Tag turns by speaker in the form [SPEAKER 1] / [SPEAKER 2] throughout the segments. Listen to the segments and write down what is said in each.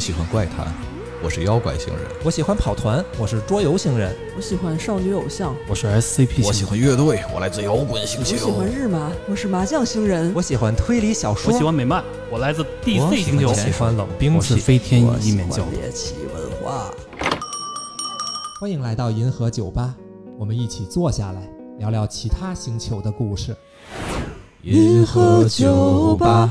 [SPEAKER 1] 喜欢怪谈，我是妖怪星人，
[SPEAKER 2] 我喜欢跑团，我是桌游星人，
[SPEAKER 3] 我喜欢少女偶像，
[SPEAKER 4] 我是 SCP，
[SPEAKER 1] 我喜欢乐队，我来自摇滚
[SPEAKER 3] 我
[SPEAKER 1] 星
[SPEAKER 3] 喜
[SPEAKER 1] 球，
[SPEAKER 3] 欢日麻，我是麻将星人，
[SPEAKER 2] 我喜欢推理小
[SPEAKER 4] 我
[SPEAKER 2] 说，
[SPEAKER 4] 喜欢美漫，我来自 DC 星球
[SPEAKER 2] 我，喜欢冷兵
[SPEAKER 4] 我是
[SPEAKER 2] 器。
[SPEAKER 4] 飞天
[SPEAKER 3] 我
[SPEAKER 4] 一
[SPEAKER 3] 喜
[SPEAKER 4] 面
[SPEAKER 3] 欢
[SPEAKER 4] 教主。
[SPEAKER 3] 猎奇文化。
[SPEAKER 2] 欢迎来到银河酒吧，我们一起坐下来聊聊其他星球的故事。
[SPEAKER 3] 银河酒吧。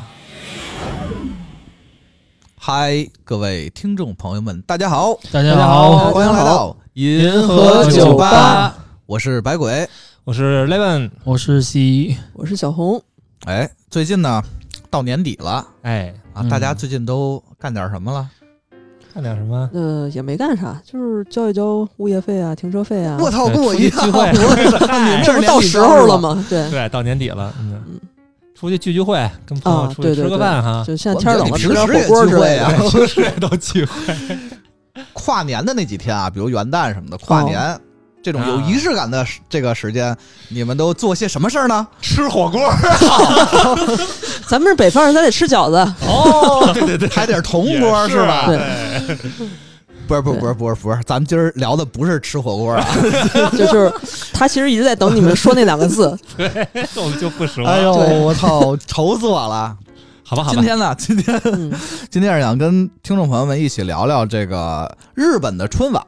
[SPEAKER 1] 嗨，各位听众朋友们，大家好，
[SPEAKER 3] 大
[SPEAKER 4] 大
[SPEAKER 3] 家好
[SPEAKER 1] 欢迎来到银
[SPEAKER 3] 河酒吧，
[SPEAKER 1] 我是百鬼。
[SPEAKER 2] 我是 Levin，
[SPEAKER 4] 我是 E 西，
[SPEAKER 3] 我是小红，
[SPEAKER 1] 哎，最近呢，到年底了
[SPEAKER 2] 哎，
[SPEAKER 1] 啊，
[SPEAKER 4] 嗯
[SPEAKER 1] 大家最近都干点什么了？
[SPEAKER 2] 看点什么？
[SPEAKER 3] 呃，也没干啥，就是交一交物业费啊、停车费啊。
[SPEAKER 1] 操
[SPEAKER 2] 对哎出去聚会
[SPEAKER 3] 哎这不到时候了吗？对，
[SPEAKER 2] 对，到年底了，嗯
[SPEAKER 3] 嗯，
[SPEAKER 2] 出去聚聚会，跟朋友
[SPEAKER 3] 啊
[SPEAKER 2] 出去
[SPEAKER 3] 对对
[SPEAKER 2] 吃个
[SPEAKER 3] 对
[SPEAKER 2] 饭哈，哎
[SPEAKER 3] 就现在天冷了，吃点火
[SPEAKER 1] 我
[SPEAKER 3] 锅
[SPEAKER 1] 们
[SPEAKER 3] 之
[SPEAKER 1] 这里平时
[SPEAKER 3] 类
[SPEAKER 1] 也聚会啊
[SPEAKER 3] 的。
[SPEAKER 2] 对平时也都聚会，
[SPEAKER 1] 跨年的那几天啊，比如元旦什么的，跨年、这种有仪式感的时这个时间，你们都做些什么事儿呢？
[SPEAKER 2] 吃火锅。
[SPEAKER 3] 咱们是北方人，咱得吃饺子。
[SPEAKER 1] 哦， 对对对，还得是铜锅
[SPEAKER 2] 也
[SPEAKER 1] 是
[SPEAKER 2] 是
[SPEAKER 1] 吧？
[SPEAKER 3] 对，
[SPEAKER 1] 不是不是不是不是不是，咱们今儿聊的不是吃火锅啊！
[SPEAKER 3] 就就是他其实一直在等你们说那两个字。
[SPEAKER 2] 我们就不说。
[SPEAKER 1] 哎呦，
[SPEAKER 3] 对
[SPEAKER 1] 我操，愁死我了！
[SPEAKER 2] 好吧，好
[SPEAKER 1] 今
[SPEAKER 2] 吧，
[SPEAKER 1] 天呢，今天
[SPEAKER 3] 嗯，
[SPEAKER 1] 今天是想跟听众朋友们一起聊聊这个日本的春晚，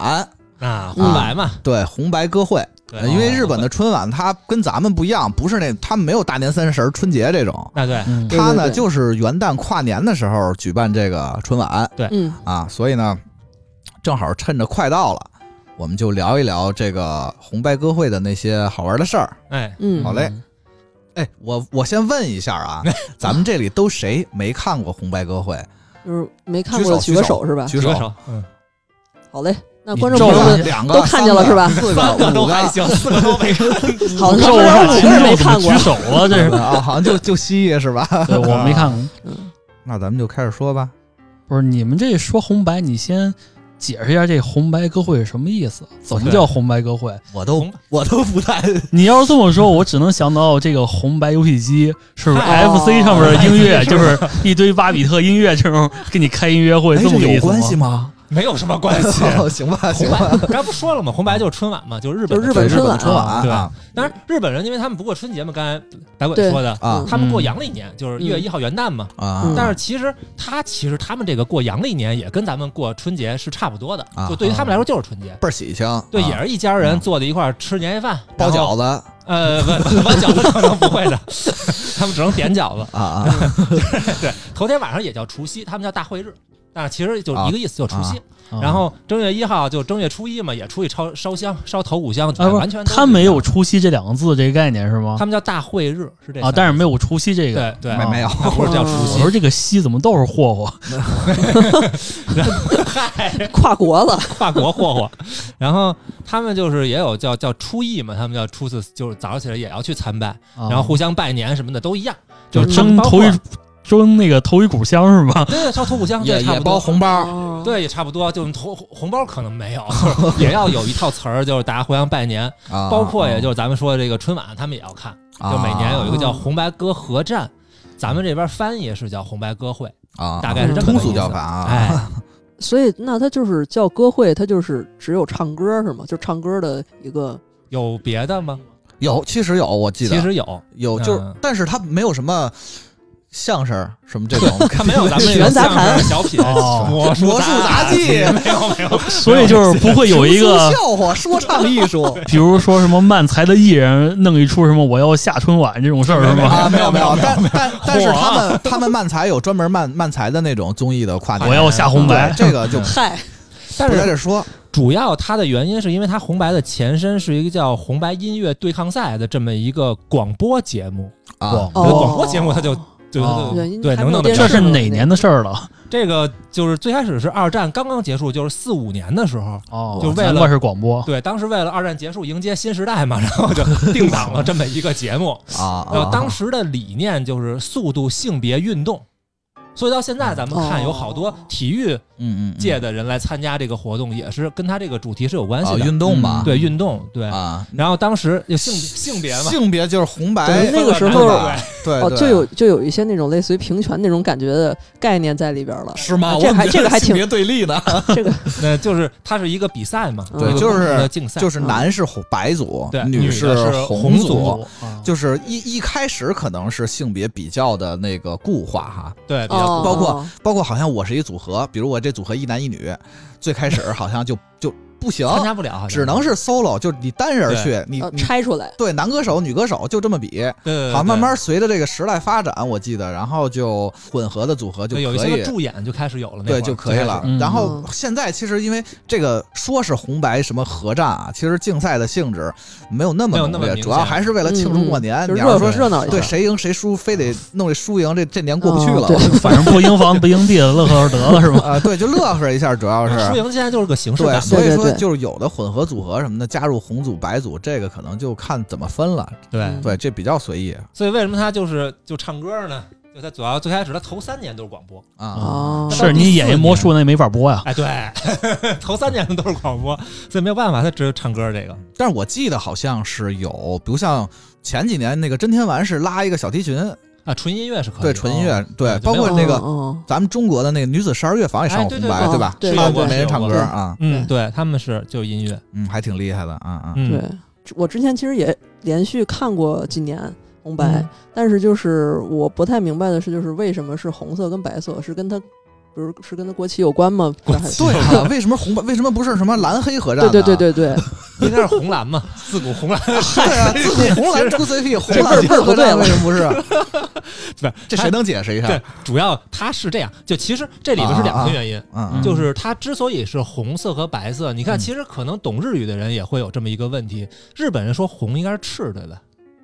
[SPEAKER 2] 啊，红白嘛，
[SPEAKER 3] 嗯
[SPEAKER 1] 对红白歌会。
[SPEAKER 2] 对哦
[SPEAKER 1] 呃因为日本的春晚它跟咱们不一样，不是那他们没有大年三十儿、春节这种，
[SPEAKER 2] 那对，
[SPEAKER 4] 嗯
[SPEAKER 3] 对
[SPEAKER 1] 它呢
[SPEAKER 3] 对对
[SPEAKER 1] 就是元旦跨年的时候举办这个春晚
[SPEAKER 3] 嗯，
[SPEAKER 1] 啊，所以呢，正好趁着快到了，我们就聊一聊这个红白歌会的那些好玩的事儿。
[SPEAKER 2] 哎，
[SPEAKER 3] 嗯
[SPEAKER 1] 好嘞，哎，我我先问一下 啊，咱们这里都谁没看过红白歌会？
[SPEAKER 3] 就是没看过的
[SPEAKER 1] 举
[SPEAKER 3] 举
[SPEAKER 1] 手
[SPEAKER 3] 个手是吧？
[SPEAKER 1] 举
[SPEAKER 2] 举个
[SPEAKER 1] 手，
[SPEAKER 2] 手，嗯，
[SPEAKER 3] 好嘞，那
[SPEAKER 4] 你
[SPEAKER 3] 观众
[SPEAKER 4] 皱
[SPEAKER 3] 朋友
[SPEAKER 4] 了
[SPEAKER 3] 们
[SPEAKER 1] 两个
[SPEAKER 3] 都看见了是吧？
[SPEAKER 1] 四 个
[SPEAKER 2] 三个
[SPEAKER 1] 五
[SPEAKER 2] 都
[SPEAKER 1] 个
[SPEAKER 2] 还行，四个都没看。
[SPEAKER 3] 好的，
[SPEAKER 4] 皱
[SPEAKER 3] 我
[SPEAKER 4] 了，
[SPEAKER 3] 五个人没
[SPEAKER 4] 听众
[SPEAKER 3] 看
[SPEAKER 4] 怎
[SPEAKER 3] 过
[SPEAKER 4] 么举。手了， 这是。
[SPEAKER 1] 啊，好像就就蜥蜴是吧？
[SPEAKER 4] 对，我没看过。
[SPEAKER 3] 嗯
[SPEAKER 1] 那咱们就开始说吧。
[SPEAKER 4] 不是你们这说红白，你先解释一下这红白歌会是什么意思？怎么
[SPEAKER 2] 对
[SPEAKER 4] 叫红白歌会？
[SPEAKER 1] 我都我都不太
[SPEAKER 4] 你要是这么说，我只能想到这个红白游戏机 是不是
[SPEAKER 3] 嗨
[SPEAKER 4] FC 上面的音 乐，就是一堆巴比特音乐这种给你开音乐会，
[SPEAKER 1] 哎
[SPEAKER 4] 这么个
[SPEAKER 1] 有
[SPEAKER 4] 意思
[SPEAKER 1] 关系
[SPEAKER 4] 吗？
[SPEAKER 1] 吗？
[SPEAKER 2] 没有什么关 系。
[SPEAKER 1] 哦行吧，行
[SPEAKER 2] 红
[SPEAKER 1] 吧，
[SPEAKER 2] 白刚不说了吗？红白就是春晚嘛，就是日本的
[SPEAKER 3] 就日本
[SPEAKER 1] 日
[SPEAKER 3] 春
[SPEAKER 1] 本
[SPEAKER 3] 晚
[SPEAKER 1] 春晚
[SPEAKER 2] 对
[SPEAKER 1] 啊
[SPEAKER 2] 当然，日本人因为他们不过春节嘛，刚才白鬼
[SPEAKER 3] 对
[SPEAKER 2] 说的，
[SPEAKER 1] 啊
[SPEAKER 2] 他们过阳历年就是一月
[SPEAKER 3] 嗯
[SPEAKER 2] 一号元旦嘛。
[SPEAKER 1] 啊！
[SPEAKER 3] 嗯
[SPEAKER 2] 但是其实他其实他们这个过阳历年也跟咱们过春节是差不多的
[SPEAKER 1] 啊，
[SPEAKER 2] 就对于他们来说就是春节。
[SPEAKER 1] 倍儿喜庆，
[SPEAKER 2] 对，
[SPEAKER 1] 啊
[SPEAKER 2] 也是一家人坐在一块儿吃年夜饭，
[SPEAKER 1] 包
[SPEAKER 2] 然后
[SPEAKER 1] 饺子啊
[SPEAKER 2] 呃，不不 包饺子可能不会的， 他们只能点饺 子。
[SPEAKER 1] 啊
[SPEAKER 2] 对，头天晚上也叫除夕，他们叫大会日，但是其实就
[SPEAKER 1] 啊
[SPEAKER 2] 一个意思，就除夕。
[SPEAKER 4] 啊
[SPEAKER 2] 然后正月一号就正月初一嘛，也出去烧烧香、烧头五香，
[SPEAKER 4] 啊，不
[SPEAKER 2] 完
[SPEAKER 4] 是
[SPEAKER 2] 全，都
[SPEAKER 4] 他
[SPEAKER 2] 不一
[SPEAKER 4] 没
[SPEAKER 2] 样
[SPEAKER 4] 有，除夕这两个字这个概念是吗
[SPEAKER 2] 他？们叫大会日是这
[SPEAKER 4] 啊，但是没
[SPEAKER 2] 有
[SPEAKER 4] 有除夕这个。
[SPEAKER 2] 对对
[SPEAKER 1] 没没有
[SPEAKER 2] 它不是叫除
[SPEAKER 4] 我
[SPEAKER 2] 夕，
[SPEAKER 4] 说这个西怎么都是霍霍？
[SPEAKER 2] 嗨，
[SPEAKER 3] 跨国了，
[SPEAKER 2] 跨国霍霍。然后他们就是也有叫叫初一嘛，他们叫初四，就是早上起来也要去参拜，
[SPEAKER 4] 啊
[SPEAKER 2] 然后互相拜年什么的都一样，
[SPEAKER 4] 就
[SPEAKER 2] 就是
[SPEAKER 4] 蒸头一
[SPEAKER 2] 包括
[SPEAKER 4] 蒸那个头一股香是 吗？
[SPEAKER 2] 对烧头五香，
[SPEAKER 1] 也
[SPEAKER 2] 这差
[SPEAKER 1] 也
[SPEAKER 2] 不
[SPEAKER 1] 包
[SPEAKER 2] 多。嗯
[SPEAKER 1] 红包，
[SPEAKER 3] 哦，
[SPEAKER 2] 对，也差不多，就是红红包可能没有， 就是也要有一套词儿，就是大家互相拜 年，
[SPEAKER 1] 啊
[SPEAKER 2] 包括也就是咱们说的这个春晚，他们也要看。就每年有一个叫红白歌合战，咱们这边翻译是叫红白歌会，
[SPEAKER 1] 啊，
[SPEAKER 2] 大概是这么个
[SPEAKER 1] 通
[SPEAKER 2] 意思
[SPEAKER 1] 俗叫法啊，
[SPEAKER 2] 哎，
[SPEAKER 3] 所以那他就是叫歌会，他就是只有唱歌是吗？就唱歌的一个
[SPEAKER 2] 有别的吗？
[SPEAKER 1] 有其实有，我记
[SPEAKER 2] 其
[SPEAKER 1] 得
[SPEAKER 2] 实有，
[SPEAKER 1] 有，就是
[SPEAKER 2] 嗯
[SPEAKER 1] 但是它没有什么相声什么这种，
[SPEAKER 2] 它没有咱们这
[SPEAKER 3] 原
[SPEAKER 2] 个
[SPEAKER 3] 杂
[SPEAKER 2] 相
[SPEAKER 3] 谈
[SPEAKER 2] 声、小品、
[SPEAKER 4] 哦
[SPEAKER 2] 魔
[SPEAKER 1] 魔术杂技
[SPEAKER 2] 没有没有没有，
[SPEAKER 4] 所以就是不会有一个
[SPEAKER 1] 说笑话、说唱艺术
[SPEAKER 4] 比如说什么漫才的艺人弄一出什么我要下春晚这种事儿是吗？
[SPEAKER 1] 啊，没有没有，
[SPEAKER 2] 没有
[SPEAKER 1] 但但但是
[SPEAKER 4] 火啊
[SPEAKER 1] 他们他们漫才有专门漫漫才的那种综艺的跨年，
[SPEAKER 4] 我要下红白
[SPEAKER 1] 对，这个就
[SPEAKER 2] 嗯
[SPEAKER 3] 嗨，
[SPEAKER 2] 但
[SPEAKER 1] 不在
[SPEAKER 2] 是
[SPEAKER 1] 这说
[SPEAKER 2] 主要它的原因是因为它红白的前身是一个叫红白音乐对抗赛的这么一个广播节目，
[SPEAKER 1] 啊，
[SPEAKER 3] 哦
[SPEAKER 2] 有的广播节目它就。对
[SPEAKER 4] 哦
[SPEAKER 2] 对对
[SPEAKER 3] 原因
[SPEAKER 2] 对，
[SPEAKER 3] 还
[SPEAKER 2] 能
[SPEAKER 3] 没
[SPEAKER 2] 弄得
[SPEAKER 3] 有电
[SPEAKER 2] 这
[SPEAKER 4] 这
[SPEAKER 3] 视
[SPEAKER 4] 是哪年的事儿了？
[SPEAKER 2] 这个就是最开始是二战刚刚结束，就是四五年的时候，
[SPEAKER 4] 哦，
[SPEAKER 2] 就为了
[SPEAKER 4] 难怪是广播。
[SPEAKER 2] 对，当时为了二战结束迎接新时代嘛，然后就定档了这么一个节目。
[SPEAKER 1] 啊，
[SPEAKER 2] 呃，
[SPEAKER 1] 啊
[SPEAKER 2] 当时的理念就是速度、性别、运动，所以到现在咱们看，
[SPEAKER 3] 哦
[SPEAKER 2] 有好多体育
[SPEAKER 1] 嗯嗯，
[SPEAKER 2] 界的人来参加这个活动，也是跟他这个主题是有关
[SPEAKER 1] 啊
[SPEAKER 2] 系的。
[SPEAKER 1] 运动嘛，
[SPEAKER 4] 嗯
[SPEAKER 2] 对运动，对。
[SPEAKER 1] 啊，
[SPEAKER 2] 然后当时有性性别嘛，
[SPEAKER 1] 性别就是红白
[SPEAKER 3] 对，那个时候
[SPEAKER 1] 对对
[SPEAKER 3] 哦，
[SPEAKER 1] 对
[SPEAKER 3] 就有就有一些那种类似于平权那种感觉的概念在里边了。
[SPEAKER 1] 是吗？
[SPEAKER 3] 啊这个
[SPEAKER 1] 我
[SPEAKER 3] 还
[SPEAKER 1] 们
[SPEAKER 3] 这个还挺
[SPEAKER 1] 性别对立呢，
[SPEAKER 3] 这个
[SPEAKER 2] 那就是它是一个比赛嘛，
[SPEAKER 3] 对
[SPEAKER 2] 一个
[SPEAKER 1] 就是
[SPEAKER 2] 公平的竞赛，
[SPEAKER 1] 就是男是红白组
[SPEAKER 2] 对，女
[SPEAKER 1] 女
[SPEAKER 2] 的是
[SPEAKER 1] 红
[SPEAKER 2] 红
[SPEAKER 1] 组
[SPEAKER 2] 组。
[SPEAKER 4] 啊
[SPEAKER 1] 就是一一开始可能是性别比较的那个固化哈，
[SPEAKER 2] 对，比较
[SPEAKER 3] 哦，
[SPEAKER 1] 包括
[SPEAKER 3] 哦
[SPEAKER 1] 包括好像我是一组合，比如我这组合一男一女，最开始好像就就不行，
[SPEAKER 2] 参加不了，好像
[SPEAKER 1] 只能是 solo，就是你单人去，你
[SPEAKER 3] 哦
[SPEAKER 1] 你
[SPEAKER 3] 拆出来，
[SPEAKER 1] 对男歌手女歌手就这么比，
[SPEAKER 2] 对对对
[SPEAKER 1] 好，慢慢随着这个时代发展，我记得，然后就混合的组合就
[SPEAKER 2] 对有一
[SPEAKER 1] 可
[SPEAKER 2] 些
[SPEAKER 1] 以
[SPEAKER 2] 个。助演就开始有了，那会
[SPEAKER 1] 对
[SPEAKER 2] 儿
[SPEAKER 1] 就可以了。
[SPEAKER 4] 嗯
[SPEAKER 1] 然后现在其实因为这个说是红白什么合战啊，其实竞赛的性质没有那么
[SPEAKER 2] 没有那
[SPEAKER 1] 浓
[SPEAKER 2] 么
[SPEAKER 1] 烈，
[SPEAKER 2] 明
[SPEAKER 1] 主要
[SPEAKER 2] 显
[SPEAKER 1] 还是为了庆祝
[SPEAKER 3] 嗯嗯
[SPEAKER 1] 过年。
[SPEAKER 3] 就
[SPEAKER 1] 你要
[SPEAKER 3] 热
[SPEAKER 1] 说
[SPEAKER 3] 热闹一
[SPEAKER 1] 对
[SPEAKER 3] 下。
[SPEAKER 1] 谁赢谁输，非得弄这输赢，这这年过不去
[SPEAKER 3] 哦
[SPEAKER 1] 了。
[SPEAKER 3] 对
[SPEAKER 4] 反正不赢房不赢地的，乐呵得了 是吧？
[SPEAKER 1] 啊，对，就乐呵一下，主要是
[SPEAKER 2] 输赢现在就是嗯个形式
[SPEAKER 1] 对，
[SPEAKER 2] 感，
[SPEAKER 1] 所以
[SPEAKER 3] 对对
[SPEAKER 1] 说
[SPEAKER 3] 对
[SPEAKER 1] 就是有的混合组合什么的，加入红组、白组，这个可能就看怎么分了。
[SPEAKER 2] 对
[SPEAKER 3] 嗯
[SPEAKER 1] 对，这比较随意啊
[SPEAKER 2] 所以为什么他就是就唱歌呢？就他主要最开始他头三年都是广播，
[SPEAKER 1] 啊。
[SPEAKER 3] 哦，
[SPEAKER 4] 是你演一魔术那也没法播呀。
[SPEAKER 2] 哎，对，头三年都是广播，所以没有办法，他只有唱歌这个。
[SPEAKER 1] 但是我记得好像是有，比如像前几年那个真天丸是拉一个小提琴，
[SPEAKER 2] 啊，纯音乐是可以的，哦
[SPEAKER 1] 对，纯音乐，对，
[SPEAKER 2] 对就
[SPEAKER 1] 包
[SPEAKER 2] 没有
[SPEAKER 1] 括那个
[SPEAKER 3] 哦
[SPEAKER 1] 咱们中国的那个女子十二乐坊也上过
[SPEAKER 2] 哎
[SPEAKER 1] 红
[SPEAKER 2] 对
[SPEAKER 1] 白，
[SPEAKER 3] 对对
[SPEAKER 1] 吧？
[SPEAKER 3] 对
[SPEAKER 1] 她
[SPEAKER 3] 对对
[SPEAKER 1] 没人
[SPEAKER 2] 对
[SPEAKER 1] 唱歌
[SPEAKER 3] 对
[SPEAKER 1] 啊，
[SPEAKER 2] 嗯，对，他们是就是音乐，
[SPEAKER 1] 嗯，还挺厉害的啊啊。
[SPEAKER 3] 对
[SPEAKER 2] 嗯，，
[SPEAKER 3] 我之前其实也连续看过几年红白，但是就是我不太明白的是，就是为什么是红色跟白色，是跟它，比如是跟它国旗有关吗？
[SPEAKER 2] 国
[SPEAKER 3] 还
[SPEAKER 2] 旗
[SPEAKER 1] 对啊，为什么红白为什么不是什么蓝黑合战呢？
[SPEAKER 3] 对对对对对，
[SPEAKER 2] 应该是红蓝嘛，自古红蓝，
[SPEAKER 1] 对啊，自古红蓝出 CP，红 蓝
[SPEAKER 3] 这辈儿
[SPEAKER 1] 合
[SPEAKER 3] 不对
[SPEAKER 1] 战
[SPEAKER 3] 了
[SPEAKER 1] 为什么不是？
[SPEAKER 2] 不是
[SPEAKER 1] 这谁能解释一
[SPEAKER 2] 他
[SPEAKER 1] 下
[SPEAKER 2] 对？，主要他是这样，就其实这里边是两个原因，
[SPEAKER 1] 嗯嗯，
[SPEAKER 2] 就是它之所以是红色和白色，你看，
[SPEAKER 1] 嗯
[SPEAKER 2] 其实可能懂日语的人也会有这么一个问题。日本人说红应该是赤，对吧？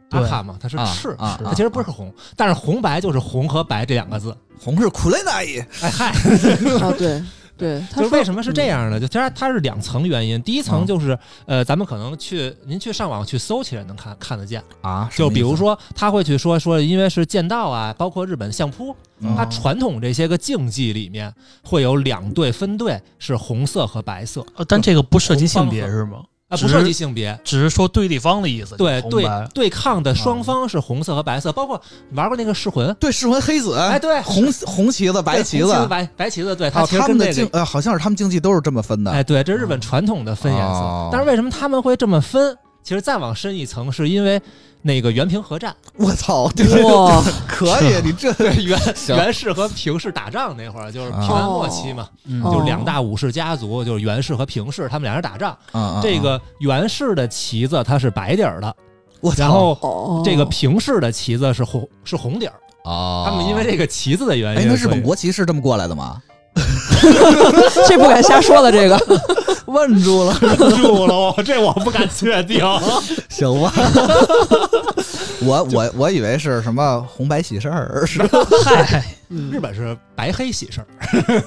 [SPEAKER 4] 对
[SPEAKER 2] 阿卡嘛，它是赤，
[SPEAKER 1] 啊啊
[SPEAKER 2] 它其实不是红，但是红白就是红和白这两个字。
[SPEAKER 1] 红是苦雷奈，
[SPEAKER 2] 哎嗨，
[SPEAKER 3] 啊对对，他
[SPEAKER 2] 就是为什么是这
[SPEAKER 3] 样？
[SPEAKER 2] 样呢？就其实它是两层原因，第一
[SPEAKER 1] 嗯
[SPEAKER 2] 层就是呃，咱们可能去您去上网去搜，起来能看看得见。
[SPEAKER 1] 啊，
[SPEAKER 2] 就比如说他会去说说，因为是剑道啊，包括日本相扑，
[SPEAKER 1] 嗯
[SPEAKER 2] 它传统这些个竞技里面会有两队分队是红色和白色。
[SPEAKER 4] 呃但这个不涉及性别是吗？
[SPEAKER 2] 啊，
[SPEAKER 4] 只
[SPEAKER 2] 不
[SPEAKER 4] 是
[SPEAKER 2] 涉及性别，
[SPEAKER 4] 只是说对立方的意思。
[SPEAKER 2] 对
[SPEAKER 4] 红
[SPEAKER 2] 对
[SPEAKER 4] 白
[SPEAKER 2] 对抗的
[SPEAKER 1] 啊
[SPEAKER 2] 双方是红色和白色，包括你玩过那个噬魂，
[SPEAKER 1] 对噬魂黑子，
[SPEAKER 2] 哎，对，
[SPEAKER 1] 啊红红旗子、白
[SPEAKER 2] 对
[SPEAKER 1] 旗
[SPEAKER 2] 红
[SPEAKER 1] 子，
[SPEAKER 2] 旗白白旗子，对，它
[SPEAKER 1] 哦
[SPEAKER 2] 其实
[SPEAKER 1] 他
[SPEAKER 2] 跟
[SPEAKER 1] 们
[SPEAKER 2] 这
[SPEAKER 1] 的竞
[SPEAKER 2] 个。
[SPEAKER 1] 呃，好像是他们竞技都是这么分的。
[SPEAKER 2] 哎，对，这是日本传统的分颜
[SPEAKER 1] 哦
[SPEAKER 2] 色，但是为什么他们会这么分？其实再往深一层，是因为那个原平和战，
[SPEAKER 1] 我 操，这
[SPEAKER 3] 哇，
[SPEAKER 1] 可以，你这
[SPEAKER 2] 原
[SPEAKER 1] 行哦
[SPEAKER 2] 源氏和平氏打仗那会儿，就是平安末期嘛，
[SPEAKER 4] 嗯
[SPEAKER 3] 哦
[SPEAKER 2] 就是两大武士家族，就是源氏和平氏，他们俩人打仗。
[SPEAKER 1] 嗯嗯
[SPEAKER 2] 这个源氏的旗子它是白底儿的，
[SPEAKER 1] 我操
[SPEAKER 2] 然后
[SPEAKER 3] 哦，
[SPEAKER 2] 这个平氏的旗子是红是红底儿。
[SPEAKER 1] 啊，
[SPEAKER 2] 他们因为这个旗子的原因，
[SPEAKER 1] 哎，那日
[SPEAKER 2] 所以
[SPEAKER 1] 本国旗是这么过来的吗？
[SPEAKER 3] 这不敢瞎说了，这个
[SPEAKER 1] 问住了，
[SPEAKER 2] 住了哎我，这我不敢确定。
[SPEAKER 1] 行 吧？我我我以为是什么红白喜事 儿，是
[SPEAKER 4] 嗨，
[SPEAKER 2] 日
[SPEAKER 3] 嗯
[SPEAKER 2] 本是白黑喜事儿，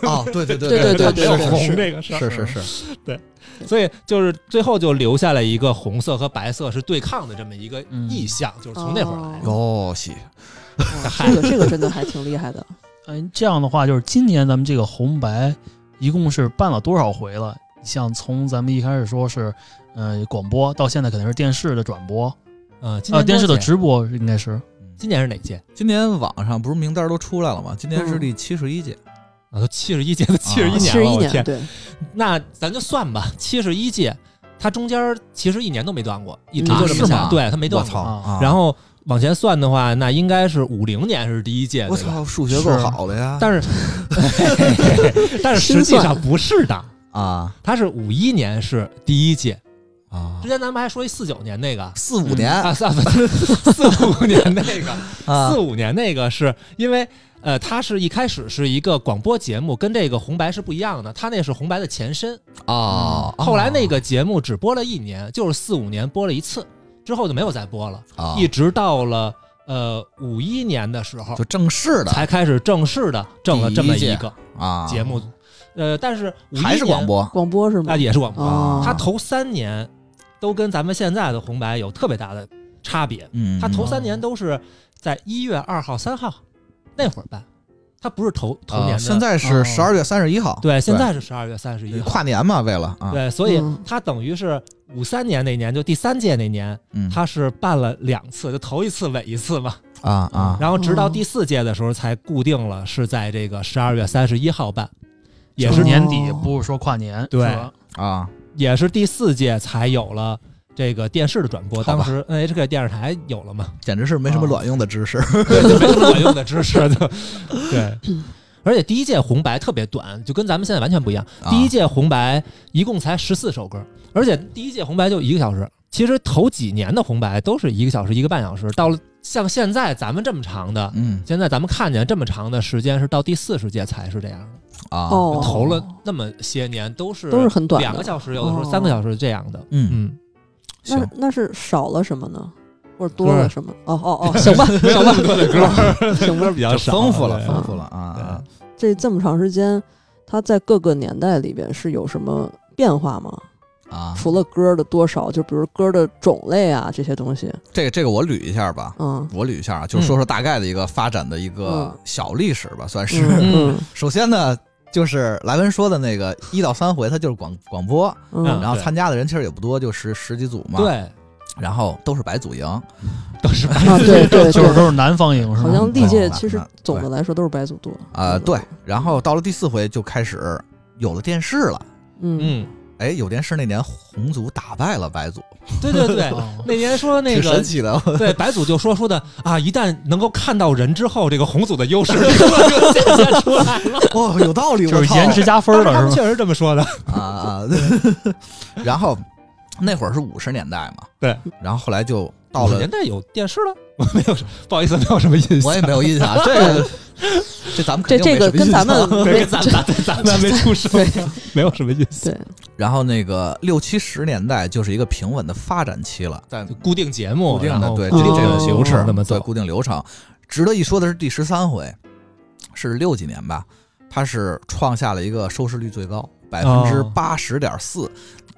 [SPEAKER 1] 哦，对对对
[SPEAKER 3] 对
[SPEAKER 1] 对
[SPEAKER 3] 对对
[SPEAKER 2] 它
[SPEAKER 1] 是
[SPEAKER 2] 没有
[SPEAKER 1] 是
[SPEAKER 2] 红这个事儿，
[SPEAKER 1] 是是是是，
[SPEAKER 2] 所以就是最后就留下了一个红色和白色是对抗的这么一个意象，就是从那会儿来的。
[SPEAKER 1] 哟西，
[SPEAKER 3] 哇这个这个真的还挺厉害的，
[SPEAKER 4] 嗯，这样的话就是今年咱们这个红白一共是办了多少回了？你像从咱们一开始说是，呃，广播到现在肯定是电视的转播，
[SPEAKER 2] 嗯，今
[SPEAKER 4] 呃，
[SPEAKER 2] 年
[SPEAKER 4] 电视的
[SPEAKER 2] 多少届
[SPEAKER 4] 直播应该是
[SPEAKER 2] 今年是哪届？
[SPEAKER 1] 今年网上不是名单都出来了吗？今年
[SPEAKER 2] 嗯
[SPEAKER 1] 是第七十一届，
[SPEAKER 2] 啊，都七十一届，七十一
[SPEAKER 3] 七
[SPEAKER 2] 年
[SPEAKER 3] 十
[SPEAKER 2] 了，
[SPEAKER 3] 一
[SPEAKER 2] 我
[SPEAKER 3] 年
[SPEAKER 2] 天！
[SPEAKER 3] 对，
[SPEAKER 2] 那咱就算吧，七十一届，它中间其实一年都没断过，一直
[SPEAKER 3] 啊
[SPEAKER 2] 就这么
[SPEAKER 1] 是
[SPEAKER 2] 下
[SPEAKER 1] 吗
[SPEAKER 2] 来，对，它没
[SPEAKER 1] 我
[SPEAKER 2] 断
[SPEAKER 1] 操！
[SPEAKER 2] 过。
[SPEAKER 1] 啊
[SPEAKER 2] 然后往前算的话，那应该是五零年是第一届，
[SPEAKER 1] 我
[SPEAKER 2] 对吧
[SPEAKER 1] 操，数学够好的呀！
[SPEAKER 2] 但是， 但是实际上不是的，
[SPEAKER 1] 啊
[SPEAKER 2] 他是五一年是第一届，
[SPEAKER 1] 啊
[SPEAKER 2] 之，前咱们还说一四九年那个。
[SPEAKER 1] 四五年
[SPEAKER 2] 啊，四 四五年那个，
[SPEAKER 1] 啊
[SPEAKER 2] 四五年那个是因为，呃，它是一开始是一个广播节目，跟这个红白是不一样的，它那是红白的前身。
[SPEAKER 1] 哦，
[SPEAKER 2] 嗯后来那个节目只播了一年，就是四五年播了一次，之后就没有再播了，
[SPEAKER 1] 啊
[SPEAKER 2] 一直到了呃五一年的时候
[SPEAKER 1] 就正式的
[SPEAKER 2] 才开始正式的正了这么
[SPEAKER 1] 第一
[SPEAKER 2] 一
[SPEAKER 1] 届
[SPEAKER 2] 个
[SPEAKER 1] 啊
[SPEAKER 2] 节目，呃，但是51
[SPEAKER 1] 还是广
[SPEAKER 2] 年
[SPEAKER 1] 播
[SPEAKER 3] 广播是
[SPEAKER 2] 啊，
[SPEAKER 3] 吗？
[SPEAKER 2] 也是广播。
[SPEAKER 3] 哦，
[SPEAKER 2] 它头三年都跟咱们现在的红白有特别大的差别，
[SPEAKER 1] 嗯，
[SPEAKER 2] 它头
[SPEAKER 1] 嗯
[SPEAKER 2] 三年都是在一月二号、三号那会儿办，它不是头头
[SPEAKER 1] 啊
[SPEAKER 2] 年的。嗯
[SPEAKER 1] 现在是
[SPEAKER 4] 哦
[SPEAKER 1] 十二月三十一号，
[SPEAKER 2] 对，现在是十二月三十一
[SPEAKER 1] 对
[SPEAKER 2] 号。
[SPEAKER 1] 跨年嘛，为了啊，
[SPEAKER 2] 对，所以
[SPEAKER 3] 嗯
[SPEAKER 2] 它等于是五三年那年，就第三届那年，
[SPEAKER 1] 嗯
[SPEAKER 2] 它是办了两次，就头一次尾一次嘛。
[SPEAKER 1] 啊啊，
[SPEAKER 2] 然后直到
[SPEAKER 3] 哦
[SPEAKER 2] 第四届的时候才固定了是在这个十二月三十一号办，也
[SPEAKER 4] 就是是
[SPEAKER 3] 哦
[SPEAKER 4] 年底，不是说跨年，
[SPEAKER 2] 对
[SPEAKER 4] 是吧
[SPEAKER 2] 嗯
[SPEAKER 1] 啊，
[SPEAKER 2] 也是第四届才有了这个电视的转播。
[SPEAKER 1] 好吧
[SPEAKER 2] 当时 NHK 电视台有了嘛，
[SPEAKER 1] 简直是没什么
[SPEAKER 4] 啊
[SPEAKER 1] 卵用的知识。
[SPEAKER 2] 对，就没什么管用的知 识的，对。而且第一届红白特别短，就跟咱们现在完全不一样。
[SPEAKER 1] 啊
[SPEAKER 2] 第一届红白一共才十四首歌，而且第一届红白就一个小时。其实头几年的红白都是一个小时、一个半小时，到了像现在咱们这么长的，
[SPEAKER 1] 嗯
[SPEAKER 2] 现在咱们看见这么长的时间是到第四十届才是这样的。
[SPEAKER 1] 啊，
[SPEAKER 3] 哦
[SPEAKER 2] 投了那么些年都是
[SPEAKER 3] 都是很短的
[SPEAKER 2] 两个小时，有的时候
[SPEAKER 3] 哦
[SPEAKER 2] 三个小时这样的。
[SPEAKER 1] 嗯，
[SPEAKER 2] 嗯，
[SPEAKER 3] 那
[SPEAKER 1] 行，
[SPEAKER 3] 那是少了什么呢？或者多了
[SPEAKER 2] 歌
[SPEAKER 3] 什么？哦哦哦，行 吧，行吧，行吧。
[SPEAKER 2] 比较
[SPEAKER 1] 就丰富了，
[SPEAKER 2] 对
[SPEAKER 1] 丰富了啊啊！
[SPEAKER 3] 这这么长时间，它在各个年代里边是有什么变化吗？
[SPEAKER 1] 啊，
[SPEAKER 3] 除了歌的多少，就比如歌的种类啊这些东西，
[SPEAKER 1] 这个这个我捋一下吧，
[SPEAKER 3] 嗯
[SPEAKER 1] 我捋一下啊，就说说大概的一个发展的一个
[SPEAKER 3] 嗯
[SPEAKER 1] 小历史吧，算是。
[SPEAKER 3] 嗯
[SPEAKER 1] 首先呢，就是莱文说的那个一到三回，它就是广广播，
[SPEAKER 3] 嗯
[SPEAKER 2] 嗯
[SPEAKER 3] 嗯
[SPEAKER 1] 然后
[SPEAKER 2] 对
[SPEAKER 1] 参加的人其实也不多，就十十几组嘛。，
[SPEAKER 2] 对，
[SPEAKER 1] 然后都是白组赢，
[SPEAKER 2] 都是白
[SPEAKER 3] 啊， 对对
[SPEAKER 4] 就是
[SPEAKER 3] 对，
[SPEAKER 4] 都是南方赢，是
[SPEAKER 3] 好
[SPEAKER 4] 吗？
[SPEAKER 3] 像历届
[SPEAKER 1] 嗯
[SPEAKER 3] 其实
[SPEAKER 1] 嗯
[SPEAKER 3] 总的来说都是白组多
[SPEAKER 1] 啊，对，。然后到了第四回就开始有了电视了。
[SPEAKER 3] 嗯
[SPEAKER 2] 嗯，
[SPEAKER 1] 哎，有电视那年红组打败了白组，
[SPEAKER 2] 对对对。
[SPEAKER 4] 哦
[SPEAKER 2] 那年说那
[SPEAKER 1] 挺神
[SPEAKER 2] 个
[SPEAKER 1] 奇的。
[SPEAKER 2] 对白组就说说的啊，一旦能够看到人之后，这个红组的优势就显现出来了。
[SPEAKER 1] 哦，有道理，
[SPEAKER 4] 就
[SPEAKER 1] 我
[SPEAKER 4] 是
[SPEAKER 1] 操
[SPEAKER 4] 颜值加分
[SPEAKER 2] 当时他
[SPEAKER 4] 了，
[SPEAKER 2] 们
[SPEAKER 4] 是 吧？
[SPEAKER 2] 确实这么说的。
[SPEAKER 1] 啊啊！然后那会儿是五十年代嘛，
[SPEAKER 2] 对，
[SPEAKER 1] 然后后来就到
[SPEAKER 2] 50
[SPEAKER 1] 了
[SPEAKER 2] 哦年。代有电视了，我 没有，不好意思，没有什么印
[SPEAKER 1] 我也
[SPEAKER 2] 象。
[SPEAKER 1] 没有印象，这个这咱们肯
[SPEAKER 3] 这
[SPEAKER 1] 定
[SPEAKER 3] 这
[SPEAKER 1] 没什
[SPEAKER 3] 个
[SPEAKER 1] 么
[SPEAKER 3] 跟
[SPEAKER 1] 印
[SPEAKER 3] 咱们
[SPEAKER 1] 象
[SPEAKER 2] 对
[SPEAKER 3] 没
[SPEAKER 2] 咱咱咱们还 没出生，没有什么印象。
[SPEAKER 3] 对，
[SPEAKER 1] 然后那个六七十年代就是一个平稳的发展期了，在
[SPEAKER 2] 就固定节目，
[SPEAKER 1] 固定
[SPEAKER 2] 然
[SPEAKER 1] 的
[SPEAKER 2] 后
[SPEAKER 1] 对
[SPEAKER 2] 固定
[SPEAKER 3] 这
[SPEAKER 2] 这个
[SPEAKER 3] 个流
[SPEAKER 2] 流
[SPEAKER 3] 程
[SPEAKER 2] 程那么
[SPEAKER 1] 对
[SPEAKER 2] 走。
[SPEAKER 1] 固定流程。值得一说的是第十三回，是六几年吧，它是创下了一个收视率最高，百分之
[SPEAKER 2] 哦
[SPEAKER 1] 八十点四，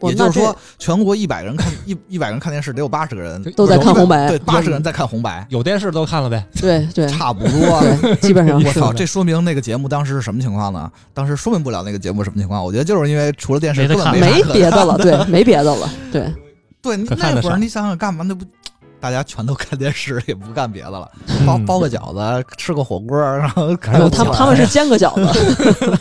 [SPEAKER 3] 哇
[SPEAKER 1] 也就是
[SPEAKER 3] 那这
[SPEAKER 1] 说全国一百人看一一百人看电视得有八十个人
[SPEAKER 3] 都在看红白
[SPEAKER 1] 对，八十个人在看红白，
[SPEAKER 2] 有电视都看了呗，
[SPEAKER 3] 对对
[SPEAKER 1] 差不多。
[SPEAKER 3] 对，基本上
[SPEAKER 1] 我
[SPEAKER 3] 是
[SPEAKER 1] 操，
[SPEAKER 2] 的
[SPEAKER 1] 这说明那个节目当时是什么情况呢？当时说明不了那个节目什么情况。我觉得就是因为除了电视
[SPEAKER 4] 没得
[SPEAKER 1] 根本
[SPEAKER 4] 看
[SPEAKER 1] 啥
[SPEAKER 3] 没
[SPEAKER 1] 可
[SPEAKER 3] 别的
[SPEAKER 1] 看
[SPEAKER 3] 了，对，没别的了，对，
[SPEAKER 1] 对，你
[SPEAKER 2] 可看
[SPEAKER 1] 那
[SPEAKER 2] 得
[SPEAKER 1] 会儿
[SPEAKER 2] 少
[SPEAKER 1] 你想想干嘛？那不大家全都看电视，也不干别的了，
[SPEAKER 2] 嗯
[SPEAKER 1] 包包个饺子，吃个火锅，然后看
[SPEAKER 2] 哎呦
[SPEAKER 1] 个
[SPEAKER 3] 他
[SPEAKER 1] 电
[SPEAKER 3] 们
[SPEAKER 1] 视
[SPEAKER 3] 他们是煎个饺
[SPEAKER 1] 啊
[SPEAKER 3] 子，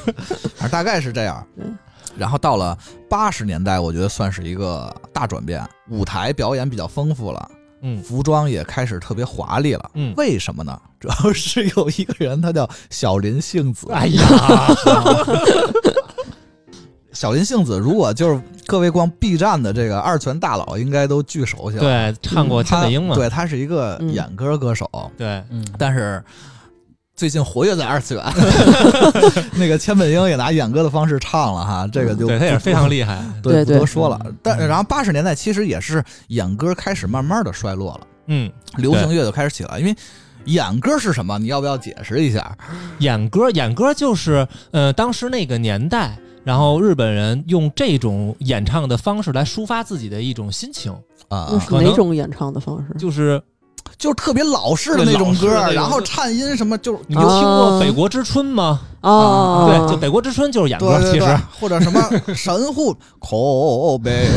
[SPEAKER 1] 反正大概是这样
[SPEAKER 3] 嗯。
[SPEAKER 1] 然后到了八十年代，我觉得算是一个大转变，舞台表演比较丰富了，
[SPEAKER 2] 嗯
[SPEAKER 1] 服装也开始特别华丽了。
[SPEAKER 2] 嗯，
[SPEAKER 1] 为什么呢？ 主要是有一个人，他叫小林幸子。
[SPEAKER 2] 哎呀，
[SPEAKER 1] 小林幸子，如果就是各位逛 B 站的这个二泉大佬，应该都巨熟悉了。
[SPEAKER 2] 对，唱过
[SPEAKER 1] 嗯他
[SPEAKER 2] 金美英嘛，
[SPEAKER 1] 对，他是一个
[SPEAKER 3] 嗯
[SPEAKER 1] 演歌歌手。
[SPEAKER 2] 对，
[SPEAKER 4] 嗯，
[SPEAKER 1] 但是最近活跃在二 次元，那个千本樱也拿演歌的方式唱了哈，这个就
[SPEAKER 2] 对他也是非常厉害，
[SPEAKER 1] 对
[SPEAKER 3] 对对
[SPEAKER 1] 不多说了
[SPEAKER 4] 嗯。
[SPEAKER 1] 但然后八十年代其实也是演歌开始慢慢的衰落了，
[SPEAKER 2] 嗯，
[SPEAKER 1] 流行乐就开始起来，因为。演歌是什么？你要不要解释一下？
[SPEAKER 2] 演歌，演歌就是呃，当时那个年代，然后日本人用这种演唱的方式来抒发自己的一种心情，
[SPEAKER 1] 啊、
[SPEAKER 3] 那是
[SPEAKER 2] 可能
[SPEAKER 3] 哪种演唱的方式？
[SPEAKER 2] 就是
[SPEAKER 1] 就是特别老式的那种歌
[SPEAKER 2] 对老式的那，种
[SPEAKER 1] 然后颤音什么，就是
[SPEAKER 2] 你就听过
[SPEAKER 3] 啊
[SPEAKER 2] 《北国之春》吗？
[SPEAKER 1] 啊
[SPEAKER 3] 哦，
[SPEAKER 2] 对，就《北国之春》就是演
[SPEAKER 1] 对
[SPEAKER 2] 歌，
[SPEAKER 1] 对
[SPEAKER 2] 其
[SPEAKER 1] 对
[SPEAKER 2] 实。
[SPEAKER 1] 或者什 么神户口碑，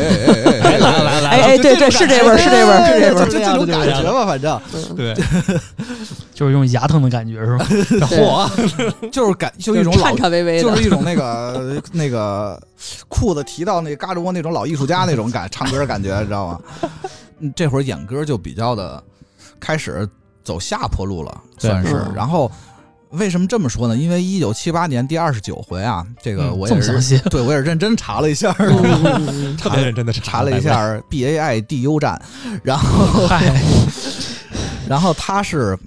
[SPEAKER 2] 来来来来，
[SPEAKER 3] 哎哎，
[SPEAKER 1] 就
[SPEAKER 3] 对
[SPEAKER 1] 种
[SPEAKER 3] 对，
[SPEAKER 1] 感
[SPEAKER 3] 是这味儿，是这味儿，是这味
[SPEAKER 1] 就
[SPEAKER 3] 儿
[SPEAKER 1] 就
[SPEAKER 2] 这
[SPEAKER 1] 这
[SPEAKER 2] 样
[SPEAKER 1] 种
[SPEAKER 2] 就
[SPEAKER 1] 感
[SPEAKER 2] 这样
[SPEAKER 1] 觉吧，反正
[SPEAKER 3] 嗯，
[SPEAKER 2] 对，
[SPEAKER 4] 就是用牙疼的感觉，是吧？
[SPEAKER 2] 火，
[SPEAKER 1] 就是感就一种老
[SPEAKER 3] 颤颤巍巍的，
[SPEAKER 1] 就是一种那个 那个裤子提到那嘎吱窝那种老艺术家那种感唱歌感觉，知道吗？嗯这会儿演歌就比较的开始走下坡路了，
[SPEAKER 2] 对
[SPEAKER 1] 算是。
[SPEAKER 3] 嗯
[SPEAKER 1] 然后为什么这么说呢？因为一九七八年第二十九回啊，这个
[SPEAKER 2] 嗯
[SPEAKER 1] 我
[SPEAKER 4] 这
[SPEAKER 1] 也
[SPEAKER 4] 么
[SPEAKER 1] 是、
[SPEAKER 4] 详细， 哦
[SPEAKER 1] 对我也认真查了一下，
[SPEAKER 3] 嗯嗯嗯嗯
[SPEAKER 2] 特别认真的查
[SPEAKER 1] 查了一，下 B A I D U 站，然后
[SPEAKER 4] 嗨，
[SPEAKER 1] 然后他是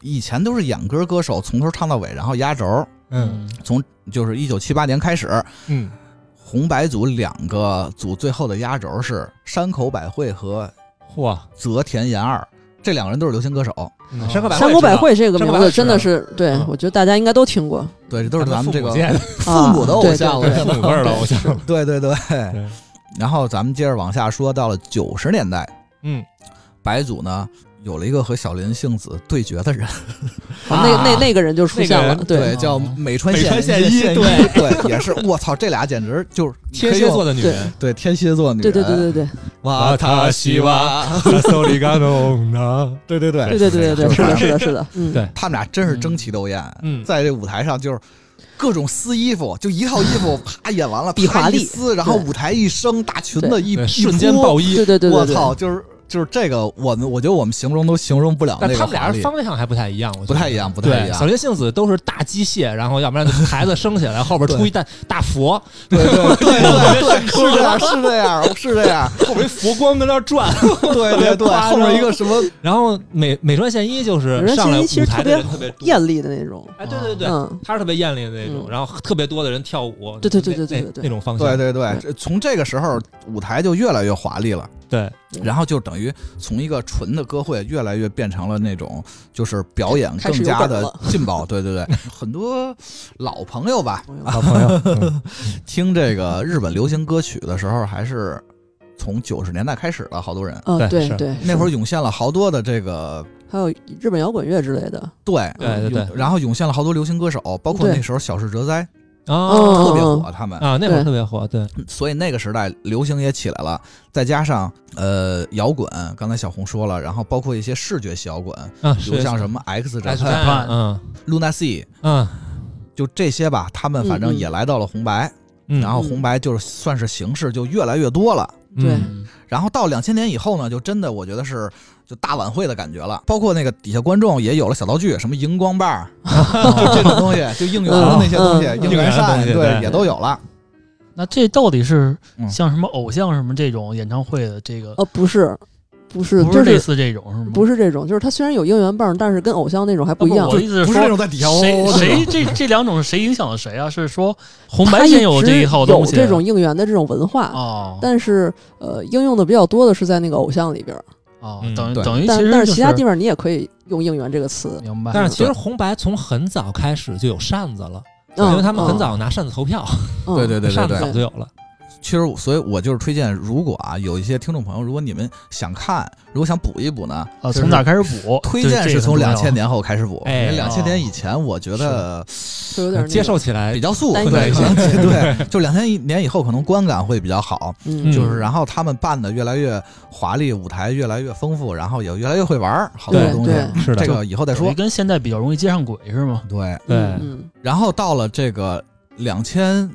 [SPEAKER 1] 以前都是演歌歌手，从头唱到尾，然后压轴，
[SPEAKER 2] 嗯
[SPEAKER 1] 从就是一九七八年开始，
[SPEAKER 2] 嗯，
[SPEAKER 1] 红白组两个组最后的压轴是山口百惠和
[SPEAKER 2] 嚯，
[SPEAKER 1] 泽田研二，这两个人都是流行歌手，
[SPEAKER 2] 嗯山口百
[SPEAKER 3] 山口百惠这个
[SPEAKER 2] 山口
[SPEAKER 3] 名
[SPEAKER 2] 百惠
[SPEAKER 3] 字真的
[SPEAKER 2] 知
[SPEAKER 3] 是，对
[SPEAKER 2] 嗯
[SPEAKER 3] 我觉得大家应该都听过，啊
[SPEAKER 1] 对，这都是咱们这个
[SPEAKER 2] 父母界的
[SPEAKER 1] 父母的偶像
[SPEAKER 3] 对对
[SPEAKER 1] 了。
[SPEAKER 3] 对
[SPEAKER 2] 父母辈儿的偶像，
[SPEAKER 1] 对对对，
[SPEAKER 2] 对
[SPEAKER 1] 然后咱们接着往下说，到了九十年代，
[SPEAKER 2] 嗯
[SPEAKER 1] 白组呢有了一个和小林幸子对决的人，
[SPEAKER 3] 啊那那那个人就出现
[SPEAKER 2] 那
[SPEAKER 3] 了
[SPEAKER 2] 个人，
[SPEAKER 1] 对，
[SPEAKER 4] 哦
[SPEAKER 1] 叫美川
[SPEAKER 2] 美川
[SPEAKER 1] 宪
[SPEAKER 2] 宪一
[SPEAKER 1] 宪
[SPEAKER 2] 对
[SPEAKER 1] 对，也是，我操，这俩简直就是
[SPEAKER 2] 天蝎座
[SPEAKER 1] 的，
[SPEAKER 2] 的女人，
[SPEAKER 1] 对天蝎座女人，
[SPEAKER 3] 对对对对对
[SPEAKER 1] 哇，他西哇，
[SPEAKER 2] 手里干弄呢。
[SPEAKER 1] 对对对
[SPEAKER 3] 对对对对对，
[SPEAKER 1] 就是是
[SPEAKER 3] 的，是的，是的， 嗯，
[SPEAKER 2] 对
[SPEAKER 1] 他们俩真是争奇斗艳，
[SPEAKER 2] 嗯
[SPEAKER 1] 在这舞台上就是各种撕衣服，就一套衣服 啪演完了，
[SPEAKER 3] 比
[SPEAKER 1] 啪
[SPEAKER 3] 华
[SPEAKER 1] 一
[SPEAKER 3] 丽
[SPEAKER 1] 撕，然后
[SPEAKER 3] 对
[SPEAKER 1] 舞台一升，大裙子一
[SPEAKER 2] 对，
[SPEAKER 1] 一
[SPEAKER 2] 瞬间
[SPEAKER 1] 拨
[SPEAKER 2] 爆衣
[SPEAKER 3] 对，对对
[SPEAKER 1] 我
[SPEAKER 3] 对对，
[SPEAKER 1] 操，就是就是这个，我们我觉得我们形容都形容不啊了那
[SPEAKER 2] 但
[SPEAKER 1] 个
[SPEAKER 2] 他们俩
[SPEAKER 1] 华
[SPEAKER 2] 人
[SPEAKER 1] 丽
[SPEAKER 2] 方向还不太一样，我觉得
[SPEAKER 1] 不太一样，不太一
[SPEAKER 2] 对，小
[SPEAKER 1] 样。
[SPEAKER 2] 林幸子都是大机械，然后要不然孩子生下来后边出一大 大佛，
[SPEAKER 1] 对 对对对，是这样，是这样，是这样。
[SPEAKER 2] 后边一佛光跟那儿转。
[SPEAKER 1] 对对对，后面一个什么
[SPEAKER 2] 然后美美川宪一就是
[SPEAKER 3] 美川
[SPEAKER 2] 上来
[SPEAKER 3] 宪一其实
[SPEAKER 2] 舞台的人特别多，
[SPEAKER 3] 艳丽的那种，
[SPEAKER 2] 哎，对对对，
[SPEAKER 3] 嗯，
[SPEAKER 2] 他是特别艳丽的那种，
[SPEAKER 3] 嗯
[SPEAKER 2] 然后特别多的人跳舞，
[SPEAKER 3] 对对对
[SPEAKER 2] 那
[SPEAKER 3] 对对
[SPEAKER 2] 那
[SPEAKER 3] 对对
[SPEAKER 2] 那种方向，
[SPEAKER 1] 对对对，这从这个时候舞台就越来越华丽了，
[SPEAKER 2] 对
[SPEAKER 1] 然后就等于从一个纯的歌会，越来越变成了那种就是表演
[SPEAKER 3] 开始
[SPEAKER 1] 更
[SPEAKER 3] 有
[SPEAKER 1] 加
[SPEAKER 3] 梗
[SPEAKER 1] 的
[SPEAKER 3] 了
[SPEAKER 1] 劲爆。对对对，很多老朋友吧，
[SPEAKER 3] 朋友
[SPEAKER 4] 啊
[SPEAKER 2] 老朋友，嗯
[SPEAKER 1] 听这个日本流行歌曲的时候，还是从九十年代开始了，好多人
[SPEAKER 3] 嗯，
[SPEAKER 2] 对
[SPEAKER 3] 对
[SPEAKER 2] 是
[SPEAKER 3] 对，
[SPEAKER 1] 那会儿
[SPEAKER 3] 是
[SPEAKER 1] 涌现了好多的这个
[SPEAKER 3] 还有日本摇滚乐之类的，
[SPEAKER 1] 对
[SPEAKER 2] 对对对
[SPEAKER 1] 涌然后涌现了好多流行歌手，包括
[SPEAKER 3] 对
[SPEAKER 1] 那时候小室哲哉
[SPEAKER 2] 啊
[SPEAKER 1] 特别
[SPEAKER 3] 嗯嗯
[SPEAKER 1] 火，他们嗯
[SPEAKER 2] 啊，那会儿特别火，对，
[SPEAKER 1] 所以那个时代流行也起来了，再加上呃摇滚，刚才小红说了，然后包括一些视觉系摇滚，
[SPEAKER 2] 啊，
[SPEAKER 1] 比
[SPEAKER 2] 是
[SPEAKER 1] 如像什么 X
[SPEAKER 2] 哎
[SPEAKER 1] 战
[SPEAKER 2] 是
[SPEAKER 1] 判、
[SPEAKER 2] 吧嗯
[SPEAKER 1] Luna C，
[SPEAKER 2] 嗯
[SPEAKER 1] 就这些吧，他们反正
[SPEAKER 3] 嗯嗯
[SPEAKER 1] 也来到了红白，
[SPEAKER 2] 嗯，
[SPEAKER 1] 然后红白就是算是形式就越来越多了。
[SPEAKER 3] 对
[SPEAKER 2] 嗯
[SPEAKER 4] 嗯
[SPEAKER 1] 然后到两千年以后呢，就真的我觉得是就大晚会的感觉了，包括那个底下观众也有了小道具，什么荧光棒儿， 就这种东西，就应援的那些东西，
[SPEAKER 3] 嗯嗯嗯
[SPEAKER 1] 应援扇，
[SPEAKER 2] 应援的东西
[SPEAKER 1] 对，
[SPEAKER 2] 对
[SPEAKER 1] 也都有了。
[SPEAKER 4] 那这到底是
[SPEAKER 1] 嗯
[SPEAKER 4] 像什么偶像什么这种演唱会的这个，
[SPEAKER 3] 呃，不是，不是，
[SPEAKER 4] 不
[SPEAKER 3] 就是
[SPEAKER 4] 类
[SPEAKER 3] 是
[SPEAKER 4] 似这种是吗？
[SPEAKER 3] 不
[SPEAKER 4] 是
[SPEAKER 3] 是这种，就是它虽然有应援棒，但是跟偶像那种还不一样
[SPEAKER 4] 啊我，的意思
[SPEAKER 1] 不是
[SPEAKER 4] 说
[SPEAKER 1] 那种在底下哦
[SPEAKER 4] 谁
[SPEAKER 1] 哦
[SPEAKER 4] 谁这这两种是谁影响了谁啊？是说红
[SPEAKER 3] 它
[SPEAKER 4] 白
[SPEAKER 3] 一
[SPEAKER 4] 先有
[SPEAKER 3] 直
[SPEAKER 4] 这一套东西，
[SPEAKER 3] 有这种应援的这种文化。
[SPEAKER 4] 哦
[SPEAKER 3] 但是，呃，应用的比较多的是在那个偶像里边儿，
[SPEAKER 4] 哦
[SPEAKER 2] 嗯，
[SPEAKER 4] 等于
[SPEAKER 1] 对
[SPEAKER 4] 等于其
[SPEAKER 3] 但
[SPEAKER 4] 实
[SPEAKER 3] 但
[SPEAKER 4] 就是
[SPEAKER 3] 其他地方你也可以用“应援”这个词。
[SPEAKER 4] 明白，
[SPEAKER 2] 但是其实红白从很早开始就有扇子了，
[SPEAKER 3] 嗯
[SPEAKER 2] 因为他们很早拿扇子投票，
[SPEAKER 3] 嗯
[SPEAKER 1] 对对对对
[SPEAKER 2] 扇子
[SPEAKER 1] 对
[SPEAKER 2] 早，就有了。
[SPEAKER 1] 其实我，所以我就是推荐，如果啊有一些听众朋友，如果你们想看，如果想补一补呢，
[SPEAKER 4] 啊，
[SPEAKER 1] 就是
[SPEAKER 4] 从哪开始补？
[SPEAKER 1] 推
[SPEAKER 4] 对
[SPEAKER 1] 荐
[SPEAKER 4] 这
[SPEAKER 1] 是
[SPEAKER 4] 个
[SPEAKER 1] 从
[SPEAKER 4] 很重
[SPEAKER 1] 两
[SPEAKER 4] 要
[SPEAKER 1] 千年后开始补，因
[SPEAKER 2] 哎
[SPEAKER 1] 为两千年以前我觉得
[SPEAKER 3] 就有点那个
[SPEAKER 2] 接受起来
[SPEAKER 1] 比，较素，
[SPEAKER 3] 单
[SPEAKER 2] 一
[SPEAKER 1] 哎对，
[SPEAKER 2] 一
[SPEAKER 1] 可
[SPEAKER 2] 些
[SPEAKER 1] 能对，就两千年以后可能观感会比较好，
[SPEAKER 3] 嗯，
[SPEAKER 1] 就是然后他们办的越来越华丽，舞台越来越丰富，然后也越来越会玩儿，好多
[SPEAKER 2] 对
[SPEAKER 1] 东西，
[SPEAKER 3] 对
[SPEAKER 2] 是的，
[SPEAKER 1] 这个以后再
[SPEAKER 4] 等
[SPEAKER 1] 说
[SPEAKER 4] 于。跟现在比较容易接上轨是吗？
[SPEAKER 1] 对，
[SPEAKER 2] 对，
[SPEAKER 3] 嗯，
[SPEAKER 1] 然后到了这个两千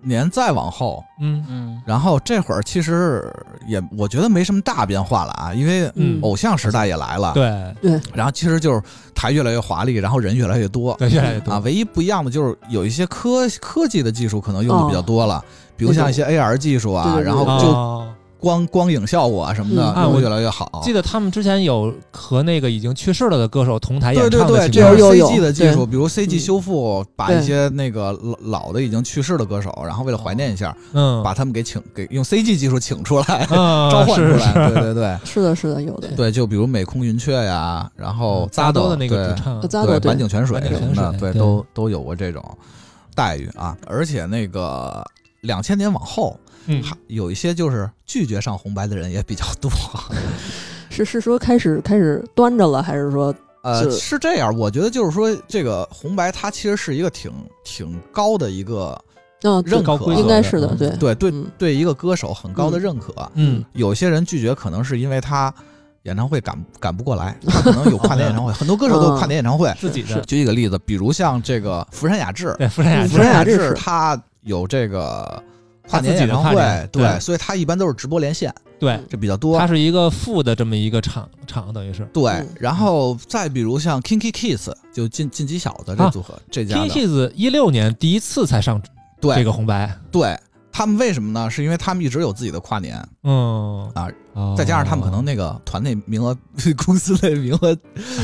[SPEAKER 1] 年再往后，
[SPEAKER 2] 嗯
[SPEAKER 4] 嗯，
[SPEAKER 1] 然后这会儿其实也我觉得没什么大变化了啊，因为
[SPEAKER 2] 嗯
[SPEAKER 1] 偶像时代也来了，
[SPEAKER 2] 对
[SPEAKER 1] 然后其实就是台越来越华丽，然后人越来越多
[SPEAKER 2] 对，越来越多
[SPEAKER 1] 啊。唯一不一样的就是有一些科科技的技术可能用的比较多了，比如像一些 AR 技术啊，
[SPEAKER 3] 哦对对对
[SPEAKER 1] 然后
[SPEAKER 3] 啊
[SPEAKER 1] 就
[SPEAKER 2] 哦
[SPEAKER 1] 光光影效果啊什么的
[SPEAKER 3] 嗯
[SPEAKER 2] 啊
[SPEAKER 1] 用
[SPEAKER 2] 我
[SPEAKER 1] 的越来越好
[SPEAKER 2] 记。得他们之前有和那个已经去世了的歌手同台
[SPEAKER 1] 对
[SPEAKER 2] 演
[SPEAKER 1] 对
[SPEAKER 2] 哎唱
[SPEAKER 1] 对，
[SPEAKER 2] 的
[SPEAKER 1] 这
[SPEAKER 2] 情
[SPEAKER 3] 有
[SPEAKER 1] 是
[SPEAKER 2] 况，
[SPEAKER 3] 有有
[SPEAKER 1] CG 的技术，
[SPEAKER 3] 对
[SPEAKER 1] 比如 CG
[SPEAKER 3] 嗯
[SPEAKER 1] 修复，把
[SPEAKER 3] 对
[SPEAKER 1] 一些那个老老的已经去世的歌手，然后为了怀念一下，
[SPEAKER 2] 嗯，
[SPEAKER 1] 把他们给请给用 CG 技术请出来，
[SPEAKER 2] 嗯
[SPEAKER 1] 召唤出
[SPEAKER 2] 是
[SPEAKER 1] 来。对对对，
[SPEAKER 3] 是的，是的，有的。
[SPEAKER 1] 对，就比如美空云雀呀，然后
[SPEAKER 2] 嗯扎
[SPEAKER 1] 豆
[SPEAKER 2] 的那个
[SPEAKER 1] 哦对
[SPEAKER 2] 主唱，
[SPEAKER 3] 扎
[SPEAKER 1] 对，
[SPEAKER 3] 斗
[SPEAKER 1] 板井泉水
[SPEAKER 2] 坂井
[SPEAKER 1] 什么的，
[SPEAKER 2] 泉水
[SPEAKER 1] 对，
[SPEAKER 2] 对
[SPEAKER 1] 都都有过这种待遇啊。而且那个两千年往后，
[SPEAKER 2] 嗯
[SPEAKER 1] 还有一些就是拒绝上红白的人也比较多。
[SPEAKER 3] 是是说开始开始端着了，还是说
[SPEAKER 1] 呃，
[SPEAKER 3] 是
[SPEAKER 1] 是这样，我觉得就是说，这个红白它其实是一个挺挺高的一个
[SPEAKER 3] 啊，
[SPEAKER 1] 认
[SPEAKER 2] 高
[SPEAKER 1] 可
[SPEAKER 2] 规
[SPEAKER 3] 应
[SPEAKER 1] 的，
[SPEAKER 2] 则
[SPEAKER 3] 该是的，
[SPEAKER 2] 嗯
[SPEAKER 3] 对
[SPEAKER 1] 对对
[SPEAKER 3] 嗯
[SPEAKER 1] 对，一个歌手很高的认可。啊
[SPEAKER 2] 嗯，
[SPEAKER 1] 有些人拒绝可能是因为他演唱会赶赶不过 来，他可能有跨年演唱会，很多歌手都有跨年演唱会。
[SPEAKER 2] 自己的
[SPEAKER 1] 举一个例子，比如像这个福山雅治，
[SPEAKER 2] 对福山雅
[SPEAKER 1] 福
[SPEAKER 2] 治
[SPEAKER 1] 山
[SPEAKER 3] 雅
[SPEAKER 1] 雅
[SPEAKER 3] 治
[SPEAKER 1] 治
[SPEAKER 3] 是
[SPEAKER 1] 他有这个跨
[SPEAKER 2] 他自
[SPEAKER 1] 年
[SPEAKER 2] 己
[SPEAKER 1] 演
[SPEAKER 2] 的
[SPEAKER 1] 唱
[SPEAKER 2] 跨
[SPEAKER 1] 会
[SPEAKER 2] 年，
[SPEAKER 1] 对，
[SPEAKER 2] 对
[SPEAKER 1] 所以他一般都是直播连线，
[SPEAKER 2] 对，
[SPEAKER 1] 这比较多
[SPEAKER 2] 它。是一个副的这么一个场场，等于是
[SPEAKER 1] 对
[SPEAKER 3] 嗯，
[SPEAKER 1] 然后再比如像 Kinky Kids，就进进击小的这
[SPEAKER 2] 啊
[SPEAKER 1] 组合，这
[SPEAKER 2] k
[SPEAKER 1] 家的，
[SPEAKER 2] i Kids 一六年第一次才上
[SPEAKER 1] 对
[SPEAKER 2] 这个红白，
[SPEAKER 1] 对他们为什么呢？是因为他们一直有自己的跨年，
[SPEAKER 2] 嗯
[SPEAKER 1] 啊，
[SPEAKER 2] 哦
[SPEAKER 1] 再加上他们可能那个团内名额、 公司内名额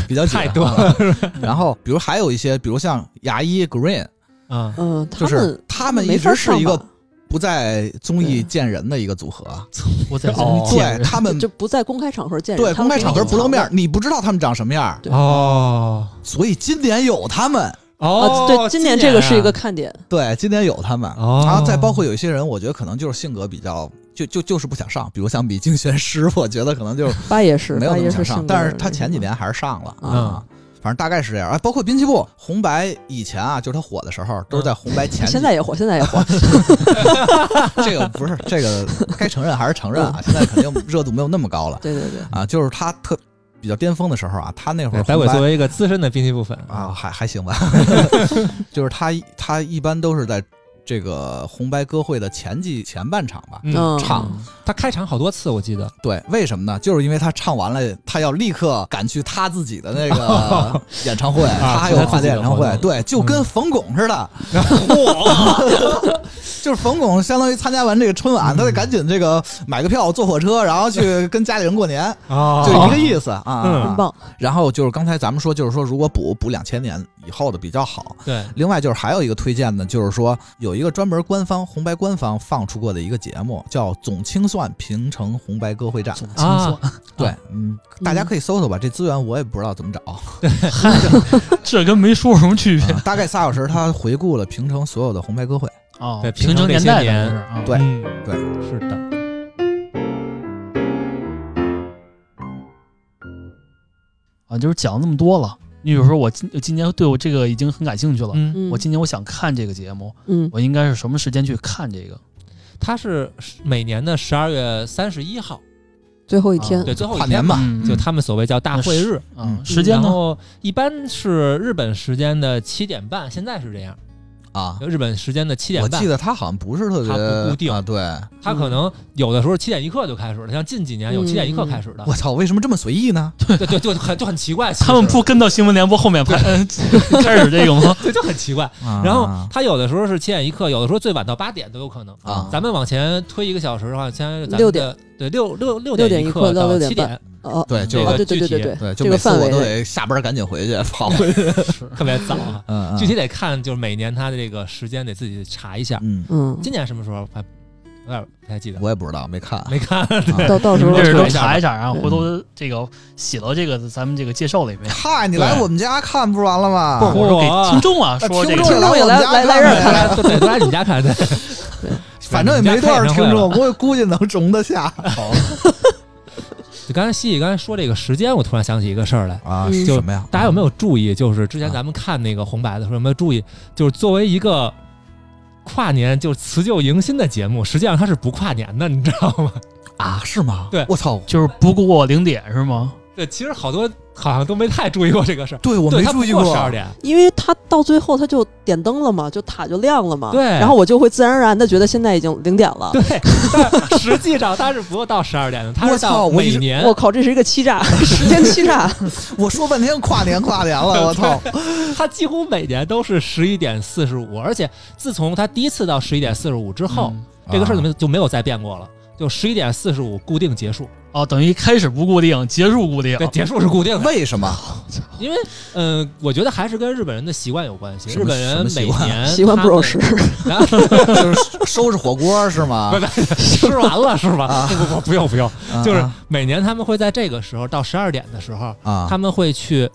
[SPEAKER 1] 比较紧
[SPEAKER 2] 太多
[SPEAKER 1] 了。然后，比如还有一些，比如像牙医 Green，
[SPEAKER 2] 啊，
[SPEAKER 3] 嗯，
[SPEAKER 1] 就
[SPEAKER 3] 他
[SPEAKER 1] 是
[SPEAKER 3] 们
[SPEAKER 1] 他们
[SPEAKER 3] 没
[SPEAKER 1] 一
[SPEAKER 3] 法
[SPEAKER 1] 直是
[SPEAKER 3] 上
[SPEAKER 1] 一个
[SPEAKER 3] 吧
[SPEAKER 1] 不在综艺
[SPEAKER 3] 对
[SPEAKER 1] 见人的一个组合，啊
[SPEAKER 4] 我在
[SPEAKER 2] 哦
[SPEAKER 4] 中
[SPEAKER 1] 对
[SPEAKER 4] 间
[SPEAKER 1] 他 们
[SPEAKER 3] 就不在公开场合见人，
[SPEAKER 1] 对
[SPEAKER 3] 他
[SPEAKER 1] 公
[SPEAKER 3] 们
[SPEAKER 1] 开场合
[SPEAKER 3] 是
[SPEAKER 1] 不露面儿，你不知道他们长什么样儿，
[SPEAKER 3] 对
[SPEAKER 2] 哦
[SPEAKER 1] 所以今年有他们，
[SPEAKER 2] 哦
[SPEAKER 3] 啊，，对，今年这个是一个
[SPEAKER 2] 啊
[SPEAKER 3] 看点，
[SPEAKER 1] 对，今年有他们，
[SPEAKER 2] 哦
[SPEAKER 1] 然后再包括有一些人，我觉得可能就是性格比较就就就是不想上，比如像比竞选师，我觉得可能就
[SPEAKER 3] 八爷是
[SPEAKER 1] 没有
[SPEAKER 3] 八
[SPEAKER 1] 那
[SPEAKER 3] 爷
[SPEAKER 1] 么想
[SPEAKER 3] 是性
[SPEAKER 1] 上
[SPEAKER 3] 格，
[SPEAKER 1] 但是他
[SPEAKER 3] 那
[SPEAKER 1] 前几
[SPEAKER 3] 什么
[SPEAKER 1] 年还是上了
[SPEAKER 3] 啊
[SPEAKER 1] 啊。反正大概是这样啊，包括滨崎步、红白以前啊，就是他火的时候，都是在红白前几。
[SPEAKER 3] 嗯现在也火，现在也火，
[SPEAKER 1] 这个不是这个该承认还是承认
[SPEAKER 3] 嗯
[SPEAKER 1] 啊，现在肯定热度没有那么高了
[SPEAKER 3] 对对对，
[SPEAKER 1] 啊。就是他特比较巅峰的时候啊，他那会
[SPEAKER 2] 哎
[SPEAKER 1] 儿
[SPEAKER 2] 白
[SPEAKER 1] 红
[SPEAKER 2] 鬼
[SPEAKER 1] 白
[SPEAKER 2] 作为一个资深的滨崎步粉
[SPEAKER 1] 啊，，还还行 吧， 就是他他一般都是在这个红白歌会的前几前半场吧。
[SPEAKER 2] 嗯，
[SPEAKER 1] 唱
[SPEAKER 2] 他开场好多次，我记得
[SPEAKER 1] 对，为什么呢？就是因为他唱完了，他要立刻赶去他自己的那 个演唱会，
[SPEAKER 2] 啊
[SPEAKER 1] 他还有跨界演唱
[SPEAKER 2] 他
[SPEAKER 1] 会
[SPEAKER 2] 自己的活，动嗯
[SPEAKER 1] 对，就跟冯巩似 的， 就是冯巩相当于参加完这个春晚，他
[SPEAKER 2] 嗯
[SPEAKER 1] 得赶紧这个买个票坐火车，然后 去跟家里人过年，
[SPEAKER 2] 啊
[SPEAKER 1] 就一个意思
[SPEAKER 2] 嗯
[SPEAKER 1] 啊。
[SPEAKER 3] 真棒，
[SPEAKER 1] 然后就是刚才咱们说，就是说如果补补两千年以后的比较好。
[SPEAKER 2] 对，
[SPEAKER 1] 另外就是还有一个推荐呢，就是说有一个专门官方红白官方放出过的一个节目，叫《总清算平城红白歌会战》。
[SPEAKER 4] 总清算，
[SPEAKER 2] 啊
[SPEAKER 1] 对，嗯，大家
[SPEAKER 3] 嗯
[SPEAKER 1] 可以搜搜吧，这资源我也不知道怎么找。
[SPEAKER 4] 这跟没说有什么区别
[SPEAKER 1] 啊大概仨小时，他回顾了平城所有的红白歌会。
[SPEAKER 4] 啊
[SPEAKER 2] 对
[SPEAKER 4] 平成
[SPEAKER 2] 平成这
[SPEAKER 4] 年
[SPEAKER 2] 些
[SPEAKER 4] 代
[SPEAKER 2] 年
[SPEAKER 4] 的是啊，
[SPEAKER 1] 对
[SPEAKER 2] 嗯
[SPEAKER 1] 对，
[SPEAKER 2] 是的，
[SPEAKER 4] 啊，就是讲那么多了。你比如说我今今年对我这个已经很感兴趣了，
[SPEAKER 2] 嗯，
[SPEAKER 3] 嗯，
[SPEAKER 4] 我今年我想看这个节目，
[SPEAKER 3] 嗯
[SPEAKER 4] 我应该是什么时间去看这个？
[SPEAKER 2] 他是每年的十二月三十一号，
[SPEAKER 3] 最后一
[SPEAKER 4] 啊
[SPEAKER 3] 天，
[SPEAKER 2] 对，最后一
[SPEAKER 1] 跨
[SPEAKER 2] 天
[SPEAKER 1] 年
[SPEAKER 2] 嘛，
[SPEAKER 1] 吧，
[SPEAKER 4] 嗯
[SPEAKER 2] 就他们所谓叫大会日，
[SPEAKER 4] 啊，
[SPEAKER 1] 嗯
[SPEAKER 4] 时间
[SPEAKER 2] 然
[SPEAKER 4] 呢？
[SPEAKER 2] 后一般是日本时间的七点半，现在是这样，
[SPEAKER 1] 啊，
[SPEAKER 2] 日本时间的七点
[SPEAKER 1] 我
[SPEAKER 2] 半
[SPEAKER 1] 记。得他好像不是特
[SPEAKER 2] 它
[SPEAKER 1] 别
[SPEAKER 2] 不固定
[SPEAKER 1] 啊。对，
[SPEAKER 2] 他可能有的时候七点一刻就开始了，像近几年有七点一刻开始的，
[SPEAKER 1] 我操，为什么这么随意呢？
[SPEAKER 2] 对对，就很就很奇怪。其实
[SPEAKER 4] 他们不跟到新闻联播后 面拍嗯开始这个吗？
[SPEAKER 2] 对，就很奇怪。
[SPEAKER 1] 啊
[SPEAKER 2] 然后他有的时候是七点一刻，有的时候最晚到八点都有可能。
[SPEAKER 1] 啊
[SPEAKER 2] 咱们往前推一个小时的话，相当于咱们
[SPEAKER 3] 六
[SPEAKER 2] 的对六六六
[SPEAKER 3] 六
[SPEAKER 2] 点
[SPEAKER 3] 点
[SPEAKER 2] 一
[SPEAKER 3] 一
[SPEAKER 2] 刻
[SPEAKER 3] 刻到六点
[SPEAKER 2] 七点，
[SPEAKER 3] 哦，
[SPEAKER 1] 对，就
[SPEAKER 2] 这个
[SPEAKER 3] 哦，对对对
[SPEAKER 2] 具
[SPEAKER 3] 对
[SPEAKER 2] 体
[SPEAKER 3] 对，
[SPEAKER 1] 对，就
[SPEAKER 3] 这个
[SPEAKER 1] 每次
[SPEAKER 3] 范
[SPEAKER 1] 我
[SPEAKER 3] 围
[SPEAKER 1] 都
[SPEAKER 3] 内，
[SPEAKER 1] 得下班赶紧回 去跑回去。
[SPEAKER 2] 特别 早啊。
[SPEAKER 1] 嗯，嗯
[SPEAKER 2] 具体得看，就是每年他的这个时间得自己查一下。
[SPEAKER 1] 嗯，
[SPEAKER 3] 嗯，
[SPEAKER 2] 今年什么时候还有点不太记得，
[SPEAKER 1] 我也不知道，没看。啊
[SPEAKER 2] 没看。 对，
[SPEAKER 3] 到到
[SPEAKER 4] 你
[SPEAKER 3] 时
[SPEAKER 4] 们
[SPEAKER 3] 候
[SPEAKER 4] 这
[SPEAKER 2] 是
[SPEAKER 4] 是
[SPEAKER 2] 都查
[SPEAKER 4] 都
[SPEAKER 2] 一下吧
[SPEAKER 4] 查一下啊，
[SPEAKER 3] 嗯
[SPEAKER 4] 回头这个写到这个咱们这个介绍里面。
[SPEAKER 1] 嗨，你来
[SPEAKER 2] 对
[SPEAKER 1] 我们家看不是完了吗？
[SPEAKER 2] 不
[SPEAKER 4] 我说给听众啊
[SPEAKER 1] 啊
[SPEAKER 4] 说这
[SPEAKER 1] 嗯听
[SPEAKER 4] 个
[SPEAKER 1] 众也
[SPEAKER 4] 事儿，
[SPEAKER 3] 听众也来
[SPEAKER 1] 我们家
[SPEAKER 3] 来来这儿看
[SPEAKER 1] 看
[SPEAKER 2] 对，对都来你们家看。对，
[SPEAKER 1] 反正也没多少听众，我估计能容得下。
[SPEAKER 2] 就刚才西西刚才说这个时间，我突然想起一个事儿来。
[SPEAKER 1] 啊，
[SPEAKER 3] 嗯
[SPEAKER 1] 是什么呀？
[SPEAKER 2] 大家有没有注意？就是之前
[SPEAKER 1] 啊
[SPEAKER 2] 咱们看那个红白的时候，有没有注意？就是作为一个跨年就是辞旧迎新的节目，实际上它是不跨年的，你知道吗？
[SPEAKER 1] 啊？是吗？
[SPEAKER 2] 对
[SPEAKER 1] 我操！
[SPEAKER 4] 就是不过零点是吗？
[SPEAKER 2] 对，其实好多好像都没太注意过这个事儿。
[SPEAKER 1] 对，我
[SPEAKER 2] 对，
[SPEAKER 1] 没
[SPEAKER 2] 它
[SPEAKER 1] 注意
[SPEAKER 2] 不
[SPEAKER 1] 过。啊
[SPEAKER 2] 十 二点，
[SPEAKER 3] 因为他到最后他就点灯了嘛，就塔就亮了嘛，
[SPEAKER 2] 对
[SPEAKER 3] 然后我就会自然而然的觉得现在已经零点了，
[SPEAKER 2] 对，但实际上它是不用到十 二点的，它
[SPEAKER 1] 我
[SPEAKER 2] 是
[SPEAKER 1] 操
[SPEAKER 2] 到
[SPEAKER 1] 我一
[SPEAKER 2] 每
[SPEAKER 1] 直
[SPEAKER 2] 年
[SPEAKER 3] 我靠，这是一个欺诈，时间欺诈，
[SPEAKER 1] 我说半天跨年跨年 了，我操！
[SPEAKER 2] 他几乎每年都是十一点四十五，而且自从他第一次到十一点四十五之后，
[SPEAKER 4] 嗯
[SPEAKER 2] 这个事儿就
[SPEAKER 1] 啊
[SPEAKER 2] 没就没有再变过了。就十一点四十五固定结束，
[SPEAKER 4] 哦，等于开始不固定，结束固定
[SPEAKER 1] 哦
[SPEAKER 2] 对，。结束是固定的。
[SPEAKER 1] 啊为什么？
[SPEAKER 2] 因为，嗯、我觉得还是跟日本人的习惯有关系。
[SPEAKER 1] 什
[SPEAKER 2] 日
[SPEAKER 1] 么
[SPEAKER 2] 本人
[SPEAKER 1] 什么
[SPEAKER 2] 每
[SPEAKER 1] 习惯
[SPEAKER 2] 年
[SPEAKER 3] 喜欢不守时，
[SPEAKER 2] 嗯他们，然后
[SPEAKER 1] 就是收拾火锅是吗？
[SPEAKER 2] 吃完了是吧
[SPEAKER 1] 啊？
[SPEAKER 2] 不不不，不用不用，
[SPEAKER 1] 啊
[SPEAKER 2] 就是每年他们会在这个时候到十二点的时候，
[SPEAKER 1] 啊
[SPEAKER 2] 他们会去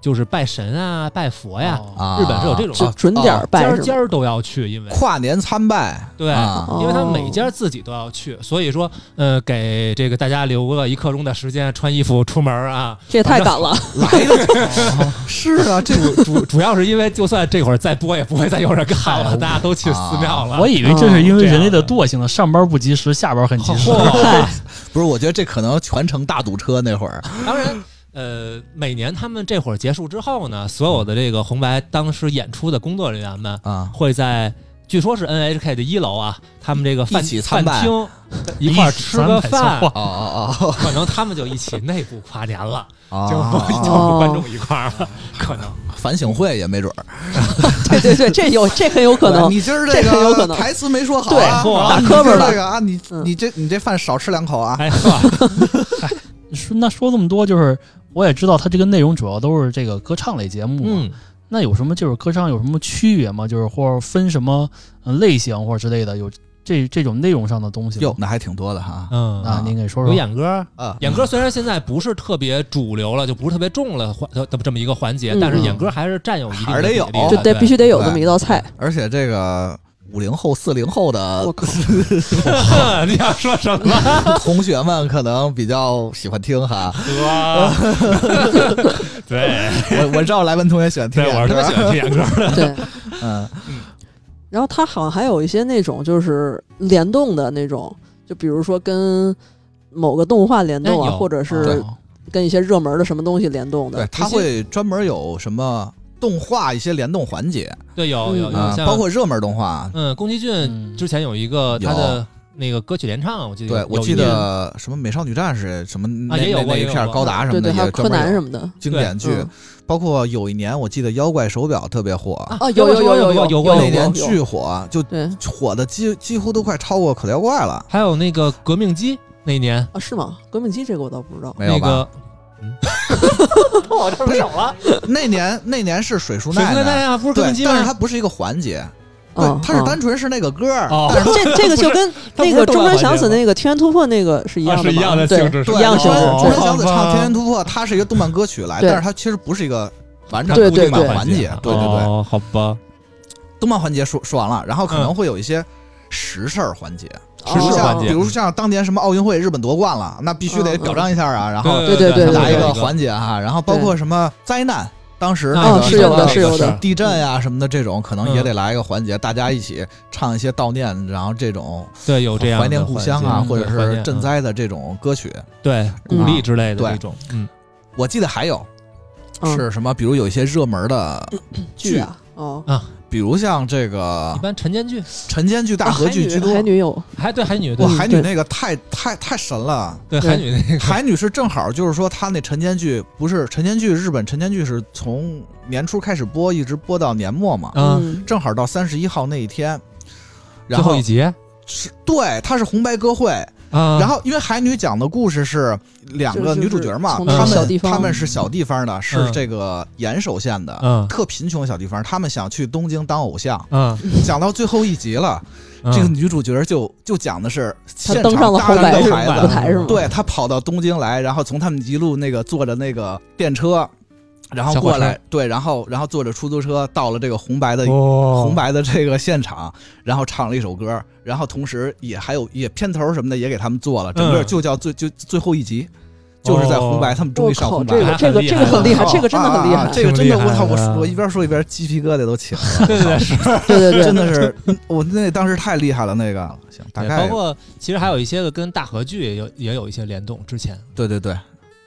[SPEAKER 2] 就是拜神啊、拜佛呀。
[SPEAKER 4] 哦
[SPEAKER 1] 啊，
[SPEAKER 2] 日本是有这种
[SPEAKER 3] 就准点儿
[SPEAKER 1] 啊
[SPEAKER 2] 尖
[SPEAKER 3] 拜
[SPEAKER 2] 儿
[SPEAKER 3] 是
[SPEAKER 2] 尖
[SPEAKER 3] 吗？
[SPEAKER 2] 儿都要去，因为
[SPEAKER 1] 跨年参拜，
[SPEAKER 2] 对
[SPEAKER 1] 啊，
[SPEAKER 2] 因为他们每家自己都要去，所以说，呃，给这个大家留个一刻钟的时间穿衣服出门啊。
[SPEAKER 3] 这也太赶了，
[SPEAKER 1] 来的 是啊，这
[SPEAKER 2] 主主主要是因为，就算这会儿再播，也不会再有人看了，大家都去寺庙了。
[SPEAKER 4] 我以为这是因为人类的惰性呢，上班不及时，下班很及时。
[SPEAKER 2] 嚯！
[SPEAKER 1] 不是，我觉得这可能全程大堵车那会儿
[SPEAKER 2] 当然，呃，每年他们这会儿结束之后呢，所有的这个红白当时演出的工作人员们
[SPEAKER 1] 啊，
[SPEAKER 2] 会在。据说是 NHK 的一楼啊，他们这个饭
[SPEAKER 1] 一起参
[SPEAKER 2] 饭
[SPEAKER 1] 拜
[SPEAKER 2] 厅一块儿吃个饭，
[SPEAKER 1] 哦哦
[SPEAKER 2] 可能他们就一起内部跨年 了。
[SPEAKER 1] 哦哦，
[SPEAKER 2] 就不就
[SPEAKER 1] 哦
[SPEAKER 2] 不观众一块儿了，可能
[SPEAKER 1] 反省会也没准儿，
[SPEAKER 3] 对对对，这有这很有可能，
[SPEAKER 1] 你今儿
[SPEAKER 3] 这很有可
[SPEAKER 1] 个
[SPEAKER 3] 能
[SPEAKER 1] 台词没说好
[SPEAKER 3] 对
[SPEAKER 1] 啊，
[SPEAKER 2] 嚯
[SPEAKER 1] 啊
[SPEAKER 3] 打磕巴了
[SPEAKER 1] 你今儿这个啊，你
[SPEAKER 3] 嗯
[SPEAKER 1] 你这你这饭少吃两口啊，
[SPEAKER 2] 哎，是吧？
[SPEAKER 4] 说那说这么多，就是我也知道它这个内容主要都是这个歌唱类节目。，啊
[SPEAKER 2] 嗯，
[SPEAKER 4] 那有什么就是歌唱有什么区别吗？就是或者分什么呃类型或者之类的，有这这种内容上的东西吗？
[SPEAKER 1] 哟，那还挺多的哈
[SPEAKER 2] 嗯，
[SPEAKER 4] 啊，您给说
[SPEAKER 2] 有
[SPEAKER 4] 说。
[SPEAKER 2] 演歌，
[SPEAKER 1] 啊，
[SPEAKER 2] 演歌虽然现在不是特别主流了，就不是特别重了环这这么一个环节，
[SPEAKER 3] 嗯
[SPEAKER 2] 但是演歌还是占有一定
[SPEAKER 1] 还是
[SPEAKER 2] 的
[SPEAKER 1] 得
[SPEAKER 2] 比
[SPEAKER 1] 有
[SPEAKER 2] 例的，
[SPEAKER 1] 就
[SPEAKER 3] 就得
[SPEAKER 2] 对
[SPEAKER 3] 必须得有这么一道菜，
[SPEAKER 1] 而且这个五零后、四零后的
[SPEAKER 3] 我靠，
[SPEAKER 2] 你要说什么？
[SPEAKER 1] 同学们可能比较喜欢听哈。
[SPEAKER 2] 哇， 对，
[SPEAKER 1] 我我知道莱文同学喜欢听
[SPEAKER 2] 对，
[SPEAKER 1] 演歌，
[SPEAKER 2] 我是特别喜欢听演歌的。
[SPEAKER 3] 对。
[SPEAKER 1] 嗯，
[SPEAKER 3] 然后它好像还有一些那种就是联动的那种，就比如说跟某个动画联动
[SPEAKER 2] 哎
[SPEAKER 3] 啊，
[SPEAKER 2] 有
[SPEAKER 3] 或者是
[SPEAKER 4] 啊
[SPEAKER 3] 跟一些热门的什么东西联动的
[SPEAKER 1] 对，。他会专门有什么动画一些联动环节
[SPEAKER 2] 对，有有有，
[SPEAKER 1] 啊、
[SPEAKER 2] 像
[SPEAKER 1] 包括热门动画。
[SPEAKER 2] 嗯，宫崎骏
[SPEAKER 4] 嗯
[SPEAKER 2] 之前有一个他
[SPEAKER 1] 有
[SPEAKER 2] 的那个歌曲联唱，我记得
[SPEAKER 1] 对
[SPEAKER 2] 有，
[SPEAKER 1] 我
[SPEAKER 2] 有
[SPEAKER 1] 记
[SPEAKER 2] 一个
[SPEAKER 1] 得什么美少女战士什么那、
[SPEAKER 2] 啊也有
[SPEAKER 1] 那
[SPEAKER 2] 过
[SPEAKER 1] 那一
[SPEAKER 2] 也有
[SPEAKER 1] 片儿
[SPEAKER 2] 过
[SPEAKER 1] 高达什么
[SPEAKER 3] 对
[SPEAKER 1] 的，
[SPEAKER 3] 对，还有
[SPEAKER 1] 也
[SPEAKER 3] 柯
[SPEAKER 1] 专门
[SPEAKER 3] 南
[SPEAKER 1] 有
[SPEAKER 3] 什么的。
[SPEAKER 1] 经典剧，
[SPEAKER 3] 嗯
[SPEAKER 1] 包括有一年我记得《妖怪手表》特别火，
[SPEAKER 2] 啊
[SPEAKER 3] 哦，有
[SPEAKER 2] 有
[SPEAKER 3] 有有
[SPEAKER 2] 有
[SPEAKER 3] 有
[SPEAKER 2] 有
[SPEAKER 3] 有
[SPEAKER 2] 过
[SPEAKER 1] 那
[SPEAKER 3] 有
[SPEAKER 1] 年
[SPEAKER 3] 有
[SPEAKER 1] 巨火，就
[SPEAKER 3] 对
[SPEAKER 1] 火的几几乎都快超过可妖怪了，
[SPEAKER 2] 还有那个革命机那一年
[SPEAKER 3] 啊，是吗？革命机这个我倒不知道。
[SPEAKER 1] 没有
[SPEAKER 2] 那
[SPEAKER 1] 吧？嗯
[SPEAKER 2] 个， 我这啊
[SPEAKER 1] 不是
[SPEAKER 2] 手了，
[SPEAKER 1] 那年那年是水树
[SPEAKER 2] 水
[SPEAKER 1] 奈
[SPEAKER 2] 哥那
[SPEAKER 1] 奈，
[SPEAKER 2] 呀，不是革
[SPEAKER 1] 对
[SPEAKER 2] 命机，
[SPEAKER 1] 但是
[SPEAKER 2] 吗
[SPEAKER 1] 它？不是一个环节，
[SPEAKER 3] 嗯
[SPEAKER 1] 对，，它是
[SPEAKER 3] 嗯
[SPEAKER 1] 单纯是那个歌儿，
[SPEAKER 2] 哦
[SPEAKER 1] 但是
[SPEAKER 3] 这这个就跟
[SPEAKER 2] 它不
[SPEAKER 3] 那
[SPEAKER 2] 是
[SPEAKER 3] 个
[SPEAKER 2] 动
[SPEAKER 3] 中
[SPEAKER 2] 漫
[SPEAKER 3] 村
[SPEAKER 2] 环
[SPEAKER 3] 祥
[SPEAKER 2] 节
[SPEAKER 3] 子
[SPEAKER 2] 吗
[SPEAKER 3] 那个《天元突破》那个是 一
[SPEAKER 2] 啊
[SPEAKER 3] 样的
[SPEAKER 2] 是一
[SPEAKER 3] 嘛
[SPEAKER 2] 样的
[SPEAKER 3] 对
[SPEAKER 2] 性质是
[SPEAKER 1] 对，
[SPEAKER 2] 吧
[SPEAKER 3] 一样
[SPEAKER 1] 中
[SPEAKER 3] 性质。
[SPEAKER 1] 村中村
[SPEAKER 2] 哦
[SPEAKER 1] 祥子
[SPEAKER 2] 好
[SPEAKER 1] 唱
[SPEAKER 2] 吧
[SPEAKER 1] 《天元突破》，它是一个动漫歌曲来，
[SPEAKER 3] 对
[SPEAKER 1] 但是它其实不是一个完整
[SPEAKER 3] 对
[SPEAKER 1] 的
[SPEAKER 3] 对
[SPEAKER 1] 动漫
[SPEAKER 3] 对
[SPEAKER 1] 环节，对对对，
[SPEAKER 2] 哦，好吧，
[SPEAKER 1] 动漫环节说说完了，然后可能会有一些实事儿环节，
[SPEAKER 2] 实
[SPEAKER 1] 比
[SPEAKER 2] 事
[SPEAKER 1] 如
[SPEAKER 2] 环
[SPEAKER 1] 哦像
[SPEAKER 2] 节
[SPEAKER 1] 比如像当年什么奥运会日本夺冠了，那必须得
[SPEAKER 3] 嗯嗯
[SPEAKER 1] 表彰一下啊，然后
[SPEAKER 3] 对对对对
[SPEAKER 1] 来一个
[SPEAKER 2] 环
[SPEAKER 1] 环节哈、然后包括什么灾难，当时
[SPEAKER 2] 啊
[SPEAKER 1] 那
[SPEAKER 3] 哦
[SPEAKER 1] 个
[SPEAKER 3] 是有的
[SPEAKER 1] 什么
[SPEAKER 3] 是有的
[SPEAKER 1] 地震呀、什么的这种，可能也
[SPEAKER 2] 嗯
[SPEAKER 1] 得来一个环节，大家一起唱一些悼念，然后这种
[SPEAKER 2] 对有这样
[SPEAKER 1] 哦怀念
[SPEAKER 2] 的
[SPEAKER 1] 故
[SPEAKER 2] 环
[SPEAKER 1] 乡
[SPEAKER 2] 节
[SPEAKER 1] 啊，
[SPEAKER 2] 嗯
[SPEAKER 1] 或者
[SPEAKER 2] 对怀
[SPEAKER 1] 是
[SPEAKER 2] 念
[SPEAKER 1] 赈
[SPEAKER 2] 嗯
[SPEAKER 1] 灾的这种歌曲。
[SPEAKER 2] 对鼓励之类的
[SPEAKER 1] 对
[SPEAKER 2] 那种，嗯，
[SPEAKER 1] 我记得还有
[SPEAKER 3] 嗯
[SPEAKER 1] 是什么，比如有一些热门的
[SPEAKER 3] 剧
[SPEAKER 1] 剧，
[SPEAKER 3] 啊，哦，
[SPEAKER 1] 比如像这
[SPEAKER 2] 一
[SPEAKER 1] 个
[SPEAKER 2] 般晨间剧，
[SPEAKER 1] 晨间剧、大河剧居多。
[SPEAKER 3] 哦海女有
[SPEAKER 2] 海对海女，对
[SPEAKER 1] 哇，海女
[SPEAKER 3] 对
[SPEAKER 1] 那个太太太神了！
[SPEAKER 2] 对
[SPEAKER 3] 对
[SPEAKER 2] 海女 那个
[SPEAKER 1] 海女是正好就是说，她那晨间剧不是晨间剧，日本晨间剧是从年初开始播，一直播到年末嘛。
[SPEAKER 2] 啊，
[SPEAKER 3] 嗯
[SPEAKER 1] 正好到三十一号那一天，
[SPEAKER 2] 最
[SPEAKER 1] 然
[SPEAKER 2] 后
[SPEAKER 1] 后
[SPEAKER 2] 一嗯集啊，
[SPEAKER 1] 是对，她是红白歌会，然
[SPEAKER 2] 然
[SPEAKER 1] 后因为海女讲的故事是两个
[SPEAKER 3] 就是
[SPEAKER 1] 女主角嘛，
[SPEAKER 3] 就是
[SPEAKER 2] 从
[SPEAKER 1] 她
[SPEAKER 3] 小
[SPEAKER 1] 们
[SPEAKER 3] 地方
[SPEAKER 1] 她们是小地方的，是
[SPEAKER 2] 嗯
[SPEAKER 1] 这个岩手县的。
[SPEAKER 2] 嗯
[SPEAKER 1] 特贫穷的小地方，她们想去东京当偶像。
[SPEAKER 2] 嗯，
[SPEAKER 1] 讲到最后一集了，
[SPEAKER 2] 嗯
[SPEAKER 1] 这个女主角就就讲的是
[SPEAKER 3] 她
[SPEAKER 1] 现
[SPEAKER 3] 登上
[SPEAKER 1] 场
[SPEAKER 3] 了
[SPEAKER 1] 搭
[SPEAKER 3] 红
[SPEAKER 1] 了
[SPEAKER 3] 白
[SPEAKER 1] 一个
[SPEAKER 3] 是吗
[SPEAKER 1] 孩
[SPEAKER 2] 红
[SPEAKER 1] 子
[SPEAKER 2] 白
[SPEAKER 3] 舞，台是吗？
[SPEAKER 1] 对她跑到东京来，然后从他们一路那个坐着那个电车，然后
[SPEAKER 2] 小火
[SPEAKER 1] 过来，对，然后然后坐着出租车到了这个红白的
[SPEAKER 2] 哦
[SPEAKER 1] 红
[SPEAKER 2] 红
[SPEAKER 1] 白的这个现场，然后唱了一首歌，然后同时也还有也片头什么的也给他们做了，整个
[SPEAKER 2] 嗯哦
[SPEAKER 1] 就叫最就最后一集，就是在红白，他们终
[SPEAKER 3] 我
[SPEAKER 1] 于上
[SPEAKER 3] 靠，
[SPEAKER 1] 红
[SPEAKER 3] 这
[SPEAKER 1] 白。
[SPEAKER 3] 个
[SPEAKER 1] 了。
[SPEAKER 3] 这个这个很厉害，这个真的很厉
[SPEAKER 1] 啊啊啊
[SPEAKER 3] 害，
[SPEAKER 1] 这个真的，
[SPEAKER 2] 挺厉害
[SPEAKER 1] 我操！我
[SPEAKER 2] 的
[SPEAKER 1] 说我一边说一边鸡皮疙瘩都 起了，
[SPEAKER 2] 对对对是，
[SPEAKER 3] 对对对，
[SPEAKER 1] 真的是，嗯我那当时太厉害了，那个行，大
[SPEAKER 2] 对
[SPEAKER 1] 概
[SPEAKER 2] 包括其实还有一些个跟大河剧也有也有一些联动，之前
[SPEAKER 1] 对对对，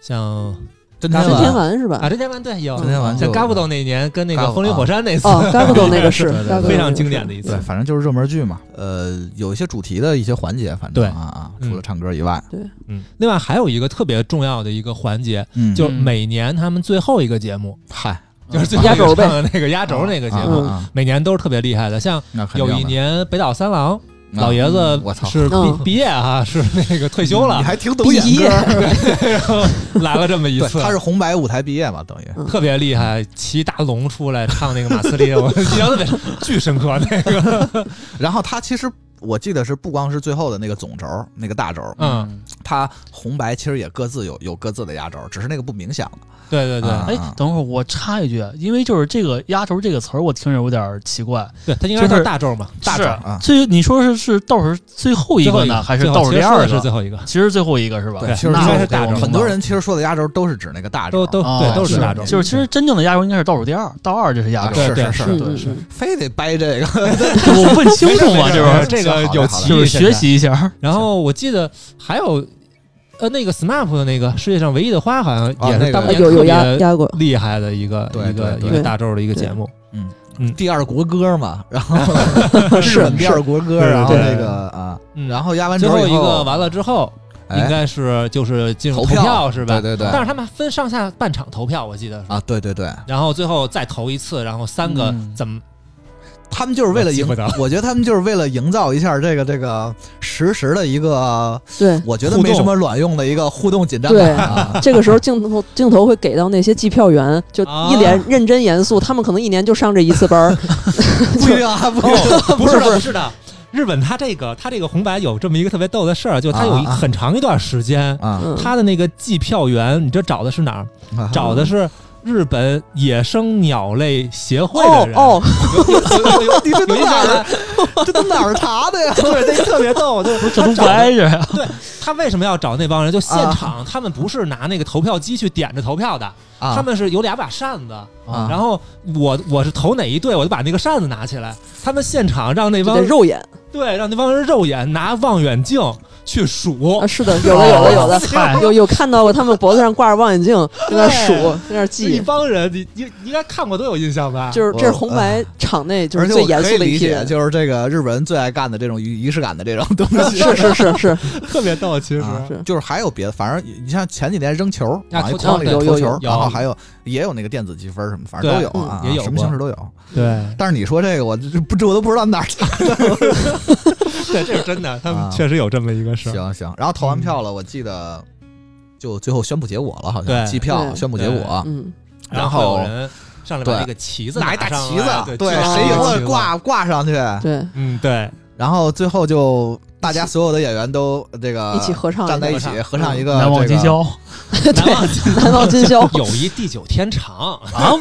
[SPEAKER 2] 像
[SPEAKER 1] 真
[SPEAKER 2] 真
[SPEAKER 1] 天
[SPEAKER 3] 真
[SPEAKER 1] 丸
[SPEAKER 3] 田丸是
[SPEAKER 2] 啊，
[SPEAKER 3] 吧？
[SPEAKER 2] 真田丸对有，
[SPEAKER 1] 真天丸
[SPEAKER 2] 像
[SPEAKER 1] 就
[SPEAKER 2] g a b d o 那年跟那个
[SPEAKER 1] Gabudo，
[SPEAKER 2] 风林火山那次，
[SPEAKER 3] 哦 g a g d o 那个是
[SPEAKER 1] 对对对
[SPEAKER 3] Gagudo
[SPEAKER 2] 非
[SPEAKER 3] 那
[SPEAKER 2] 常
[SPEAKER 3] 个
[SPEAKER 2] 经
[SPEAKER 3] 是
[SPEAKER 2] 典的一次
[SPEAKER 1] 对，。反正就是热门剧嘛，呃，有一些主题的一些环节，反正
[SPEAKER 2] 对
[SPEAKER 1] 啊啊，
[SPEAKER 2] 嗯
[SPEAKER 1] 除了唱歌以外，
[SPEAKER 2] 嗯，另外还有一个特别重要的一个环节，
[SPEAKER 1] 嗯，
[SPEAKER 2] 就是每年他们最后一个节目，
[SPEAKER 1] 嗨，
[SPEAKER 2] 就是最
[SPEAKER 3] 压
[SPEAKER 2] 后
[SPEAKER 3] 轴呗
[SPEAKER 2] 唱的那个压轴那个节目，
[SPEAKER 1] 啊啊啊
[SPEAKER 2] 每年都是特别厉害的。像
[SPEAKER 1] 那肯定
[SPEAKER 2] 嗯有一
[SPEAKER 1] 的
[SPEAKER 2] 年北岛三郎
[SPEAKER 1] 啊
[SPEAKER 2] 老爷子
[SPEAKER 1] 嗯我操，
[SPEAKER 2] 是
[SPEAKER 3] 嗯
[SPEAKER 2] 毕毕业哈，是那个退休了
[SPEAKER 1] 你，还挺懂
[SPEAKER 3] 毕
[SPEAKER 1] 演
[SPEAKER 3] 业
[SPEAKER 1] 歌儿。
[SPEAKER 2] 来了这么 一
[SPEAKER 1] 对，
[SPEAKER 2] 次，
[SPEAKER 1] 他是红白舞台毕业嘛，等于
[SPEAKER 2] 特别厉害，骑大龙出来唱那个马斯里，我 印象特别巨深刻那个，
[SPEAKER 1] 然后他其实我记得是不光是最后的那个总轴那个大轴，
[SPEAKER 2] 嗯，
[SPEAKER 1] 他红白其实也各自有有各自的压轴，只是那个不明显了。
[SPEAKER 2] 对对对，
[SPEAKER 1] 啊
[SPEAKER 4] 哎，等会儿我插一句，啊因为就是这个“压轴”这个词儿，我听着有点儿奇怪。
[SPEAKER 2] 对他应该
[SPEAKER 4] 就是
[SPEAKER 2] 大咒嘛，大
[SPEAKER 4] 是
[SPEAKER 2] 咒，
[SPEAKER 1] 啊
[SPEAKER 4] 最你说是是倒数最后一
[SPEAKER 2] 最后
[SPEAKER 4] 个
[SPEAKER 2] 一
[SPEAKER 4] 呢，
[SPEAKER 2] 个
[SPEAKER 4] 还是哎
[SPEAKER 2] 最后
[SPEAKER 4] 倒数
[SPEAKER 2] 其
[SPEAKER 4] 第
[SPEAKER 2] 实
[SPEAKER 4] 二
[SPEAKER 2] 说的是最
[SPEAKER 4] 个？
[SPEAKER 2] 后一个，
[SPEAKER 4] 其实最后一个是吧？
[SPEAKER 1] 对，
[SPEAKER 2] 对
[SPEAKER 1] 其实
[SPEAKER 4] 那
[SPEAKER 2] 应该
[SPEAKER 1] 我
[SPEAKER 2] 是大轴
[SPEAKER 1] 很多人其实说的压轴都是指那个大轴，啊
[SPEAKER 2] 都都
[SPEAKER 4] 哦
[SPEAKER 2] 对都是大咒，
[SPEAKER 4] 就是其实真正的压轴应该是倒数第二，倒二这是压
[SPEAKER 1] 啊
[SPEAKER 4] 轴。
[SPEAKER 2] 对
[SPEAKER 1] 是
[SPEAKER 2] 对
[SPEAKER 1] 是
[SPEAKER 2] 对
[SPEAKER 1] 是，
[SPEAKER 2] 对
[SPEAKER 3] 嗯
[SPEAKER 2] 是
[SPEAKER 3] 嗯
[SPEAKER 1] 非得掰这个，
[SPEAKER 4] 我问清楚
[SPEAKER 2] 没
[SPEAKER 4] 啊，
[SPEAKER 2] 事
[SPEAKER 4] 这
[SPEAKER 2] 没事
[SPEAKER 4] 玩意儿
[SPEAKER 2] 这个有歧义，
[SPEAKER 4] 就是学。习一下。
[SPEAKER 2] 然后我记得还有，呃，那个 SNAP 的那个世界上唯一的花，好像也是当
[SPEAKER 3] 啊
[SPEAKER 1] 哎
[SPEAKER 2] 年
[SPEAKER 3] 有
[SPEAKER 2] 特
[SPEAKER 3] 有压
[SPEAKER 2] 别
[SPEAKER 3] 压过，
[SPEAKER 2] 厉害的一个
[SPEAKER 1] 对
[SPEAKER 2] 一个
[SPEAKER 1] 对对
[SPEAKER 2] 一个大咒的一个节目。
[SPEAKER 1] 第二国歌嘛，然 后日
[SPEAKER 3] 是
[SPEAKER 1] 本第二国歌，然后
[SPEAKER 2] 对对
[SPEAKER 1] 那
[SPEAKER 2] 对
[SPEAKER 1] 个啊，
[SPEAKER 2] 嗯，
[SPEAKER 1] 然后压完
[SPEAKER 2] 最
[SPEAKER 1] 轴
[SPEAKER 2] 后
[SPEAKER 1] 以
[SPEAKER 2] 一个完了之后，
[SPEAKER 1] 哎
[SPEAKER 2] 应该是就是进入
[SPEAKER 1] 投
[SPEAKER 2] 投票是吧？
[SPEAKER 1] 对对对
[SPEAKER 2] 但是他们分上下半场投票，我记得是。
[SPEAKER 1] 啊，对对对，
[SPEAKER 2] 然后最后再投一次，然后三个
[SPEAKER 4] 嗯
[SPEAKER 2] 怎么
[SPEAKER 1] 他们就是为了
[SPEAKER 2] 我记
[SPEAKER 1] 营
[SPEAKER 2] 不得，
[SPEAKER 1] 我觉得他们就是为了营造一下这个这个实时的一个，
[SPEAKER 3] 对。
[SPEAKER 1] 我觉得
[SPEAKER 2] 互动
[SPEAKER 1] 没什么卵用的一个互动紧张感 啊。
[SPEAKER 3] 这个时候镜头镜头会给到那些计票员，就
[SPEAKER 2] 啊
[SPEAKER 3] 一脸认真严肃，他们可能一年就上这一次班 儿，
[SPEAKER 1] 不一定啊，不一定。
[SPEAKER 2] 不
[SPEAKER 3] 是
[SPEAKER 2] 的
[SPEAKER 3] 不是
[SPEAKER 2] 不是的。日本它这个它这个红白有这么一个特别逗的事儿，就它有一
[SPEAKER 1] 啊啊
[SPEAKER 2] 很长一段时间，
[SPEAKER 1] 啊，
[SPEAKER 3] 嗯
[SPEAKER 2] 它的那个计票员，你这找的是哪儿？
[SPEAKER 1] 啊
[SPEAKER 2] 找的是日本野生鸟类协会的
[SPEAKER 3] 哦
[SPEAKER 2] 人，
[SPEAKER 3] 哦，
[SPEAKER 2] 有有
[SPEAKER 1] 你这
[SPEAKER 2] 有
[SPEAKER 1] 都
[SPEAKER 2] 印
[SPEAKER 1] 哪
[SPEAKER 2] 象
[SPEAKER 1] 儿
[SPEAKER 2] 吧？
[SPEAKER 1] 这都哪儿查的呀？
[SPEAKER 2] 对，那特别逗，就
[SPEAKER 4] 这都不挨着呀。
[SPEAKER 2] 他为什么要找那帮人？就现场，他们不是拿那个投票机去点着投票的，
[SPEAKER 1] 啊
[SPEAKER 2] 他们是有两把扇子，
[SPEAKER 1] 啊
[SPEAKER 2] 然后我我是投哪一队，我就把那个扇子拿起来，他们现场让那
[SPEAKER 3] 这
[SPEAKER 2] 帮
[SPEAKER 3] 得哦肉眼
[SPEAKER 2] 对让那帮人肉眼拿望远镜去数
[SPEAKER 3] 啊，，是的，有的有的
[SPEAKER 2] 哦
[SPEAKER 3] 有的。
[SPEAKER 4] 嗨
[SPEAKER 3] 有有看到过，他们脖子上挂着望远镜，在那数，在那
[SPEAKER 2] 一
[SPEAKER 3] 记，
[SPEAKER 2] 帮人，你你你应该看过都有印象吧？
[SPEAKER 3] 就是
[SPEAKER 1] 我
[SPEAKER 3] 这是红白场内就
[SPEAKER 1] 而
[SPEAKER 3] 是
[SPEAKER 1] 且
[SPEAKER 3] 最
[SPEAKER 1] 我
[SPEAKER 3] 严
[SPEAKER 1] 可以
[SPEAKER 3] 肃的一
[SPEAKER 1] 理
[SPEAKER 3] 批
[SPEAKER 1] 解，
[SPEAKER 3] 人，
[SPEAKER 1] 就是这个日本人最爱干的这种仪仪式感的这种东西。
[SPEAKER 3] 是是是是，
[SPEAKER 2] 特别逗，其实、
[SPEAKER 1] 啊
[SPEAKER 3] 是
[SPEAKER 1] 就是还有别的，反正你像前几年扔球，
[SPEAKER 2] 啊
[SPEAKER 1] 往一
[SPEAKER 2] 投
[SPEAKER 1] 筐里
[SPEAKER 2] 啊
[SPEAKER 1] 头
[SPEAKER 3] 对
[SPEAKER 1] 投
[SPEAKER 3] 有有
[SPEAKER 1] 球，
[SPEAKER 2] 有
[SPEAKER 1] 然后还有也有那个电子积分什么，反正都
[SPEAKER 2] 对
[SPEAKER 1] 有啊，
[SPEAKER 2] 嗯也有
[SPEAKER 1] 什么
[SPEAKER 2] 过
[SPEAKER 1] 形式都有。
[SPEAKER 2] 对
[SPEAKER 1] 但是你说这个，我这不知我都不知道哪儿去。
[SPEAKER 2] 对，这是真的，他
[SPEAKER 1] 啊
[SPEAKER 2] 们确实有这么一个事儿。
[SPEAKER 1] 行行，然后投
[SPEAKER 2] 嗯
[SPEAKER 1] 完票了，我记得就最后宣布结果了，好像
[SPEAKER 2] 对
[SPEAKER 1] 计票
[SPEAKER 3] 对
[SPEAKER 1] 宣布结果，
[SPEAKER 3] 嗯，
[SPEAKER 2] 然
[SPEAKER 1] 后
[SPEAKER 2] 后有人上来把
[SPEAKER 1] 对
[SPEAKER 2] 那个旗子
[SPEAKER 1] 拿一大
[SPEAKER 2] 大
[SPEAKER 1] 旗
[SPEAKER 2] 子，
[SPEAKER 1] 子，对，
[SPEAKER 2] 举起
[SPEAKER 1] 谁赢
[SPEAKER 2] 一个旗
[SPEAKER 1] 了
[SPEAKER 2] 子，
[SPEAKER 1] 挂挂上去，
[SPEAKER 3] 对，
[SPEAKER 2] 嗯，对，
[SPEAKER 1] 然后最后就大家所有的演员都这个
[SPEAKER 3] 一起合唱
[SPEAKER 1] 站在一
[SPEAKER 2] 合
[SPEAKER 1] 起
[SPEAKER 2] 唱嗯
[SPEAKER 1] 合唱一个
[SPEAKER 4] 难忘
[SPEAKER 1] 这
[SPEAKER 4] 今
[SPEAKER 1] 个
[SPEAKER 4] 宵
[SPEAKER 2] 难忘，
[SPEAKER 3] 难忘 今宵
[SPEAKER 2] 有一地久天长，
[SPEAKER 4] 啊，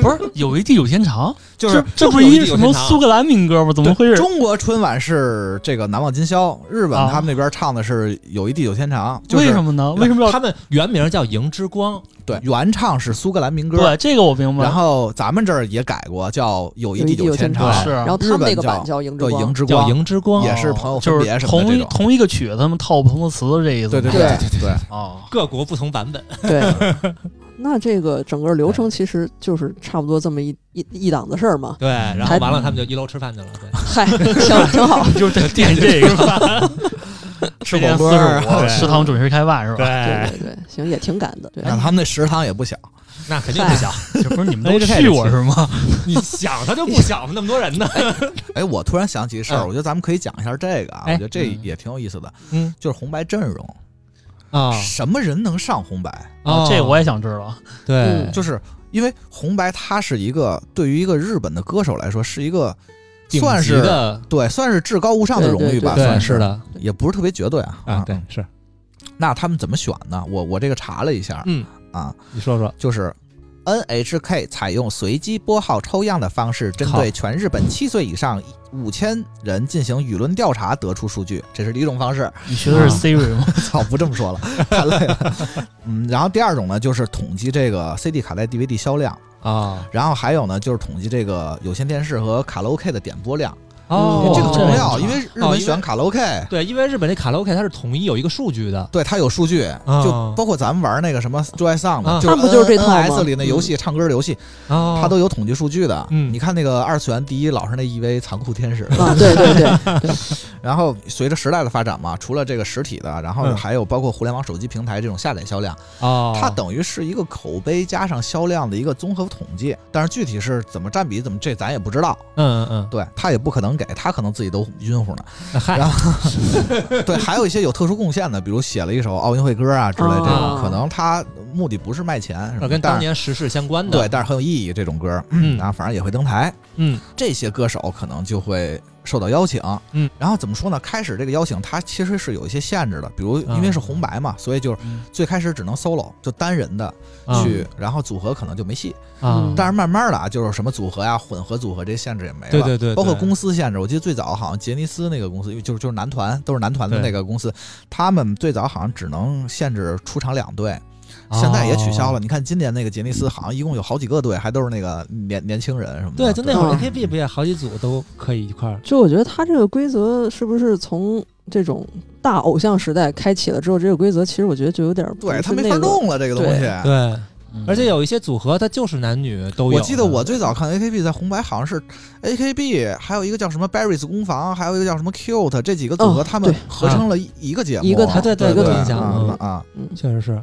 [SPEAKER 4] 不是有一地久天长，
[SPEAKER 1] 就
[SPEAKER 4] 这
[SPEAKER 1] 是
[SPEAKER 4] 这不是一什么苏格兰民歌吗？怎么回事？
[SPEAKER 1] 中国春晚是这个难忘今宵，日本
[SPEAKER 4] 啊
[SPEAKER 1] 他们那边唱的是有一地久天长，就是
[SPEAKER 4] 为什么呢？为什么要
[SPEAKER 2] 他们原名叫《迎之光》，
[SPEAKER 1] 对原唱是苏格兰民歌
[SPEAKER 4] 对，这个我明白。
[SPEAKER 1] 然后咱们这儿也改过叫有一
[SPEAKER 3] 有
[SPEAKER 1] 地
[SPEAKER 3] 一地
[SPEAKER 1] 久
[SPEAKER 3] 久天
[SPEAKER 1] 长，
[SPEAKER 2] 长
[SPEAKER 4] 是
[SPEAKER 3] 然后他们那个版啊叫《迎之
[SPEAKER 1] 叫
[SPEAKER 3] 光
[SPEAKER 1] 迎》，之
[SPEAKER 2] 叫《
[SPEAKER 1] 光，
[SPEAKER 2] 迎之光》，
[SPEAKER 1] 也是朋友分
[SPEAKER 4] 哦就
[SPEAKER 1] 别什
[SPEAKER 4] 是
[SPEAKER 1] 么的
[SPEAKER 4] 同
[SPEAKER 1] 这
[SPEAKER 4] 一
[SPEAKER 1] 种
[SPEAKER 4] 同一个曲子，他们套不同的词这意思
[SPEAKER 1] 对
[SPEAKER 4] 吗。
[SPEAKER 1] 对
[SPEAKER 3] 对
[SPEAKER 1] 对对，
[SPEAKER 4] 哦，
[SPEAKER 2] 各国不同版本。
[SPEAKER 3] 对。 那这个整个流程其实就是差不多这么一一一档子事儿嘛。
[SPEAKER 2] 对，然后
[SPEAKER 3] 还
[SPEAKER 2] 完了，他们就一楼吃饭去了。对，
[SPEAKER 3] 嗨，行，挺好。
[SPEAKER 4] 就得 惦记这个
[SPEAKER 1] 吃
[SPEAKER 4] 吃
[SPEAKER 1] 火锅儿
[SPEAKER 4] 45
[SPEAKER 2] 对
[SPEAKER 4] 食堂准时开饭是吧？
[SPEAKER 2] 哎
[SPEAKER 3] 对对对，行，也挺赶的。对，
[SPEAKER 1] 那他们那食堂也不小，
[SPEAKER 2] 那肯定不小，
[SPEAKER 4] 就不是你们
[SPEAKER 2] 哎
[SPEAKER 4] 都
[SPEAKER 2] 这太
[SPEAKER 4] 去
[SPEAKER 2] 有
[SPEAKER 4] 过
[SPEAKER 2] 趣
[SPEAKER 4] 是吗？
[SPEAKER 2] 你想他就不小嘛，那么多 人呢。
[SPEAKER 1] 哎，我突然想起一事儿，
[SPEAKER 2] 嗯
[SPEAKER 1] 我觉得咱们可以讲一下这个啊，我
[SPEAKER 2] 哎
[SPEAKER 1] 觉得这
[SPEAKER 4] 嗯
[SPEAKER 1] 也挺有意思的，
[SPEAKER 2] 嗯
[SPEAKER 1] 就是红白阵容，
[SPEAKER 2] 啊
[SPEAKER 1] 什么人能上红白？
[SPEAKER 4] 啊，这我也想知道。
[SPEAKER 2] 哦对
[SPEAKER 3] 嗯，
[SPEAKER 1] 就是因为红白它是一个对于一个日本的歌手来说是一个
[SPEAKER 2] 顶
[SPEAKER 1] 算
[SPEAKER 2] 级
[SPEAKER 1] 是
[SPEAKER 2] 的，
[SPEAKER 1] 对算是至高无上的荣誉吧，
[SPEAKER 2] 对，
[SPEAKER 3] 对
[SPEAKER 1] 算
[SPEAKER 2] 是
[SPEAKER 1] 是，
[SPEAKER 2] 的
[SPEAKER 1] 也不是特别绝对啊
[SPEAKER 2] 啊，对，是，
[SPEAKER 1] 那他们怎么选呢？我我这个查了一下，
[SPEAKER 2] 嗯
[SPEAKER 1] 啊，
[SPEAKER 2] 你说说，
[SPEAKER 1] 就是 NHK 采用随机拨号抽样的方式，针对全日本七岁以上五千人进行舆论调查，得出数据，这是第一种方式。
[SPEAKER 4] 你学的是
[SPEAKER 2] 啊
[SPEAKER 4] Siri 吗？
[SPEAKER 1] 操，不这么说了，太累了。 嗯，然后第二种呢，就是统计这个 CD 卡带 DVD 销量，
[SPEAKER 2] 啊，
[SPEAKER 1] 然后还有呢，就是统计这个有线电视和卡拉 OK 的点播量，
[SPEAKER 2] 哦，
[SPEAKER 1] 这个
[SPEAKER 4] 这
[SPEAKER 1] 重
[SPEAKER 4] 个
[SPEAKER 1] 要，
[SPEAKER 4] 很
[SPEAKER 1] 因为日本选卡拉 OK。
[SPEAKER 2] 对，哦因为日本那卡拉 OK 它是统一有一个数据的，
[SPEAKER 1] 对，它有数据，
[SPEAKER 2] 哦
[SPEAKER 1] 就包括咱们玩那个什么 Joy Song 嘛，
[SPEAKER 2] 啊
[SPEAKER 1] 就是
[SPEAKER 3] 它不就是这套吗
[SPEAKER 1] N S 里那游戏唱歌的游戏，
[SPEAKER 2] 啊，
[SPEAKER 1] 它都有统计数据的。
[SPEAKER 2] 嗯
[SPEAKER 1] 你看那个二次元第一老是那 EV 残酷天使，
[SPEAKER 3] 啊，对对 对，
[SPEAKER 1] 然后随着时代的发展嘛，除了这个实体的，然后
[SPEAKER 2] 嗯
[SPEAKER 1] 还有包括互联网手机平台这种下载销量，
[SPEAKER 2] 啊，
[SPEAKER 1] 它等于是一个口碑加上销量的一个综合统计。但是具体是怎么占比，怎么这咱也不知道。
[SPEAKER 2] 嗯嗯
[SPEAKER 1] 对他也不可能给，他可能自己都晕乎呢。
[SPEAKER 2] 嗯，嗨
[SPEAKER 1] 然，对，还有一些有特殊贡献的，比如写了一首奥运会歌啊之类这种，
[SPEAKER 3] 哦
[SPEAKER 1] 可能他目的不是卖钱什么，
[SPEAKER 2] 那呃跟当
[SPEAKER 1] 但是
[SPEAKER 2] 年时事相关的，
[SPEAKER 1] 对，但是很有意义这种歌，
[SPEAKER 2] 嗯
[SPEAKER 1] 然后反正也会登台。
[SPEAKER 2] 嗯
[SPEAKER 1] 这些歌手可能就会受到邀请，
[SPEAKER 2] 嗯，
[SPEAKER 1] 然后怎么说呢？开始这个邀请它其实是有一些限制的，比如
[SPEAKER 2] 啊
[SPEAKER 1] 因为是红白嘛，所以就是
[SPEAKER 4] 嗯
[SPEAKER 1] 最开始只能 solo 就单人的
[SPEAKER 2] 啊
[SPEAKER 1] 去，然后组合可能就没戏。
[SPEAKER 2] 啊，
[SPEAKER 1] 但是慢慢的啊，就是什么组合呀、混合组合这些限制也没了，
[SPEAKER 2] 对对对，
[SPEAKER 1] 包括
[SPEAKER 2] 对
[SPEAKER 1] 公司限制。我记得最早好像杰尼斯那个公司，因为就是就是男团都是男团的
[SPEAKER 2] 对
[SPEAKER 1] 那个公司，他们最早好像只能限制出场两队，现在也取消了。
[SPEAKER 2] 哦。
[SPEAKER 1] 你看今年那个杰尼斯好像一共有好几个队，还都是那个年年轻人什么的。
[SPEAKER 2] 对，就那会儿
[SPEAKER 3] 嗯
[SPEAKER 2] AKB 不也好几组都可以一块儿
[SPEAKER 3] 就我觉得他这个规则是不是从这种大偶像时代开启了之后，这个规则其实我觉得就有点儿
[SPEAKER 1] 对
[SPEAKER 3] 不
[SPEAKER 1] 他
[SPEAKER 3] 是
[SPEAKER 1] 没
[SPEAKER 3] 那
[SPEAKER 1] 法
[SPEAKER 3] 个
[SPEAKER 1] 弄了这个东西。
[SPEAKER 2] 对，
[SPEAKER 4] 嗯
[SPEAKER 2] 而且有一些组合，它就是男女都有。嗯
[SPEAKER 1] 我记得我最早看 AKB 在红白好像是 AKB，还有一个叫什么 Barry's 工坊，还有一个叫什么 Cute，这几个组合
[SPEAKER 3] 哦
[SPEAKER 1] 他们
[SPEAKER 3] 对
[SPEAKER 1] 合
[SPEAKER 2] 嗯
[SPEAKER 1] 成了一一个节目，
[SPEAKER 3] 一个
[SPEAKER 2] 团队
[SPEAKER 1] 对
[SPEAKER 2] 一个
[SPEAKER 1] 对
[SPEAKER 2] 印象
[SPEAKER 1] 啊
[SPEAKER 2] 嗯
[SPEAKER 1] 啊，
[SPEAKER 3] 嗯
[SPEAKER 2] 确实是，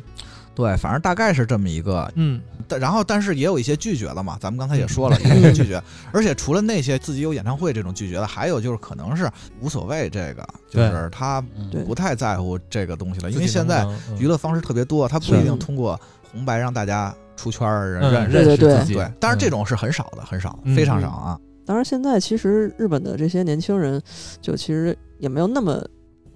[SPEAKER 1] 对，反正大概是这么一个。
[SPEAKER 2] 嗯，
[SPEAKER 1] 但然后但是也有一些拒绝了嘛，咱们刚才也说了，也
[SPEAKER 2] 嗯
[SPEAKER 1] 有一些拒绝。而且除了那些自己有演唱会这种拒绝的，还有就是可能是无所谓这个，就
[SPEAKER 2] 对
[SPEAKER 1] 是他
[SPEAKER 4] 嗯
[SPEAKER 3] 对
[SPEAKER 1] 不太在乎这个东西了，呃因为
[SPEAKER 2] 自己
[SPEAKER 1] 现
[SPEAKER 2] 能不
[SPEAKER 1] 在
[SPEAKER 2] 能嗯
[SPEAKER 1] 娱乐方式特别多，他不
[SPEAKER 2] 是
[SPEAKER 1] 一定通过红白让大家出圈儿
[SPEAKER 2] 嗯
[SPEAKER 1] 认识。
[SPEAKER 2] 认识
[SPEAKER 3] 对对对
[SPEAKER 2] 自己
[SPEAKER 1] 对，当然这
[SPEAKER 2] 嗯
[SPEAKER 1] 种是很少的，很少，
[SPEAKER 2] 嗯
[SPEAKER 1] 非常少啊。
[SPEAKER 3] 当然，现在其实日本的这些年轻人，就其实也没有那么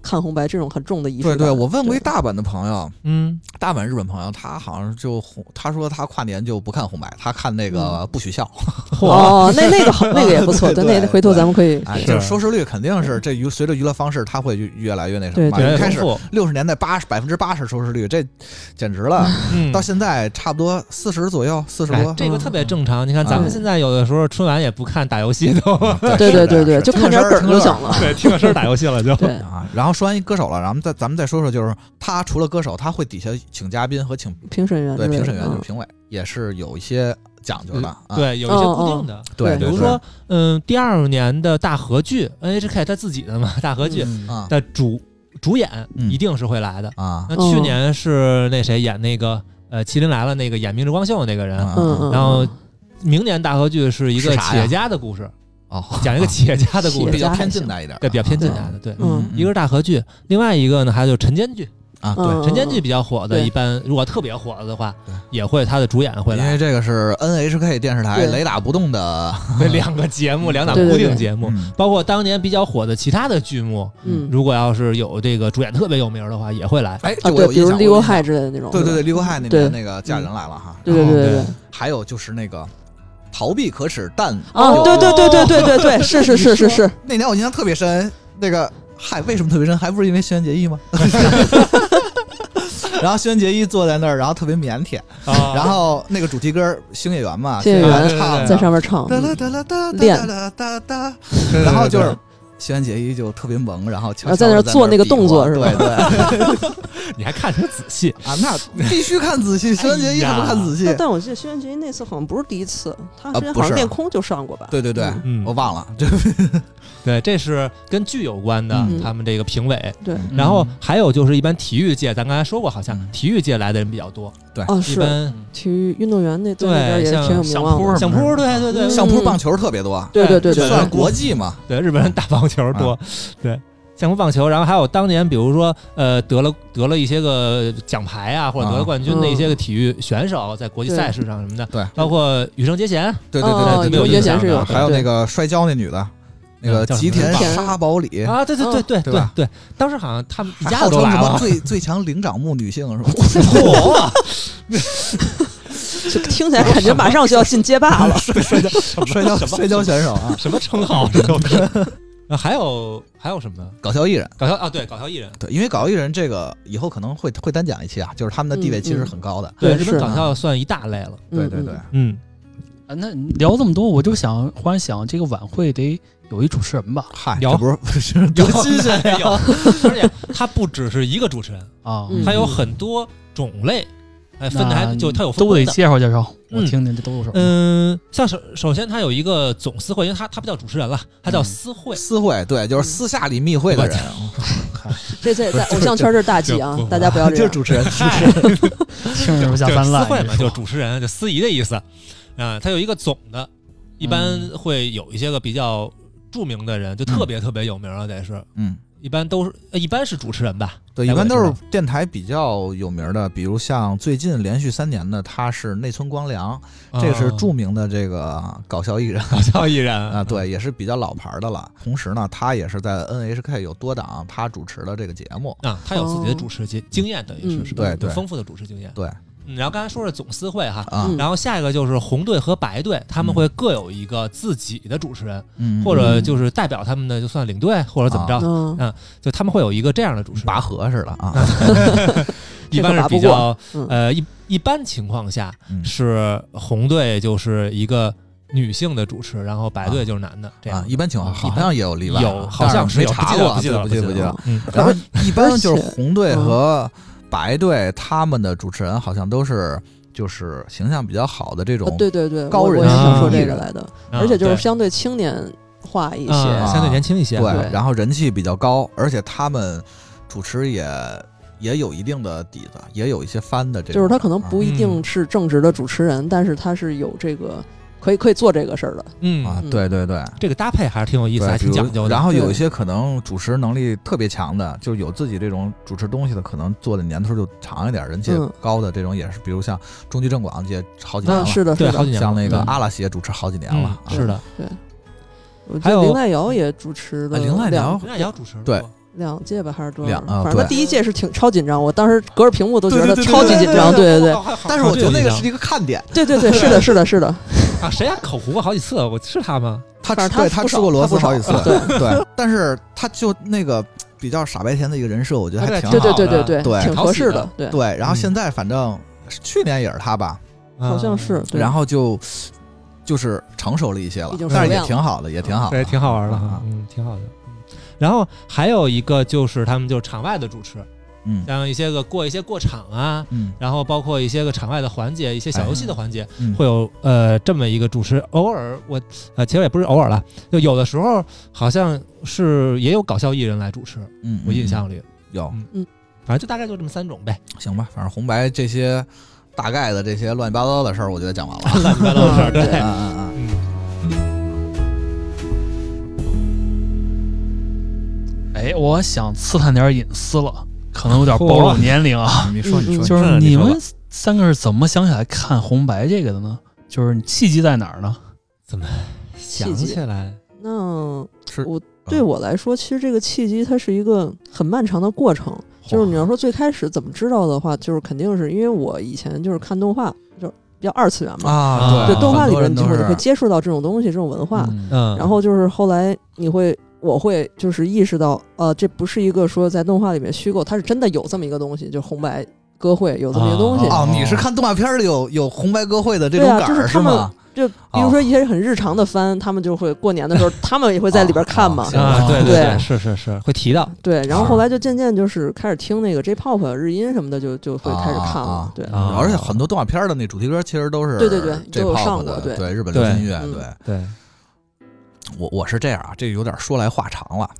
[SPEAKER 3] 看红白这种很重的仪式
[SPEAKER 1] 对
[SPEAKER 3] 感。
[SPEAKER 1] 对，我问过一大阪的朋友，
[SPEAKER 2] 嗯
[SPEAKER 1] 大阪日本朋友，他好像就红，他说他跨年就不看红白，他看那个不许笑，
[SPEAKER 3] 哦，那那 个好，那个也不错。
[SPEAKER 1] 对
[SPEAKER 3] 对，
[SPEAKER 1] 对
[SPEAKER 3] 那回头
[SPEAKER 1] 对
[SPEAKER 3] 咱们可以
[SPEAKER 1] 哎，
[SPEAKER 2] 是
[SPEAKER 1] 就是收视率肯定是这娱随着娱乐方式，它会越越来越那什
[SPEAKER 3] 对
[SPEAKER 1] 么嘛。
[SPEAKER 3] 对
[SPEAKER 2] 对
[SPEAKER 1] 啊一开始
[SPEAKER 2] 丰富
[SPEAKER 1] 六十年代八十百分之八十收视率，这简直了，
[SPEAKER 2] 嗯
[SPEAKER 1] 到现在差不多四十左右，四十
[SPEAKER 2] 哎
[SPEAKER 1] 多。
[SPEAKER 2] 这个特别正常。你看咱们
[SPEAKER 3] 嗯
[SPEAKER 2] 现在有的时候春晚也不看，打游戏都
[SPEAKER 3] 对
[SPEAKER 1] 啊
[SPEAKER 3] 对
[SPEAKER 1] 是的
[SPEAKER 3] 对对，
[SPEAKER 1] 是
[SPEAKER 3] 就看点梗儿就行 了。
[SPEAKER 2] 对听个声儿打游戏了就。
[SPEAKER 3] 对，
[SPEAKER 1] 啊。然后说完一歌手了，然后再咱们再说说，就是他除了歌手，他会底下请嘉宾和请
[SPEAKER 3] 评审员
[SPEAKER 1] 对
[SPEAKER 3] 之类
[SPEAKER 1] 评
[SPEAKER 3] 的
[SPEAKER 1] 审员，就是
[SPEAKER 3] 嗯
[SPEAKER 1] 评委，也是有一些讲究的啊。
[SPEAKER 2] 对，有一些固定的，
[SPEAKER 1] 对，
[SPEAKER 3] 对
[SPEAKER 2] 比如说，嗯，第二年的大合剧，NHK 他自己的嘛，大合剧
[SPEAKER 4] 嗯
[SPEAKER 1] 啊
[SPEAKER 2] 的主主演
[SPEAKER 1] 嗯
[SPEAKER 2] 一定嗯是会来的。
[SPEAKER 1] 啊
[SPEAKER 2] 那
[SPEAKER 3] 哦
[SPEAKER 2] 去年是那谁演那个呃《麒麟来了》那个演《明日光秀》那个人，
[SPEAKER 1] 啊
[SPEAKER 3] 嗯嗯，
[SPEAKER 2] 然后
[SPEAKER 3] 嗯
[SPEAKER 2] 明年大合剧是一个
[SPEAKER 1] 是啥
[SPEAKER 2] 企
[SPEAKER 1] 呀
[SPEAKER 2] 业家的故事，
[SPEAKER 1] 哦，
[SPEAKER 2] 讲一个企业家的故
[SPEAKER 3] 企
[SPEAKER 1] 比
[SPEAKER 2] 事
[SPEAKER 3] 业，
[SPEAKER 1] 较
[SPEAKER 3] 家
[SPEAKER 1] 偏
[SPEAKER 3] 还
[SPEAKER 1] 近
[SPEAKER 3] 行
[SPEAKER 1] 代一点，啊
[SPEAKER 2] 对，比较偏近代的，啊对。
[SPEAKER 1] 嗯，
[SPEAKER 3] 嗯
[SPEAKER 1] 嗯，
[SPEAKER 2] 一个是大合剧，另外一个呢，还有就是晨间剧。
[SPEAKER 1] 啊，
[SPEAKER 3] 嗯
[SPEAKER 1] 对，
[SPEAKER 2] 晨间剧比较火的，
[SPEAKER 3] 对
[SPEAKER 2] 一般如果特别火了的话
[SPEAKER 1] 对，
[SPEAKER 2] 也会他的主演会
[SPEAKER 1] 因为
[SPEAKER 2] 来。
[SPEAKER 1] 这个是 NHK 电视台
[SPEAKER 3] 对
[SPEAKER 1] 雷打不动的，
[SPEAKER 2] 两个节目，两档
[SPEAKER 3] 嗯对对
[SPEAKER 2] 固定
[SPEAKER 3] 对
[SPEAKER 2] 节目，
[SPEAKER 1] 嗯
[SPEAKER 2] 包括当年比较火的其他的剧目，
[SPEAKER 3] 嗯
[SPEAKER 2] 如果要是有这个主演特别有名的话，也会来。
[SPEAKER 1] 哎，
[SPEAKER 3] 啊，
[SPEAKER 1] 这我
[SPEAKER 3] 对，
[SPEAKER 1] 有
[SPEAKER 3] 比
[SPEAKER 1] 印
[SPEAKER 3] 如
[SPEAKER 1] 象，
[SPEAKER 3] 利
[SPEAKER 1] 我有
[SPEAKER 3] 国
[SPEAKER 1] 印象
[SPEAKER 3] 害之类的那种。
[SPEAKER 1] 对对对，
[SPEAKER 3] 对
[SPEAKER 1] 利国害那边
[SPEAKER 3] 对
[SPEAKER 1] 那个嫁人来了哈，
[SPEAKER 3] 对对对
[SPEAKER 2] 对
[SPEAKER 3] 对。
[SPEAKER 1] 还有就是那个逃避可耻，但
[SPEAKER 3] 啊，
[SPEAKER 1] 有
[SPEAKER 3] 对对对对对对对，是是是是是，
[SPEAKER 1] 那年我印象特别深，那个嗨，为什么特别深？还不是因为轩辕结衣吗？ 然后轩辕结衣坐在那儿，然后特别腼�腆，然
[SPEAKER 3] 哦
[SPEAKER 2] 然
[SPEAKER 1] 后那个主题歌《星月圆》嘛，
[SPEAKER 3] 星月
[SPEAKER 1] 圆
[SPEAKER 3] 圆
[SPEAKER 1] 唱
[SPEAKER 3] 啊在
[SPEAKER 1] 的，
[SPEAKER 3] 上面唱。
[SPEAKER 1] 哒啦
[SPEAKER 3] 嗯
[SPEAKER 1] 哒啦哒
[SPEAKER 3] 练
[SPEAKER 1] 哒哒哒哒，然后就是。轩辕结衣就特别萌，然后悄悄
[SPEAKER 3] 然后在那儿
[SPEAKER 1] 地
[SPEAKER 3] 做那个
[SPEAKER 1] 比划
[SPEAKER 3] 动作是吧
[SPEAKER 1] 对对
[SPEAKER 2] 你还看得仔
[SPEAKER 3] 哦
[SPEAKER 2] 细，
[SPEAKER 1] 啊，那必须看仔细，轩辕结衣他不看仔细
[SPEAKER 3] 但，但我记得轩辕杰那次好像不是第一次，他
[SPEAKER 1] 啊
[SPEAKER 3] 之前
[SPEAKER 1] 不
[SPEAKER 3] 好像
[SPEAKER 1] 是
[SPEAKER 3] 练空就上过吧？
[SPEAKER 1] 对对对，
[SPEAKER 2] 嗯
[SPEAKER 1] 我，忘了，这
[SPEAKER 2] 对，这是跟剧有关的，
[SPEAKER 1] 嗯
[SPEAKER 2] 他们这个评委。
[SPEAKER 3] 对，
[SPEAKER 1] 嗯
[SPEAKER 2] 然后还有就是一般体育界，咱刚才说过，好像
[SPEAKER 1] 嗯
[SPEAKER 2] 体育界来的人比较多，
[SPEAKER 3] 哦
[SPEAKER 2] 一
[SPEAKER 3] 是
[SPEAKER 2] 般
[SPEAKER 3] 体育运动员那在那
[SPEAKER 2] 对
[SPEAKER 3] 边也
[SPEAKER 1] 呃
[SPEAKER 2] 像
[SPEAKER 3] 挺有名
[SPEAKER 4] 相
[SPEAKER 3] 望
[SPEAKER 4] 扑
[SPEAKER 3] 的
[SPEAKER 4] 儿。
[SPEAKER 2] 相扑，对对对
[SPEAKER 3] 嗯
[SPEAKER 1] 相扑、棒球特别多，
[SPEAKER 3] 对对对对，
[SPEAKER 1] 算
[SPEAKER 3] 对
[SPEAKER 1] 是国际嘛，
[SPEAKER 2] 对，日本人打棒球多，对。相扑、棒球，然后还有当年，比如说，呃，得了得了一些个奖牌啊，或者得了
[SPEAKER 1] 啊
[SPEAKER 2] 冠军的一些
[SPEAKER 3] 嗯
[SPEAKER 2] 个体育选手，在国际
[SPEAKER 3] 对
[SPEAKER 2] 赛事上什么的，
[SPEAKER 1] 对
[SPEAKER 2] 包括羽生结弦，
[SPEAKER 1] 对对
[SPEAKER 3] 哦
[SPEAKER 1] 对
[SPEAKER 2] 对
[SPEAKER 1] 对
[SPEAKER 2] 对
[SPEAKER 1] 对，
[SPEAKER 2] 有
[SPEAKER 3] 有
[SPEAKER 2] 印
[SPEAKER 3] 些
[SPEAKER 2] 象
[SPEAKER 3] 是
[SPEAKER 2] 的
[SPEAKER 3] 有
[SPEAKER 2] 啊
[SPEAKER 3] 的，
[SPEAKER 1] 还有
[SPEAKER 3] 对
[SPEAKER 1] 那个摔跤那女的，那
[SPEAKER 2] 嗯
[SPEAKER 1] 个
[SPEAKER 2] 叫什
[SPEAKER 1] 吉
[SPEAKER 2] 么
[SPEAKER 1] 田
[SPEAKER 3] 吉田
[SPEAKER 1] 沙保里，
[SPEAKER 2] 啊，对对对对对对，当时好像他们一
[SPEAKER 1] 还
[SPEAKER 2] 家子
[SPEAKER 1] 号
[SPEAKER 2] 都
[SPEAKER 1] 称
[SPEAKER 2] 来
[SPEAKER 1] 什么
[SPEAKER 2] 了，
[SPEAKER 1] 最最强灵长目女性是吧？
[SPEAKER 3] 就 听起来感觉马上就要进街霸了。
[SPEAKER 1] 摔摔跤摔跤摔跤选手啊，
[SPEAKER 2] 什么称号这都是。啊还有还有什么
[SPEAKER 1] 搞笑艺人。
[SPEAKER 2] 搞笑啊？对，搞笑艺人，
[SPEAKER 1] 对，因为搞笑艺人这个以后可能会会单讲一期啊，就是他们的地位其实很高的。
[SPEAKER 2] 对，
[SPEAKER 3] 对
[SPEAKER 2] 日本
[SPEAKER 3] 是
[SPEAKER 2] 搞笑算一大类了。
[SPEAKER 1] 对
[SPEAKER 3] 嗯
[SPEAKER 1] 对对，，
[SPEAKER 2] 嗯，
[SPEAKER 4] 啊，那你聊这么多，我就想，忽然想，这个晚会得有一主持人吧？
[SPEAKER 1] 嗨，
[SPEAKER 2] 有
[SPEAKER 1] 这不是是多新鲜呀！
[SPEAKER 2] 有， 而且他不只是一个主持人，
[SPEAKER 4] 啊，
[SPEAKER 3] 嗯
[SPEAKER 2] 他有很多种类，哎，分的还
[SPEAKER 4] 那
[SPEAKER 2] 就他有分
[SPEAKER 4] 都
[SPEAKER 2] 工
[SPEAKER 4] 得
[SPEAKER 2] 的。
[SPEAKER 4] 介绍介绍，我
[SPEAKER 2] 嗯
[SPEAKER 4] 听听这都有什么？
[SPEAKER 2] 嗯，像首首先他有一个总司会，因为他他不叫主持人了，他叫
[SPEAKER 1] 嗯
[SPEAKER 2] 司会。
[SPEAKER 1] 私会对，就是私下里密会的人，
[SPEAKER 3] 这在 在偶像圈这是大忌啊
[SPEAKER 2] 不，
[SPEAKER 3] 大家不要这
[SPEAKER 1] 就是
[SPEAKER 3] 样。
[SPEAKER 1] 主持人。
[SPEAKER 2] 嗨
[SPEAKER 4] 听着不下
[SPEAKER 2] 就是
[SPEAKER 4] 三
[SPEAKER 2] 司
[SPEAKER 4] 滥。
[SPEAKER 2] 哎会嘛，
[SPEAKER 4] 你
[SPEAKER 2] 就
[SPEAKER 4] 说
[SPEAKER 2] 是主持人，就司仪的意思。啊、他有一个总的，一般会有一些个比较著名的人，就特别特别有名了，得是。
[SPEAKER 1] 嗯，
[SPEAKER 2] 一般都是，呃一般是主持人吧？
[SPEAKER 1] 对，
[SPEAKER 2] 哎
[SPEAKER 1] 一
[SPEAKER 2] 我
[SPEAKER 1] 般
[SPEAKER 2] 也
[SPEAKER 1] 都是
[SPEAKER 2] 知道
[SPEAKER 1] 电台比较有名的，比如像最近连续三年的，他是内村光良，这个是
[SPEAKER 2] 嗯
[SPEAKER 1] 著名的这个搞笑艺 人。
[SPEAKER 2] 搞笑艺人
[SPEAKER 1] 啊，，对，也是比较老牌儿的了。同时呢，他也是在 NHK 有多档他主持的这个节目。
[SPEAKER 2] 啊，他有自己的
[SPEAKER 3] 哦
[SPEAKER 2] 主持经经验，等于是
[SPEAKER 3] 嗯
[SPEAKER 2] 是吧
[SPEAKER 1] 对
[SPEAKER 2] 有
[SPEAKER 1] 对
[SPEAKER 2] 丰富的主持经验。
[SPEAKER 1] 对
[SPEAKER 2] 嗯，然后刚才说是总司会哈，
[SPEAKER 1] 啊，
[SPEAKER 3] 嗯
[SPEAKER 2] 然后下一个就是红队和白队，他们
[SPEAKER 1] 嗯
[SPEAKER 2] 会各有一个自己的主持人，
[SPEAKER 1] 嗯，啊
[SPEAKER 2] 或者就是代表他们的，就算领队或者怎么着，
[SPEAKER 3] 嗯，
[SPEAKER 2] 就他们会有一个这样的主持人。
[SPEAKER 1] 拔河似的 啊，
[SPEAKER 2] 一般是
[SPEAKER 3] 这个拔
[SPEAKER 2] 比
[SPEAKER 3] 不
[SPEAKER 2] 较
[SPEAKER 3] 过嗯
[SPEAKER 2] 呃一一般情况下
[SPEAKER 1] 嗯
[SPEAKER 2] 是红队就是一个女性的主持，然后白队就是男的这样
[SPEAKER 1] 啊，。一般情况
[SPEAKER 2] 一
[SPEAKER 1] 好
[SPEAKER 2] 般
[SPEAKER 1] 像也有例外啊，
[SPEAKER 2] 有好
[SPEAKER 1] 但
[SPEAKER 2] 像是
[SPEAKER 1] 没
[SPEAKER 2] 有不
[SPEAKER 1] 查
[SPEAKER 2] 记得
[SPEAKER 1] 过啊，
[SPEAKER 2] 不记得
[SPEAKER 1] 对
[SPEAKER 2] 了
[SPEAKER 1] 不
[SPEAKER 2] 不记
[SPEAKER 1] 记得
[SPEAKER 2] 得
[SPEAKER 1] 不记得
[SPEAKER 3] 了
[SPEAKER 1] 了。
[SPEAKER 2] 嗯，
[SPEAKER 1] 然后一般
[SPEAKER 3] 而
[SPEAKER 1] 就是
[SPEAKER 3] 且
[SPEAKER 1] 红队
[SPEAKER 3] 嗯
[SPEAKER 1] 和白队他们的主持人好像都是就是形象比较好的这
[SPEAKER 3] 呃
[SPEAKER 1] 种，
[SPEAKER 3] 对对对，
[SPEAKER 1] 高
[SPEAKER 3] 我
[SPEAKER 1] 人
[SPEAKER 3] 我也想说
[SPEAKER 2] 气
[SPEAKER 3] 这
[SPEAKER 1] 艺
[SPEAKER 3] 个
[SPEAKER 1] 人
[SPEAKER 3] 来的，
[SPEAKER 1] 嗯
[SPEAKER 2] 啊
[SPEAKER 3] 而且就是
[SPEAKER 2] 对
[SPEAKER 3] 相对青年化一
[SPEAKER 2] 啊
[SPEAKER 3] 些。嗯
[SPEAKER 2] 相对年轻一些。
[SPEAKER 1] 对
[SPEAKER 3] 对
[SPEAKER 1] 然后人气比较高，而且他们主持也也有一定的底子，也有一些翻的这
[SPEAKER 3] 就
[SPEAKER 1] 种
[SPEAKER 3] 是
[SPEAKER 1] 人啊，
[SPEAKER 3] 他可能不一定是正直的主持人，但是他是有这个可以可以做这个事儿的。
[SPEAKER 1] 啊
[SPEAKER 2] 嗯，，
[SPEAKER 1] 对对对，
[SPEAKER 2] 这个搭配还是挺有意思，
[SPEAKER 1] 对，
[SPEAKER 2] 还
[SPEAKER 1] 比
[SPEAKER 2] 挺
[SPEAKER 1] 如
[SPEAKER 2] 讲究的。
[SPEAKER 1] 然后有
[SPEAKER 3] 对
[SPEAKER 1] 一些可能主持能力特别强的，就有自己这种主持东西的，可能做的年头就长一点，人气也
[SPEAKER 3] 嗯
[SPEAKER 1] 高的这种也是，比如像中居正广也好几年
[SPEAKER 3] 啊，
[SPEAKER 1] 了，
[SPEAKER 3] 是的，是
[SPEAKER 2] 对好
[SPEAKER 3] 的。
[SPEAKER 2] 几年了
[SPEAKER 1] 像那个
[SPEAKER 2] 嗯
[SPEAKER 1] 阿拉西也主持好几年了
[SPEAKER 2] 嗯
[SPEAKER 1] 啊，
[SPEAKER 2] 是的，
[SPEAKER 3] 我记
[SPEAKER 2] 还
[SPEAKER 3] 得
[SPEAKER 2] 有
[SPEAKER 3] 林奈瑶也主持了
[SPEAKER 1] 啊林奈
[SPEAKER 3] 两
[SPEAKER 1] 瑶
[SPEAKER 2] 人家也要主持了
[SPEAKER 1] 对
[SPEAKER 2] 吗
[SPEAKER 3] 两届吧，还是多少？
[SPEAKER 1] 两啊
[SPEAKER 3] 反正
[SPEAKER 1] 对
[SPEAKER 3] 他第一届是挺超紧张，我当时隔着屏幕都觉
[SPEAKER 1] 对
[SPEAKER 3] 得
[SPEAKER 1] 对对
[SPEAKER 3] 超级紧张。对对对，
[SPEAKER 1] 但是我觉得那个是一个看点，
[SPEAKER 3] 对对对，是的，是的，是的，
[SPEAKER 2] 啊，谁家口胡过好几次？啊我是他吗？
[SPEAKER 1] 他
[SPEAKER 3] 反
[SPEAKER 1] 吃对
[SPEAKER 3] 正他不
[SPEAKER 1] 他吃
[SPEAKER 3] 少
[SPEAKER 1] 过螺
[SPEAKER 3] 他
[SPEAKER 1] 丝
[SPEAKER 3] 不少
[SPEAKER 1] 好几次，
[SPEAKER 3] 对
[SPEAKER 1] 对，但是他就那个比较傻白甜的一个人设，我觉得还
[SPEAKER 2] 对
[SPEAKER 1] 挺
[SPEAKER 3] 对
[SPEAKER 1] 好
[SPEAKER 3] 对
[SPEAKER 1] 的。
[SPEAKER 3] 对对
[SPEAKER 1] 对
[SPEAKER 3] 挺合适的，对，
[SPEAKER 1] 对，然后
[SPEAKER 2] 嗯
[SPEAKER 1] 现在反正去年也是他吧，
[SPEAKER 3] 好像是。对
[SPEAKER 1] 嗯然后就就是成熟了一些了
[SPEAKER 3] 已经，熟
[SPEAKER 1] 但是也
[SPEAKER 3] 练了
[SPEAKER 1] 挺好的，也挺好的，
[SPEAKER 2] 对，挺好玩的哈
[SPEAKER 1] 啊，
[SPEAKER 2] 嗯，挺好的。嗯然后还有一个就是他们就是场外的主持，
[SPEAKER 1] 嗯
[SPEAKER 2] 像一些个过一些过场啊，
[SPEAKER 1] 嗯
[SPEAKER 2] 然后包括一些个场外的环节，一些小游戏的环节，
[SPEAKER 1] 嗯，
[SPEAKER 2] 会有呃这么一个主持。偶尔我呃其实也不是偶尔了，就有的时候好像是也有搞笑艺人来主持，
[SPEAKER 1] 嗯
[SPEAKER 2] 我印
[SPEAKER 1] 嗯
[SPEAKER 2] 象里，
[SPEAKER 1] 有
[SPEAKER 2] 反正就大概就这么三种呗。
[SPEAKER 1] 行吧，反正红白这些大概的这些乱七八糟的事儿，我觉得讲完了。
[SPEAKER 2] 乱七八糟的事
[SPEAKER 1] 嗯
[SPEAKER 2] 儿，
[SPEAKER 3] 啊
[SPEAKER 2] 对，
[SPEAKER 1] 嗯嗯。
[SPEAKER 2] 嗯。
[SPEAKER 4] 哎，我想刺探点隐私了，可能有点暴露
[SPEAKER 2] 嚯
[SPEAKER 4] 年龄啊。
[SPEAKER 1] 你
[SPEAKER 3] 说你说
[SPEAKER 4] 就
[SPEAKER 2] 你说
[SPEAKER 4] 是
[SPEAKER 2] 吧
[SPEAKER 4] 嗯你
[SPEAKER 2] 你说
[SPEAKER 4] 们三个是怎么想起来看红白这个的呢？就是你契机在哪儿呢？
[SPEAKER 2] 想起来，
[SPEAKER 3] 那
[SPEAKER 1] 是嗯
[SPEAKER 3] 我对我来说，其实这个契机它是一个很漫长的过程。就是你要说最开始怎么知道的话，就是肯定是因为我以前就是看动画，就是比较二次元嘛，
[SPEAKER 1] 啊，
[SPEAKER 3] 对
[SPEAKER 2] 啊
[SPEAKER 3] 动画里面
[SPEAKER 1] 很
[SPEAKER 3] 你
[SPEAKER 1] 多
[SPEAKER 3] 会
[SPEAKER 1] 人
[SPEAKER 3] 你
[SPEAKER 1] 都
[SPEAKER 3] 会
[SPEAKER 1] 是
[SPEAKER 3] 接触到这种东西，这种文化。
[SPEAKER 4] 嗯
[SPEAKER 2] 嗯，
[SPEAKER 3] 然后就是后来你会，我会就是意识到，呃，这不是一个说在动画里面虚构，它是真的有这么一个东西，就红白歌会有这么一个东西。
[SPEAKER 2] 啊
[SPEAKER 1] 哦，你是看动画片里有有红白歌会的这
[SPEAKER 3] 啊对
[SPEAKER 1] 种
[SPEAKER 3] 啊，
[SPEAKER 1] 感
[SPEAKER 3] 就是
[SPEAKER 1] 儿是
[SPEAKER 3] 他们
[SPEAKER 1] 吗？
[SPEAKER 3] 就比
[SPEAKER 2] 啊
[SPEAKER 3] 如说一些很日常的番，他们就会过年的时候，他们也会在里边看嘛
[SPEAKER 1] 哦。
[SPEAKER 2] 啊，对
[SPEAKER 3] 对
[SPEAKER 2] 对，是是是，会提到，
[SPEAKER 3] 对，然后后来就渐渐就是开始听那个 J-pop 日音什么的，就就会开始
[SPEAKER 1] 啊啊
[SPEAKER 3] 看了
[SPEAKER 1] 啊。
[SPEAKER 3] 对，
[SPEAKER 2] 啊
[SPEAKER 1] 而且很多动画片的那主题歌其实都是
[SPEAKER 3] 对对对
[SPEAKER 1] 这
[SPEAKER 3] 都有上
[SPEAKER 1] pop
[SPEAKER 3] 过
[SPEAKER 1] 的，
[SPEAKER 3] 对
[SPEAKER 1] 日本流行音乐。
[SPEAKER 3] 对嗯
[SPEAKER 1] 对
[SPEAKER 2] 对，
[SPEAKER 1] 我我是这样啊，这有点说来话长了。